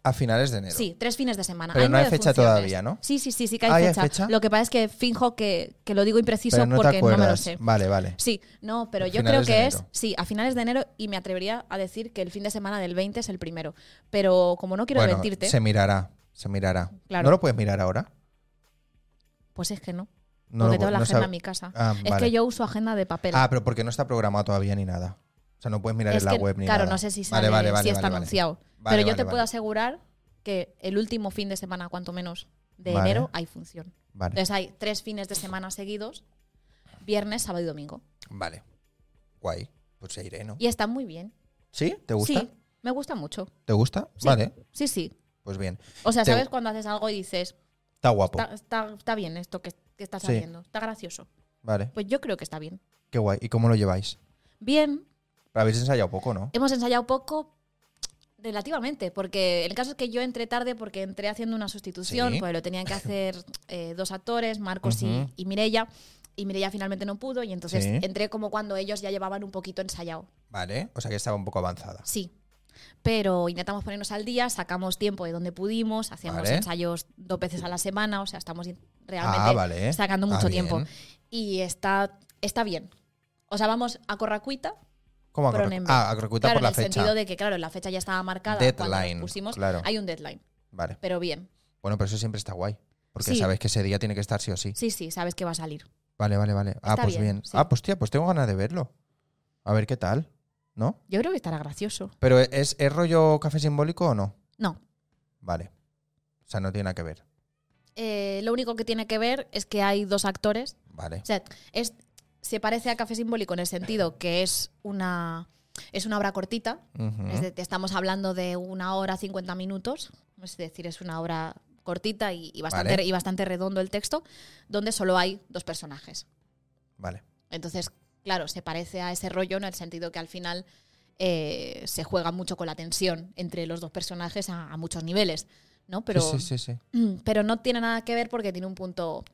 a finales de enero.
Sí, tres fines de semana.
Pero no hay
nueve
fecha
funciones.
todavía, ¿no?
Sí, sí, sí, sí que hay,
Ah, ¿ya hay
fecha.
fecha?
Lo que pasa es que finjo que, que lo digo impreciso
Pero no te
porque no me lo
acuerdas.
sé.
Vale, vale.
Sí, no, pero
A
yo creo
finales de
que es,
enero.
sí, a finales de enero y me atrevería a decir que el fin de semana del 20 es el primero. Pero como no quiero
bueno,
mentirte,
se mirará, se mirará.
Claro.
¿No lo puedes mirar ahora?
pues es que no.
No
porque
lo-
tengo la
no
agenda
sab-
en mi casa.
Ah,
es
vale.
que yo uso agenda de papel.
Ah, pero porque no está programado todavía ni nada. O sea, no puedes mirar
Es
en la
que,
web ni
claro,
nada.
no sé si,
Vale,
sale-
vale, vale,
si está
vale, vale.
anunciado.
Vale,
pero yo
vale,
te
vale.
puedo asegurar que el último fin de semana, cuanto menos, de
Vale.
enero hay función.
Vale,
Entonces hay tres fines de semana seguidos, viernes, sábado y domingo.
vale. Guay. Pues ya iré, ¿no?
Y está muy bien.
¿Sí? ¿Te gusta?
Sí, me gusta mucho.
¿Te gusta?
Sí.
Vale,
Sí, sí.
pues bien.
O sea,
Te-
¿sabes cuando haces algo y dices,
Está guapo.
está, está- está bien esto que, que estás
Sí.
haciendo, está gracioso?
Vale,
Pues yo creo que está bien.
qué guay. ¿Y cómo lo lleváis?
Bien,
Pero habéis ensayado poco, ¿no?
hemos ensayado poco relativamente, porque el caso es que yo entré tarde porque entré haciendo una sustitución,
Sí.
pues lo tenían que hacer eh, dos actores, Marcos y-
Ujú.
y, Mirella, y Mirella finalmente no pudo, y entonces
Sí.
entré como cuando ellos ya llevaban un poquito ensayado.
Vale, o sea que estaba un poco avanzada.
Sí. Pero intentamos ponernos al día, sacamos tiempo de donde pudimos, hacíamos
Vale.
ensayos dos veces a la semana, o sea, estamos in- realmente
Ah, vale.
sacando
Ah,
mucho
bien.
tiempo. Y está, está bien. O sea, vamos a Corracuita,
¿Cómo a
Pero
Croc-
en Enver.
Ah, a Crocuta
claro,
por la
en el
fecha.
sentido de que, claro, la fecha ya estaba marcada cuando
Deadline,
nos pusimos.
claro.
Hay un deadline,
Vale.
pero bien.
Bueno, pero eso siempre está guay. Porque
Sí.
sabes que ese día tiene que estar sí o sí.
Sí, sí, sabes que va a salir.
Vale, vale, vale. Ah,
Está
pues bien.
bien, sí.
Ah, pues tía, pues tengo ganas de verlo. A ver qué tal. ¿No?
Yo creo que estará gracioso.
Pero ¿es, es rollo café simbólico o no?
No.
Vale. O sea, no tiene nada que ver.
Eh, lo único que tiene que ver es que hay dos actores.
Vale.
O sea, es, se parece a Café Simbólico en el sentido que es una, es una obra cortita.
Ujú.
Es de- te estamos hablando de una hora 50 minutos, es decir, es una obra cortita y, y bastante,
Vale.
y bastante redondo el texto, donde solo hay dos personajes.
Vale.
Entonces, claro, se parece a ese rollo en el sentido que al final eh, se juega mucho con la tensión entre los dos personajes a, a muchos niveles, ¿no? Pero,
sí, sí, sí, sí.
mm, pero no tiene nada que ver porque tiene un punto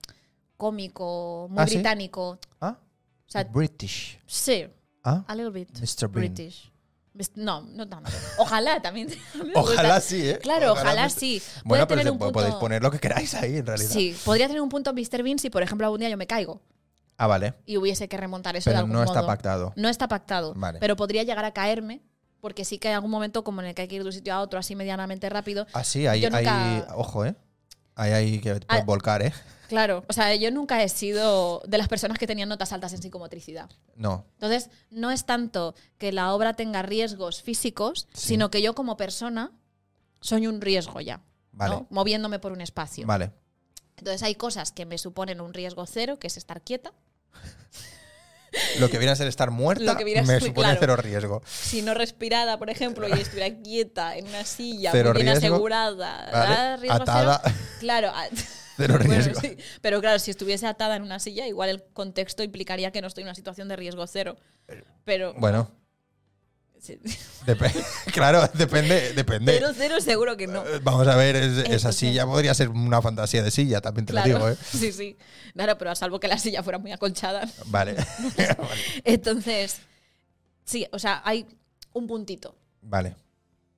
cómico, muy
¿Ah, sí?
británico.
Ah,
O sea,
British.
sí,
Ah,
a little bit
Mr. Bean.
British. Mis- No, no tanto. Ojalá también. me gusta.
Ojalá sí, ¿eh?
Claro, ojalá,
me-
sí.
Bueno,
Puede
pero
tener
se-
un punto,
podéis poner lo que queráis ahí, en realidad.
Sí, podría tener un punto Mr. Bean si, por ejemplo, algún día yo me caigo
Ah, vale.
y hubiese que remontar eso de
Pero
algún
no está
modo.
pactado.
No está pactado,
Vale.
pero podría llegar a caerme, porque sí que hay algún momento como en el que hay que ir de un sitio a otro así medianamente rápido.
Ah, sí, ahí,
Yo nunca-
ahí- Ojo, ¿eh? Ahí hay que puedes
Ah.
volcar, ¿eh?
Claro, o sea, yo nunca he sido de las personas que tenían notas altas en psicomotricidad.
No.
Entonces, no es tanto que la obra tenga riesgos físicos,
Sí.
sino que yo como persona soy un riesgo ya,
Vale.
¿no? moviéndome por un espacio.
Vale.
Entonces, hay cosas que me suponen un riesgo cero, que es estar quieta.
Lo que viene a ser estar muerta
Lo que viene a
me
ser-
supone
claro.
cero riesgo.
si no respirada, por ejemplo, y estuviera quieta en una silla,
Cero
muy bien
riesgo,
asegurada,
¿vale?
¿verdad? Riesgo
Atada,
cero. Claro, a-
cero
bueno,
riesgo.
sí. pero claro, si estuviese atada en una silla, igual el contexto implicaría que no estoy en una situación de riesgo cero. Pero
Bueno,
sí.
dep- claro, depende. depende.
cero cero seguro que no.
Eh, Vamos a ver, es- esa
Entonces-
silla podría ser una fantasía de silla, también te
Claro,
lo digo, ¿eh?
sí, sí. Claro, pero a salvo que la silla fuera muy acolchada.
Vale.
Entonces, sí, o sea, hay un puntito.
vale.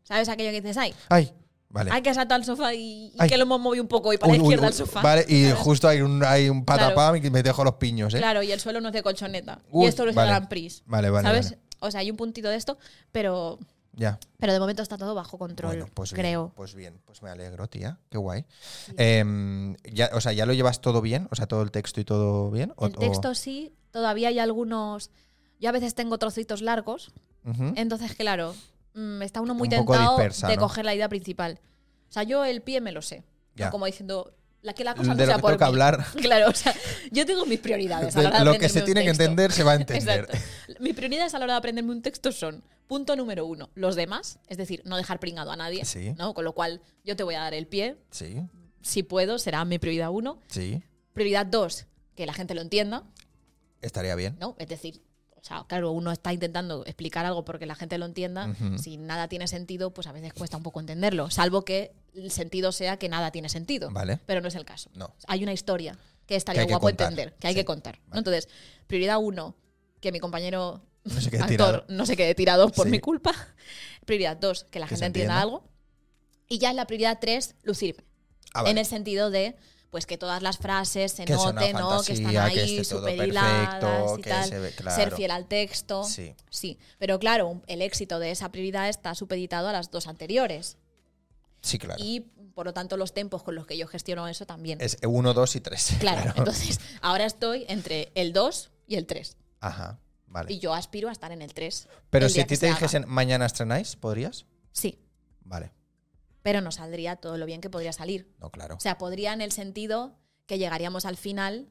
¿Sabes aquello que dices? Ay,
Ay, vale.
hay que saltar al sofá y, y
Ay.
que lo hemos movido un poco y para
Uy,
la
uy,
izquierda
uy,
al sofá.
Vale, ¿eh? y
¿sabes?
justo hay un, hay un
Claro.
patapam y me dejo los piños, ¿eh?
Claro, y el suelo no es de colchoneta.
Uy,
y esto no es
vale.
de Grand Prix.
Vale, vale.
¿Sabes?
vale.
O sea, hay un puntito de esto, pero,
Ya.
pero de momento está todo bajo control,
Bueno, pues Bien,
creo.
pues bien, pues me alegro, tía. Qué guay. Em, ya, o sea, ¿ya lo llevas todo bien? O sea, todo el texto y todo bien. ¿O-
El
o-
texto sí, todavía hay algunos. Yo a veces tengo trocitos largos,
Ujú.
entonces, claro, mm, está uno muy
Un poco
tentado
dispersa,
de
¿no?
coger la idea principal. O sea, yo el pie me lo sé.
Ya.
¿no? Como diciendo, la que la
de
cosa no
lo
sea
que
por
tengo que
mí.
hablar.
Claro, o sea, yo tengo mis prioridades. a la hora de
lo que se
aprenderme un
tiene que
texto.
entender se va a entender.
Exacto. Mis prioridades a la hora de aprenderme un texto son, punto número uno, los demás, es decir, no dejar pringado a nadie,
Sí.
¿no? Con lo cual, yo te voy a dar el pie,
Sí,
si puedo, será mi prioridad uno.
sí.
Prioridad dos, que la gente lo entienda,
Estaría bien.
¿no? Es decir, o sea, claro, uno está intentando explicar algo porque la gente lo entienda,
Ujú.
si nada tiene sentido, pues a veces cuesta un poco entenderlo, salvo que el sentido sea que nada tiene sentido,
Vale.
pero no es el caso
No.
hay una historia que estaría
hay que
guapo
contar.
entender, que hay
Sí.
que contar. ¿no?
Vale.
Entonces, prioridad uno, que mi compañero
No se quede
actor
tirado.
no se quede tirado por
Sí.
mi culpa. Prioridad dos, que la
Que
gente
se
entienda
entienda.
algo. Y ya en la prioridad 3, lucirme.
Ah, vale.
En el sentido de pues que todas las frases se
Que es una
noten, ¿no? Que están
fantasía, que
ahí,
esté todo
súper hiladas
perfecto,
y
que
tal.
se ve- claro.
Ser fiel al texto.
Sí.
Sí. Pero claro, un- el éxito de esa prioridad está supeditado a las dos anteriores.
Sí, claro.
Y por lo tanto, los tempos con los que yo gestiono eso también.
Es 1, 2 y 3.
claro, Entonces, ahora estoy entre el 2 y el 3.
Ajá, vale.
Y yo aspiro a estar en el 3.
Pero
el
si
día
a ti
que
te
se haga.
dijesen mañana estrenáis, ¿podrías?
Sí,
Vale.
pero no saldría todo lo bien que podría salir.
No, claro.
O sea, podría en el sentido que llegaríamos al final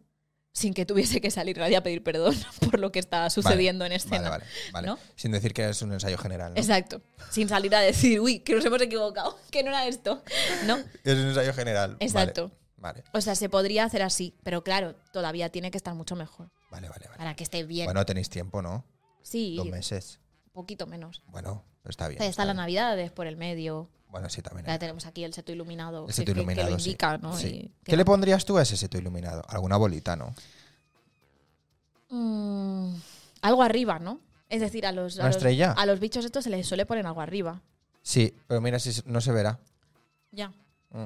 sin que tuviese que salir nadie a pedir perdón por lo que está sucediendo en escena.
Vale, vale, vale.
¿no?
Sin decir que es un ensayo general. ¿no?
Exacto. Sin salir a decir, uy, que nos hemos equivocado, que no era esto. ¿No?
Es un ensayo general. Vale,
Exacto.
Vale,
O sea, se podría hacer así, pero claro, todavía tiene que estar mucho mejor
vale, vale. vale.
para que esté bien.
Bueno, tenéis tiempo, ¿no?
sí,
Dos
un
meses.
poquito menos.
Bueno, está bien.
O sea, está la
bien.
Navidades por el medio.
Bueno, sí, también.
Ya
¿eh?
tenemos aquí el seto iluminado,
El
que-
seto
que- que,
iluminado,
lo
sí.
indica, ¿no?
Sí.
Y que-
¿Qué le pondrías tú a ese seto iluminado? Alguna bolita, ¿no?
Mm, algo arriba, ¿no? Es decir, a los, a
¿Una
los-
estrella?
a los bichos estos se les suele poner algo arriba.
Sí, pero mira si se- no se verá.
Ya.
Mm.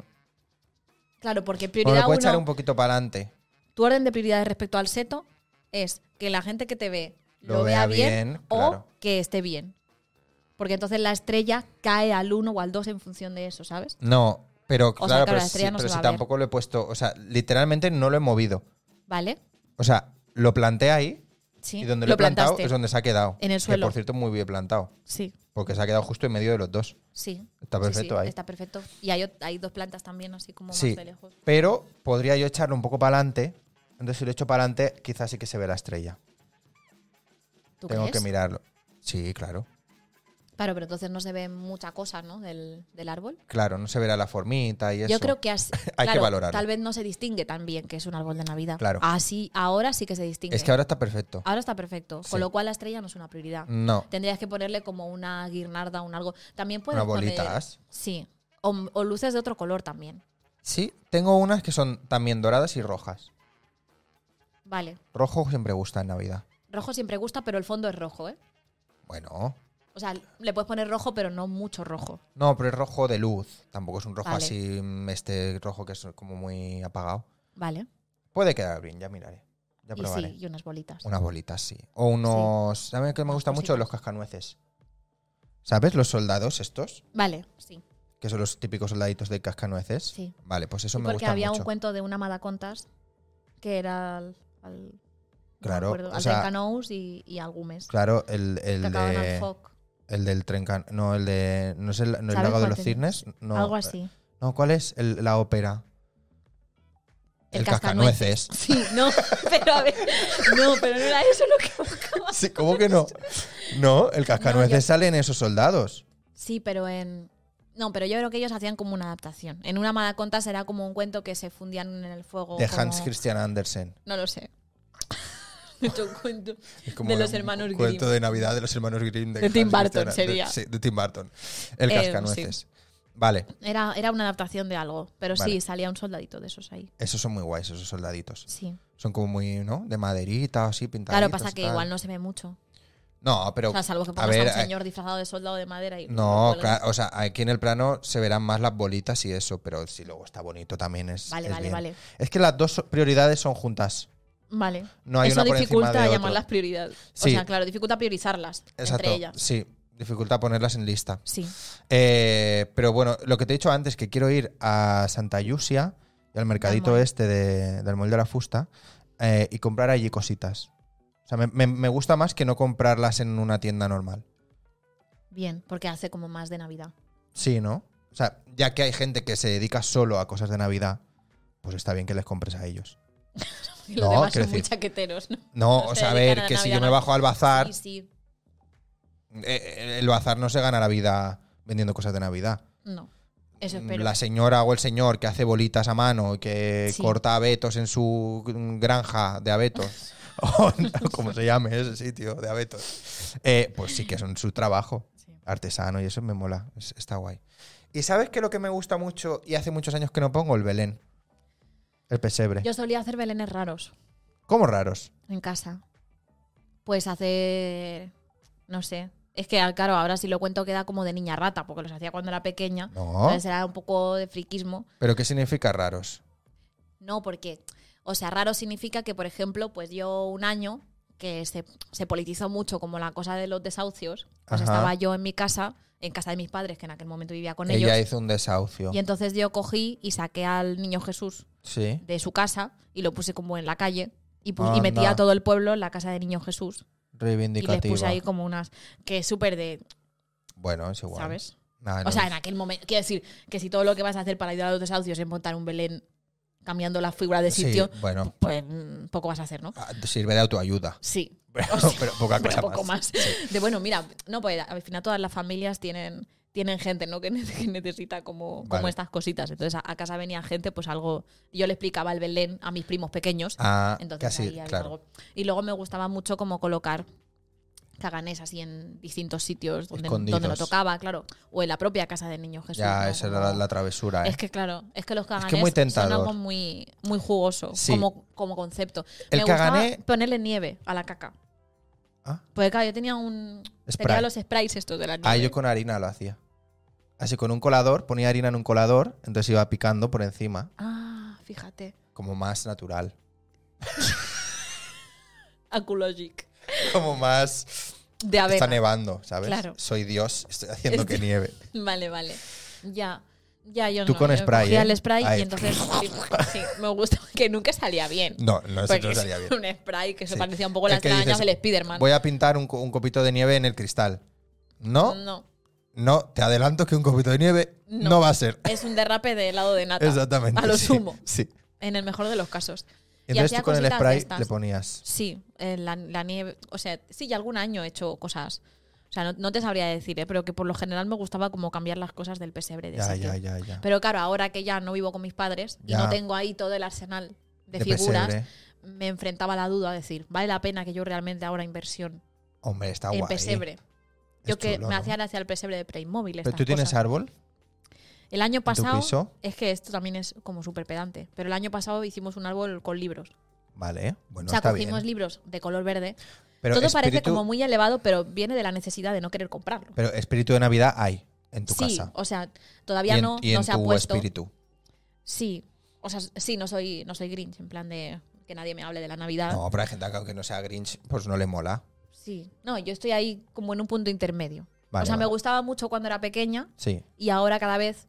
Claro, porque
Bueno,
prioridad
lo puedes
uno,
echar un poquito para adelante.
tu orden de prioridades respecto al seto es que la gente que te ve lo,
Lo vea
vea bien,
bien,
o
claro.
que esté bien. Porque entonces la estrella cae al 1 o al 2 en función de eso, ¿sabes?
No, pero
sea,
claro,
claro,
pero,
la estrella
si,
no
pero
se
si
va a ver.
tampoco lo he puesto. O sea, literalmente no lo he movido.
¿Vale?
O sea, lo planté ahí
Sí.
y donde lo,
lo
he plantado
plantaste.
es donde se ha quedado.
En el
Que,
suelo.
por cierto, muy bien plantado.
Sí,
Porque se ha quedado justo en medio de los dos.
sí.
Está
Sí, sí,
perfecto ahí.
Está perfecto. Y hay, ot- hay dos plantas también, así como
Sí.
más de lejos.
Pero podría yo echarlo un poco para adelante. Entonces, si lo echo para adelante, quizás sí que se ve la estrella.
¿Tú
Tengo
crees?
que mirarlo. Sí, claro.
Claro, pero entonces no se ve mucha cosa, ¿no? Del, del árbol.
Claro, no se verá la formita y eso.
Yo creo que así,
Hay que
claro,
valorarlo.
Tal vez no se distingue tan bien que es un árbol de Navidad.
Claro.
Así, ahora sí ¿eh? Ah, que se distingue.
Es que ahora está perfecto.
Ahora está perfecto.
Sí. Mm.
Con lo cual la estrella no es una prioridad.
No.
Tendrías que ponerle como una guirnalda, un algo. También puedes
Unas bolitas.
poner- Sí. O, o luces de otro color también.
Sí, tengo unas que son también doradas y rojas.
Vale.
Rojo siempre gusta en Navidad.
Rojo siempre gusta, pero el fondo es rojo, ¿eh?
Bueno.
O sea, le puedes poner rojo, pero no mucho rojo.
No, pero es rojo de luz. Tampoco es un rojo
Vale.
así, mm, este rojo que es como muy apagado.
Vale.
Puede quedar bien, ya miraré. Ya
Y
probaré.
sí, y unas bolitas.
Unas bolitas, sí. O unos. ¿Sabes qué me
Unas
gusta mucho?
cositas.
Los cascanueces. ¿Sabes? Los soldados estos,
Vale, sí.
que son los típicos soldaditos de cascanueces.
Sí.
Vale, pues eso
Sí,
me
porque
gusta
había
mucho.
un cuento de una amada contas que era al. al- no
Claro,
me acuerdo,
o
al
sea,
Trencanous y, y al Gumes.
Claro, el, el
que acababan al
de.
Foc.
El del tren. can- No, el de. No es el, no, el
¿Sabes
lago de
cuál
los
te-
cisnes. No,
algo así.
No, ¿cuál es el- la ópera?
El cascanueces. Sí, no, pero a ver. No, pero no era eso lo que buscaba.
Sí, ¿Cómo que no? No, el cascanueces
No, yo-
sale en esos soldados.
Sí, pero en. No, pero yo creo que ellos hacían como una adaptación. En una mala contas era como un cuento que se fundían en el fuego.
de
como-
Hans Christian Andersen.
No lo sé. Otro cuento.
Es como
De los
un
hermanos
cuento
Grimm.
de Navidad de los hermanos Grimm. De,
De Tim
Hans
Burton
Christian-
sería.
de- sí, de Tim Burton. El
Eh,
cascanueces. Vale,
Era, era una adaptación de algo, pero
Vale.
sí, salía un soldadito de esos ahí.
esos son muy guays, esos soldaditos.
Sí.
Son como muy, ¿no? De maderita, así, pintaditos.
Claro, pasa que
tal.
igual no se ve mucho.
No, pero...
O sea, salvo que
a
pongas a,
ver,
un
eh,
señor disfrazado de soldado de madera y.
No,
lo cuelgas.
claro, o sea, aquí en el plano se verán más las bolitas y eso, pero si luego está bonito también es.
Vale,
es
vale,
bien.
vale.
Es que las dos prioridades son juntas.
Vale.
No hay
Eso
una por
dificulta
encima de
llamar
otro.
las prioridades.
Sí.
O sea, claro, dificulta priorizarlas
Exacto.
entre ellas.
Sí, dificultad ponerlas en lista.
Sí.
Eh, pero bueno, lo que te he dicho antes, que quiero ir a Santa Yusia y al mercadito
Del Mol.
este de, del Molde de la Fusta eh, y comprar allí cositas. O sea, me, me- me gusta más que no comprarlas en una tienda normal.
Bien, porque hace como más de Navidad.
Sí, ¿no? O sea, ya que hay gente que se dedica solo a cosas de Navidad, pues está bien que les compres a ellos.
Y los
No,
demás
quiero
son muy
decir-
chaqueteros, ¿no?
No,
No
o
se
sea, a
dedican
ver,
a la
que si
Navidad,
yo me
no.
bajo al bazar,
Sí, sí.
eh, el bazar no se gana la vida vendiendo cosas de Navidad.
No. Eso espero.
Mm, La señora o el señor que hace bolitas a mano y que
Sí.
corta abetos en su granja de abetos, o como se llame ese sitio de abetos, eh, pues sí que son su trabajo
Sí.
artesano y eso me mola, es- está guay. ¿Y sabes qué es lo que me gusta mucho y hace muchos años que no pongo? El Belén. El pesebre.
Yo solía hacer belenes raros
¿Cómo raros?
en casa. Pues hacer, no sé, Es que, ah, claro, ahora si lo cuento queda como de niña rata, porque los hacía cuando era pequeña.
No.
Entonces era un poco de friquismo.
¿Pero qué significa raros?
No, porque, o sea, raro significa que, por ejemplo, pues yo un año que se, se politizó mucho como la cosa de los desahucios, pues
Ajá.
estaba yo en mi casa, en casa de mis padres, que en aquel momento vivía con
Ella
ellos,
hizo un desahucio.
y entonces yo cogí y saqué al niño Jesús
Sí.
de su casa y lo puse como en la calle y, pu- y
Anda.
metí a todo el pueblo en la casa de niño Jesús y les
Reivindicativa.
puse ahí como unas que es súper de,
Bueno, es igual.
¿sabes?
Ah, no.
O sea, en aquel momento, quiero decir, que si todo lo que vas a hacer para ayudar a los desahucios es montar un Belén cambiando la figura de
Sí,
sitio,
bueno,
pues mm, poco vas a hacer, ¿no?
ah, sirve de autoayuda.
Sí,
Pero,
O sea,
pero poca
pero
cosa
poco
más.
más. De bueno, mira, no, pues al final todas las familias tienen, tienen gente, ¿no? Que, ne- que necesita como,
Vale.
como estas cositas. Entonces a, a casa venía gente, pues algo. Yo le explicaba el Belén a mis primos pequeños.
Ah,
entonces
casi,
ahí había
claro.
algo. Y luego me gustaba mucho como colocar caganés así en distintos sitios donde,
Escondidos.
donde no tocaba, claro. O en la propia casa del niño Jesús.
Ya,
¿no?
esa
Como-
era la, la travesura. ¿eh?
es que claro, es que los caganés
muy
son
tentador.
algo muy, muy jugoso
Sí.
como, como concepto.
El
Me gustaba
cagané-
ponerle nieve a la caca.
Ah.
Porque claro, yo tenía un tenía
Spray.
los sprays estos de la nieve.
Ah, yo con harina lo hacía. Así con un colador, ponía harina en un colador, entonces iba picando por encima,
Ah, fíjate.
como más natural.
Aculogic.
Como más.
De
Está
avena.
nevando, ¿sabes?
Claro.
Soy Dios, estoy haciendo
Es
que
que-
nieve.
Vale, vale. Ya. Ya, yo
Tú
no.
con
yo
spray,
cogía
¿eh?
el spray
Ahí.
y entonces sí, sí, me gusta que nunca salía bien.
No, no, eso
Porque
no salía
es
bien.
Un spray que se
Sí.
parecía un poco a
Es
las
que
telarañas
dices,
del Spiderman.
Voy a pintar un, co- un copito de nieve en el cristal. No,
No.
no, te adelanto que un copito de nieve no,
Mm. No.
va a ser.
Es un derrape de helado de nata.
Exactamente.
A lo
sí,
sumo.
Sí.
En el mejor de los casos. Y
Entonces
hacía
tú con el
cositas de
spray
estas.
le ponías.
Sí, eh, la, la nieve. O sea, sí, y algún año he hecho cosas. O sea, no, no te sabría decir, ¿eh? pero que por lo general me gustaba como cambiar las cosas del pesebre de
Ya,
sitio.
ya, ya, ya.
Pero claro, ahora que ya no vivo con mis padres
Ya.
y no tengo ahí todo el arsenal de,
De
figuras,
pesebre.
me enfrentaba a la duda a decir, ¿vale la pena que yo realmente ahora inversión
Hombre, está
en
guay.
pesebre?
Es
Yo que
chulo,
me
¿no?
hacía hacia el pesebre de Playmobil.
¿Pero
estas
tú tienes
cosas.
árbol?
El año pasado.
piso?
Es que esto también es como súper pedante. Pero el año pasado hicimos un árbol con libros.
Vale, bueno,
o sea,
está
cogimos
bien.
libros de color verde
Pero
Todo parece
espíritu-
como muy elevado, pero viene de la necesidad de no querer comprarlo.
Pero espíritu de Navidad hay en tu
sí,
casa.
o sea,
Y
todavía
en,
no,
y
no
en
se
tu
ha puesto.
espíritu.
Sí, o sea, sí, no soy, no soy Grinch, en plan de que nadie me hable de la Navidad.
No, pero hay gente que aunque no sea Grinch, pues no le mola.
Sí, no, yo estoy ahí como en un punto intermedio.
Vale,
o sea, me
vale.
gustaba mucho cuando era pequeña
Sí,
y ahora cada vez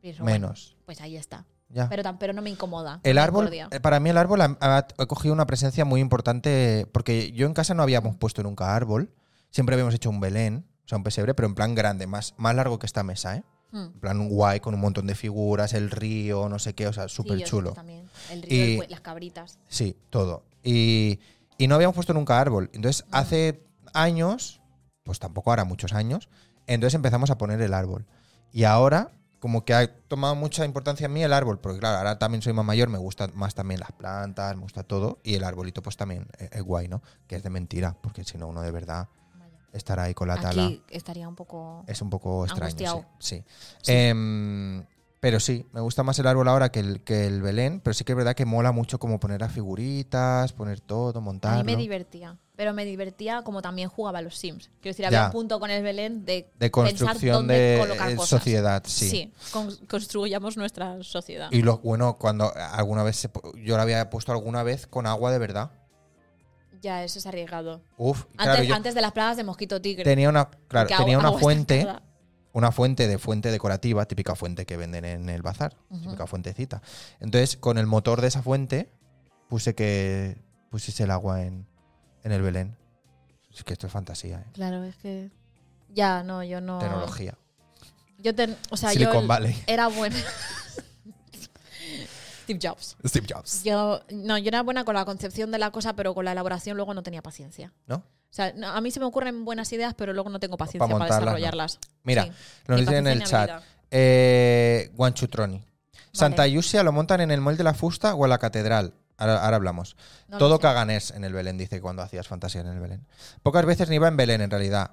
pienso, bueno,
menos.
pues ahí está.
Ya.
Pero, tam- pero no me incomoda.
el
no me
árbol,
incordia.
eh, para mí el árbol ha, ha- ha cogido una presencia muy importante porque yo en casa no habíamos puesto nunca árbol. Siempre habíamos hecho un belén, o sea, un pesebre, pero en plan grande, más, más largo que esta mesa, ¿eh?
Mm.
En plan guay, con un montón de figuras, el río, no sé qué, o sea,
Sí,
súper
yo
chulo.
también. El río, el
Y-
cue- las cabritas.
Sí, todo. Y, y no habíamos puesto nunca árbol. Entonces, hace años, pues tampoco ahora muchos años, entonces empezamos a poner el árbol. Y ahora, como que ha tomado mucha importancia en mí el árbol, porque claro, ahora también soy más mayor, me gustan más también las plantas, me gusta todo, y el arbolito pues también es, es guay, ¿no? Que es de mentira, porque si no, uno de verdad
Vaya.
estará ahí con la tala.
Aquí estaría un poco...
Es un poco extraño,
Angustiado.
sí. sí.
Sí.
Em, pero sí, me gusta más el árbol ahora que el, que el Belén, pero sí que es verdad que mola mucho como poner las figuritas, poner todo,
A mí
montarlo.
me divertía, pero me divertía como también jugaba a los Sims. Quiero decir, había
Ya.
un punto con el Belén de,
de
pensar
construcción
dónde
de
colocar
eh,
cosas.
sociedad,
Sí,
sí.
con- construyamos nuestra sociedad.
Y lo bueno, cuando alguna vez se po- yo lo había puesto alguna vez con agua de verdad.
ya, eso es arriesgado.
Uf, claro,
Antes,
yo
antes de las plagas de mosquito tigre.
tenía una, claro,
que agua-
tenía una
agua
fuente.
estancada.
una fuente de fuente decorativa, típica fuente que venden en el bazar,
Ujú.
típica fuentecita. Entonces, con el motor de esa fuente, puse que pusiese el agua en, en el Belén. Es que esto es fantasía, ¿eh?
Claro, es que. Ya, no, yo no.
Tecnología.
Yo ten- o sea,
Silicon
yo el-
Valley.
era buena. Steve Jobs.
Steve Jobs.
Yo, no, yo era buena con la concepción de la cosa, pero con la elaboración luego no tenía paciencia.
¿No?
O sea, no, a mí se me ocurren buenas ideas, pero luego no tengo paciencia para,
montarlas, no.
desarrollarlas.
Mira,
Sí.
nos
Ni
dicen en
paciencia
el
ni
chat.
habilidad.
Eh, Guanchutroni. Santa Yusia lo montan en el molde de la fusta o en la catedral. Ahora, ahora hablamos.
No lo
Todo
sé.
caganés en el Belén, dice cuando hacías fantasía en el Belén. Pocas veces ni iba en Belén, en realidad.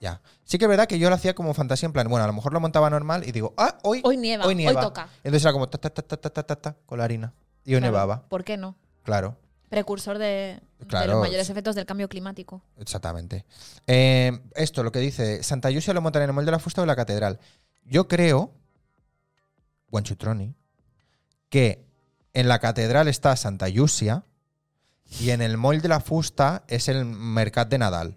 Ya. Sí que es verdad que yo lo hacía como fantasía en plan, bueno, a lo mejor lo montaba normal y digo, ah, hoy,
Hoy nieva, hoy toca.
Entonces era como ta, ta, ta, ta, ta, ta, ta, ta, con la harina. Y yo
Claro,
nevaba,
¿Por qué no?
claro.
precursor de, de
Claro,
los mayores
sí.
efectos del cambio climático.
Exactamente. Eh, esto, lo que dice, Santa Yusia lo montan en el molde de la fusta de la catedral. Yo creo, Guanchutroni, que en la catedral está Santa Yusia y en el molde de la fusta es el mercat de Nadal.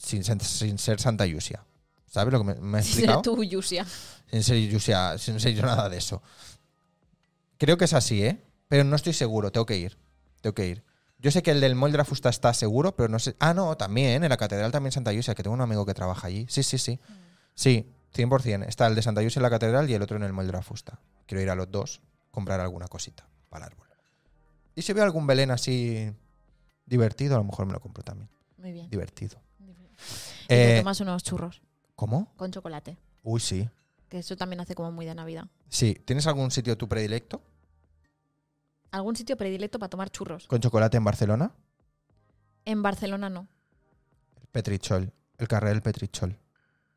Sin, sen- sin ser Santa Yusia. ¿Sabes lo que me, me he
Sí,
explicado?
tú, Yusia.
Sin ser Yusia, sin ser yo nada de eso. Creo que es así, ¿eh? Pero no estoy seguro, tengo que ir. Tengo que ir. Yo sé que el del molde de la fusta está seguro, pero no sé. Ah, no, también, en la catedral también Santa Yusia, que tengo un amigo que trabaja allí. Sí, sí, sí. Sí, 100%. Está el de Santa Yusia en la catedral y el otro en el molde de la fusta. Quiero ir a los dos, comprar alguna cosita para el árbol. Y si veo algún Belén así divertido, a lo mejor me lo compro también.
Muy bien.
Divertido.
Mm. Y te
Eh,
tomas unos churros
¿Cómo?
con chocolate,
Uy, sí.
que eso también hace como muy de Navidad.
Sí, ¿tienes algún sitio tu predilecto
¿Algún sitio predilecto para tomar churros?
con chocolate en Barcelona?
En Barcelona no.
Petrichol, el carrer del Petrichol.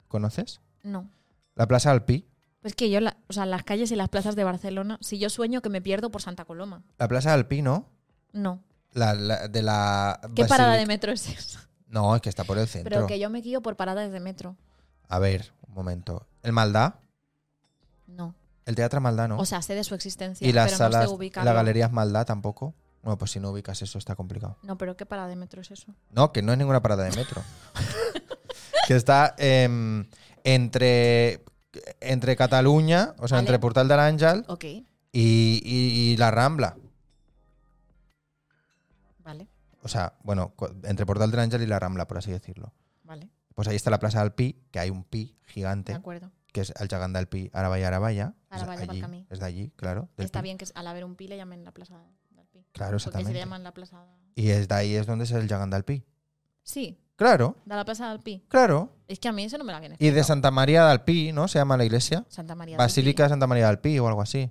¿Conoces?
No.
La Plaza Alpí.
Es Pues que yo, la- o sea, las calles y las plazas de Barcelona, si yo sueño que me pierdo por Santa Coloma.
La Plaza Alpí, ¿no?
No.
La, la- de la.
¿Qué
Basílica-
parada de metro es esa?
No, es que está por el centro.
Pero que yo me guío por paradas de metro.
A ver, un momento. El Maldá,
No.
el Teatro Maldá, ¿no?
O sea, sé de su existencia,
y las
pero
salas,
no sé ubicarlo.
la Galería Maldá tampoco. Bueno, pues si no ubicas eso está complicado.
No, pero ¿qué parada de metro es eso?
No, que no es ninguna parada de metro. que está em, entre, entre Cataluña, o sea,
Vale.
entre Portal de Aràngel
Ok,
y, y- y la Rambla.
vale,
O sea, bueno, co- entre Portal de Ángel y la Rambla, por así decirlo.
vale,
Pues ahí está la Plaza del Pi, que hay un Pi
de
gigante,
acuerdo.
que es el Chagán del Pi, Arabaya, Arabaya. Es
Arabaya,
allí,
Barcamí.
es de allí, claro. del
Está
Pi.
bien que al haber un pi le llamen la plaza del pi.
Claro,
Porque se le
exactamente.
llaman la plaza...
Y es de ahí es donde es el Chagán del Pi.
Sí,
Claro,
de la plaza del pi.
claro.
Es que a mí eso no me la viene.
Y de Santa María del Pi, ¿no? Se llama la iglesia.
Santa María del
Basílica de Santa María del Pi o algo así.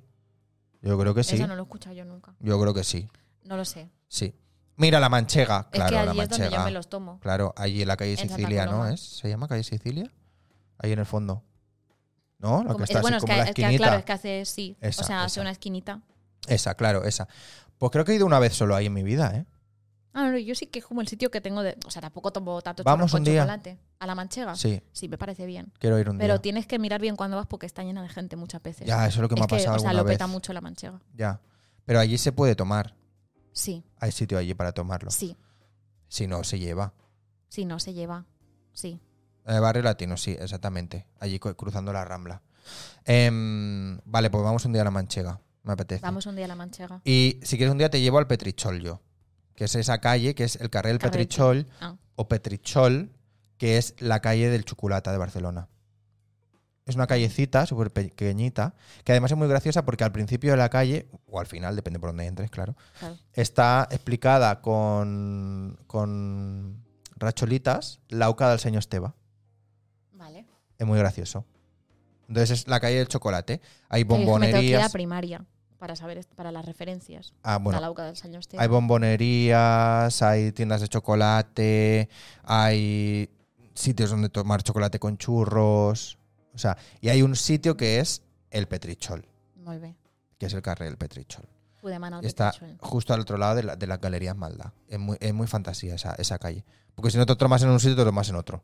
Yo creo que
Pi.
sí.
Eso no lo he escuchado yo nunca.
Yo creo que sí.
No lo sé.
Sí. Mira la manchega, claro,
es que
la
allí es donde yo
manchega.
me los tomo.
Claro, allí en la calle
En Santa
Sicilia, ¿no?
Coloma.
¿Es? ¿Se llama calle Sicilia? Ahí en el fondo. ¿No? La
Como-
que
es-
está
bueno,
así
es
como
que,
la
es que,
esquinita.
claro, es que hace sí.
Esa,
o sea, hace
esa.
una esquinita.
Esa, claro, esa. Pues creo que he ido una vez solo ahí en mi vida, ¿eh?
Ah, no, yo sí que es como el sitio que tengo de. O sea, tampoco tomo tanto
Vamos
churros
un
con
día.
chocolate. A la manchega. Sí.
Sí,
me parece bien.
quiero ir un
Ah. Pero
día.
tienes que mirar bien cuando vas porque está llena de gente muchas veces.
Ya, eso es lo que me
es
ha pasado
o sea,
alguna
lo
vez.
peta mucho la manchega.
Ya. Pero allí se puede tomar.
Sí,
Hay sitio allí para tomarlo.
sí.
Si no, se lleva.
Sí, no se lleva. Sí.
Eh, barrio Latino, sí, exactamente. Allí cu- cruzando la Rambla. Em, vale, pues vamos un día a la Manchega. Me apetece.
Vamos un día a la manchega.
Y si quieres un día te llevo al Petrichol yo. Que es esa calle, que es el carril
Carrer.
Petrichol
Ah.
o Petrichol, que es la calle del Chocolata de Barcelona. Es una callecita súper pequeñita, que además es muy graciosa porque al principio de la calle, o al final, depende por dónde entres, claro,
Claro.
está explicada con, con racholitas la uca del señor Esteba.
Vale.
Es muy gracioso. Entonces es la calle del chocolate. Hay
Eh, Me tengo que ir a
bombonerías.
primaria para saber est- para las referencias.
Ah, bueno,
a la boca del señor este. Esteban.
Hay bombonerías, hay tiendas de chocolate, hay sitios donde tomar chocolate con churros. O sea, y hay un sitio que es el Petrichol,
Muy bien.
que es el carril del Petrichol.
Pudeman al
Y está
Ah, Petrichol.
justo al otro lado de, la- de las galerías Malda. Es muy, es muy fantasía esa, esa calle. Porque si no te tomas en un sitio, te lo tomas en otro.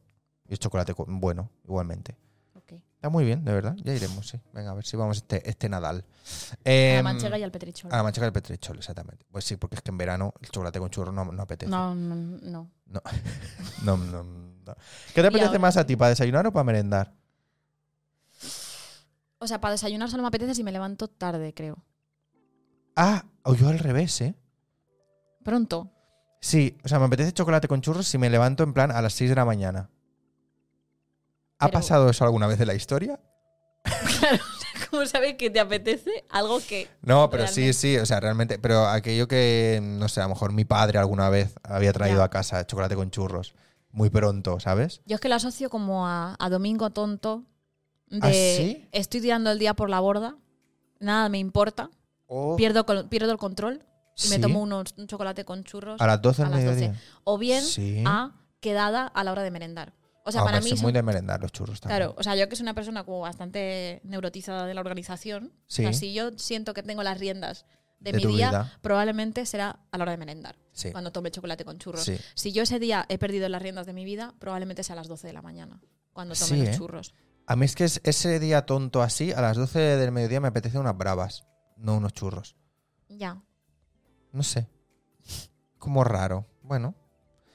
Y es chocolate co- bueno, igualmente.
Ok.
Está muy bien, de verdad. Ya iremos, sí. Venga, a ver si vamos este, este Nadal.
A la
Em,
manchega y al petrichol.
a la manchega del Petrichol, exactamente. Pues sí, porque es que en verano el chocolate con churros no, no apetece.
no, no, no.
No, no, no, no. ¿Qué te apetece
ahora-
más a ti, para desayunar o para merendar?
O sea, para desayunar solo me apetece si me levanto tarde, creo.
Ah, o yo al revés, ¿eh?
Pronto.
Sí, o sea, me apetece chocolate con churros si me levanto en plan a las 6 de la mañana. ¿Ha
Pero-
pasado eso alguna vez en la historia?
¿Cómo sabes que te apetece algo que
No, pero
Realmente.
sí, sí, o sea, realmente, pero aquello que, no sé, a lo mejor mi padre alguna vez había traído
Ya.
a casa chocolate con churros, muy pronto, ¿sabes?
Yo es que lo asocio como a, a domingo tonto. De
¿Ah, sí?
estoy tirando el día por la borda, nada me importa,
O
pierdo, col- pierdo el control y
Oh.
me
Sí.
tomo unos- un chocolate con churros.
a las 12 del
a las 12.
mediodía.
O bien
Sí.
a quedada a la hora de merendar. O sea,
Ah,
para
pues
mí.
es
son-
muy de merendar los churros también.
Claro, o sea, yo que soy una persona como bastante neurotizada de la organización,
Sí.
o sea, si yo siento que tengo las riendas de,
De
mi
tu
día
vida.
probablemente será a la hora de merendar,
Sí.
cuando tome chocolate con churros.
Sí.
Si yo ese día he perdido las riendas de mi vida, probablemente sea a las 12 de la mañana, cuando tome
Sí,
los
¿eh?
churros.
A mí es que es- ese día tonto así, a las 12 del mediodía me apetece unas bravas, no unos churros.
Ya.
No sé. Como raro. Bueno,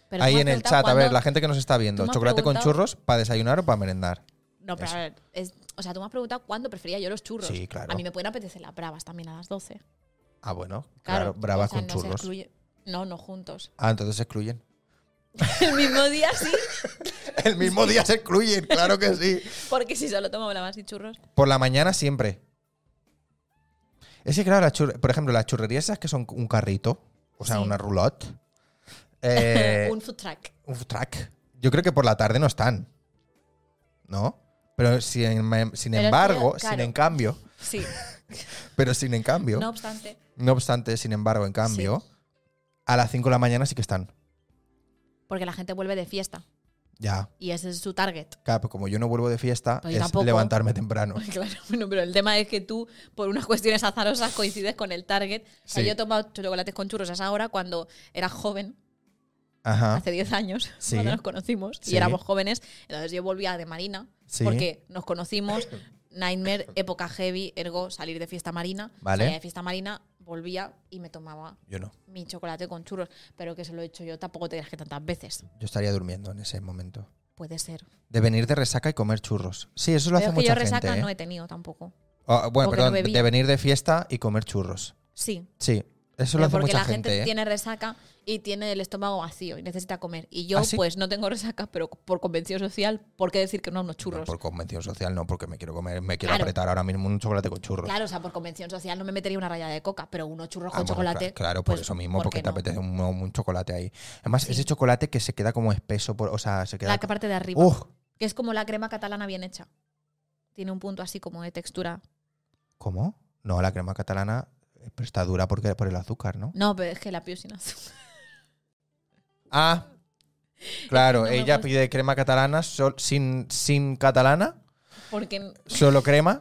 Pero tú
ahí
me
en
has
el
preguntado
chat, a ver,
cuándo-
la gente que nos está viendo,
me has
chocolate con
preguntado-
churros para desayunar o para merendar.
No, pero
Eso.
a ver, es- o sea, tú me has preguntado cuándo prefería yo los churros.
Sí, claro.
A mí me pueden apetecer las bravas también a las 12.
Ah, bueno, claro,
Claro,
bravas
o sea,
con
no se
churros.
excluye- No, no juntos.
Ah, entonces se excluyen.
El mismo día sí,
El mismo día se excluyen, claro que sí.
porque si solo tomo bravas y churros.
Por la mañana siempre. Es que, claro, las churre- por ejemplo, las churrerías esas que son un carrito, o sea,
Sí.
una roulotte, eh,
un food truck.
un food truck. Yo creo que por la tarde no están. ¿No? Pero sin, em- sin
Pero es que,
embargo, sin
claro.
en cambio,
Sí.
pero sin en cambio,
No
no,
obstante.
obstante, sin embargo, en cambio, a las 5 de la mañana sí que están.
Porque la gente vuelve de fiesta.
Ya.
Y ese es su target.
Claro, pero como yo no vuelvo de fiesta,
Pues yo
es
tampoco.
levantarme temprano.
Claro, bueno, pero el tema es que tú, por unas cuestiones azarosas, coincides con el target. O sea,
Sí.
yo he tomado chocolates con churros a esa hora cuando era joven,
Ajá.
hace 10 años,
Ah. Sí.
cuando nos conocimos
Sí.
y éramos jóvenes. Entonces yo volvía de Marina,
Sí.
porque nos conocimos, Nightmare, época heavy, ergo salir de fiesta marina.
Vale.
Salía de fiesta marina, volvía y me tomaba
Yo no.
mi chocolate con churros. Pero que se lo he hecho yo tampoco te dirás que tantas veces.
Yo estaría durmiendo en ese momento.
Puede ser.
De venir de resaca y comer churros. Sí, eso lo
Pero
hace
es que yo
mucha
resaca
gente. ¿eh?
no he tenido tampoco.
Ah, bueno,
porque no
perdón,
bebía.
de venir de fiesta y comer churros.
Sí,
Sí, eso lo
Pero
hace
porque
mucha
la gente,
gente. ¿eh?
tiene resaca y tiene el estómago vacío y necesita comer. Y yo,
¿Ah, sí?
pues, no tengo resaca, pero por convención social, ¿por qué decir que no a unos
No,
churros?
por convención social no, porque me quiero comer, me quiero
Claro.
apretar ahora mismo un chocolate con churros.
Claro, o sea, por convención social no me metería una raya de coca, pero unos churros
Ah,
con
bueno,
chocolate.
cla- Claro, por
pues,
eso mismo,
¿por
porque
qué
te
no?
apetece un, un chocolate ahí. Además, ese chocolate que se queda como espeso, por, o sea, se queda. ¡Oh!
La que parte de arriba,
¡Uf!
que es como la crema catalana bien hecha. Tiene un punto así como de textura.
¿Cómo? No, la crema catalana eh, pero está dura porque, por el azúcar, ¿no?
No, pero es que la pido sin azúcar.
Ah, claro,
no me
ella
gusta.
pide crema catalana sol- sin, sin catalana,
Porque
solo crema.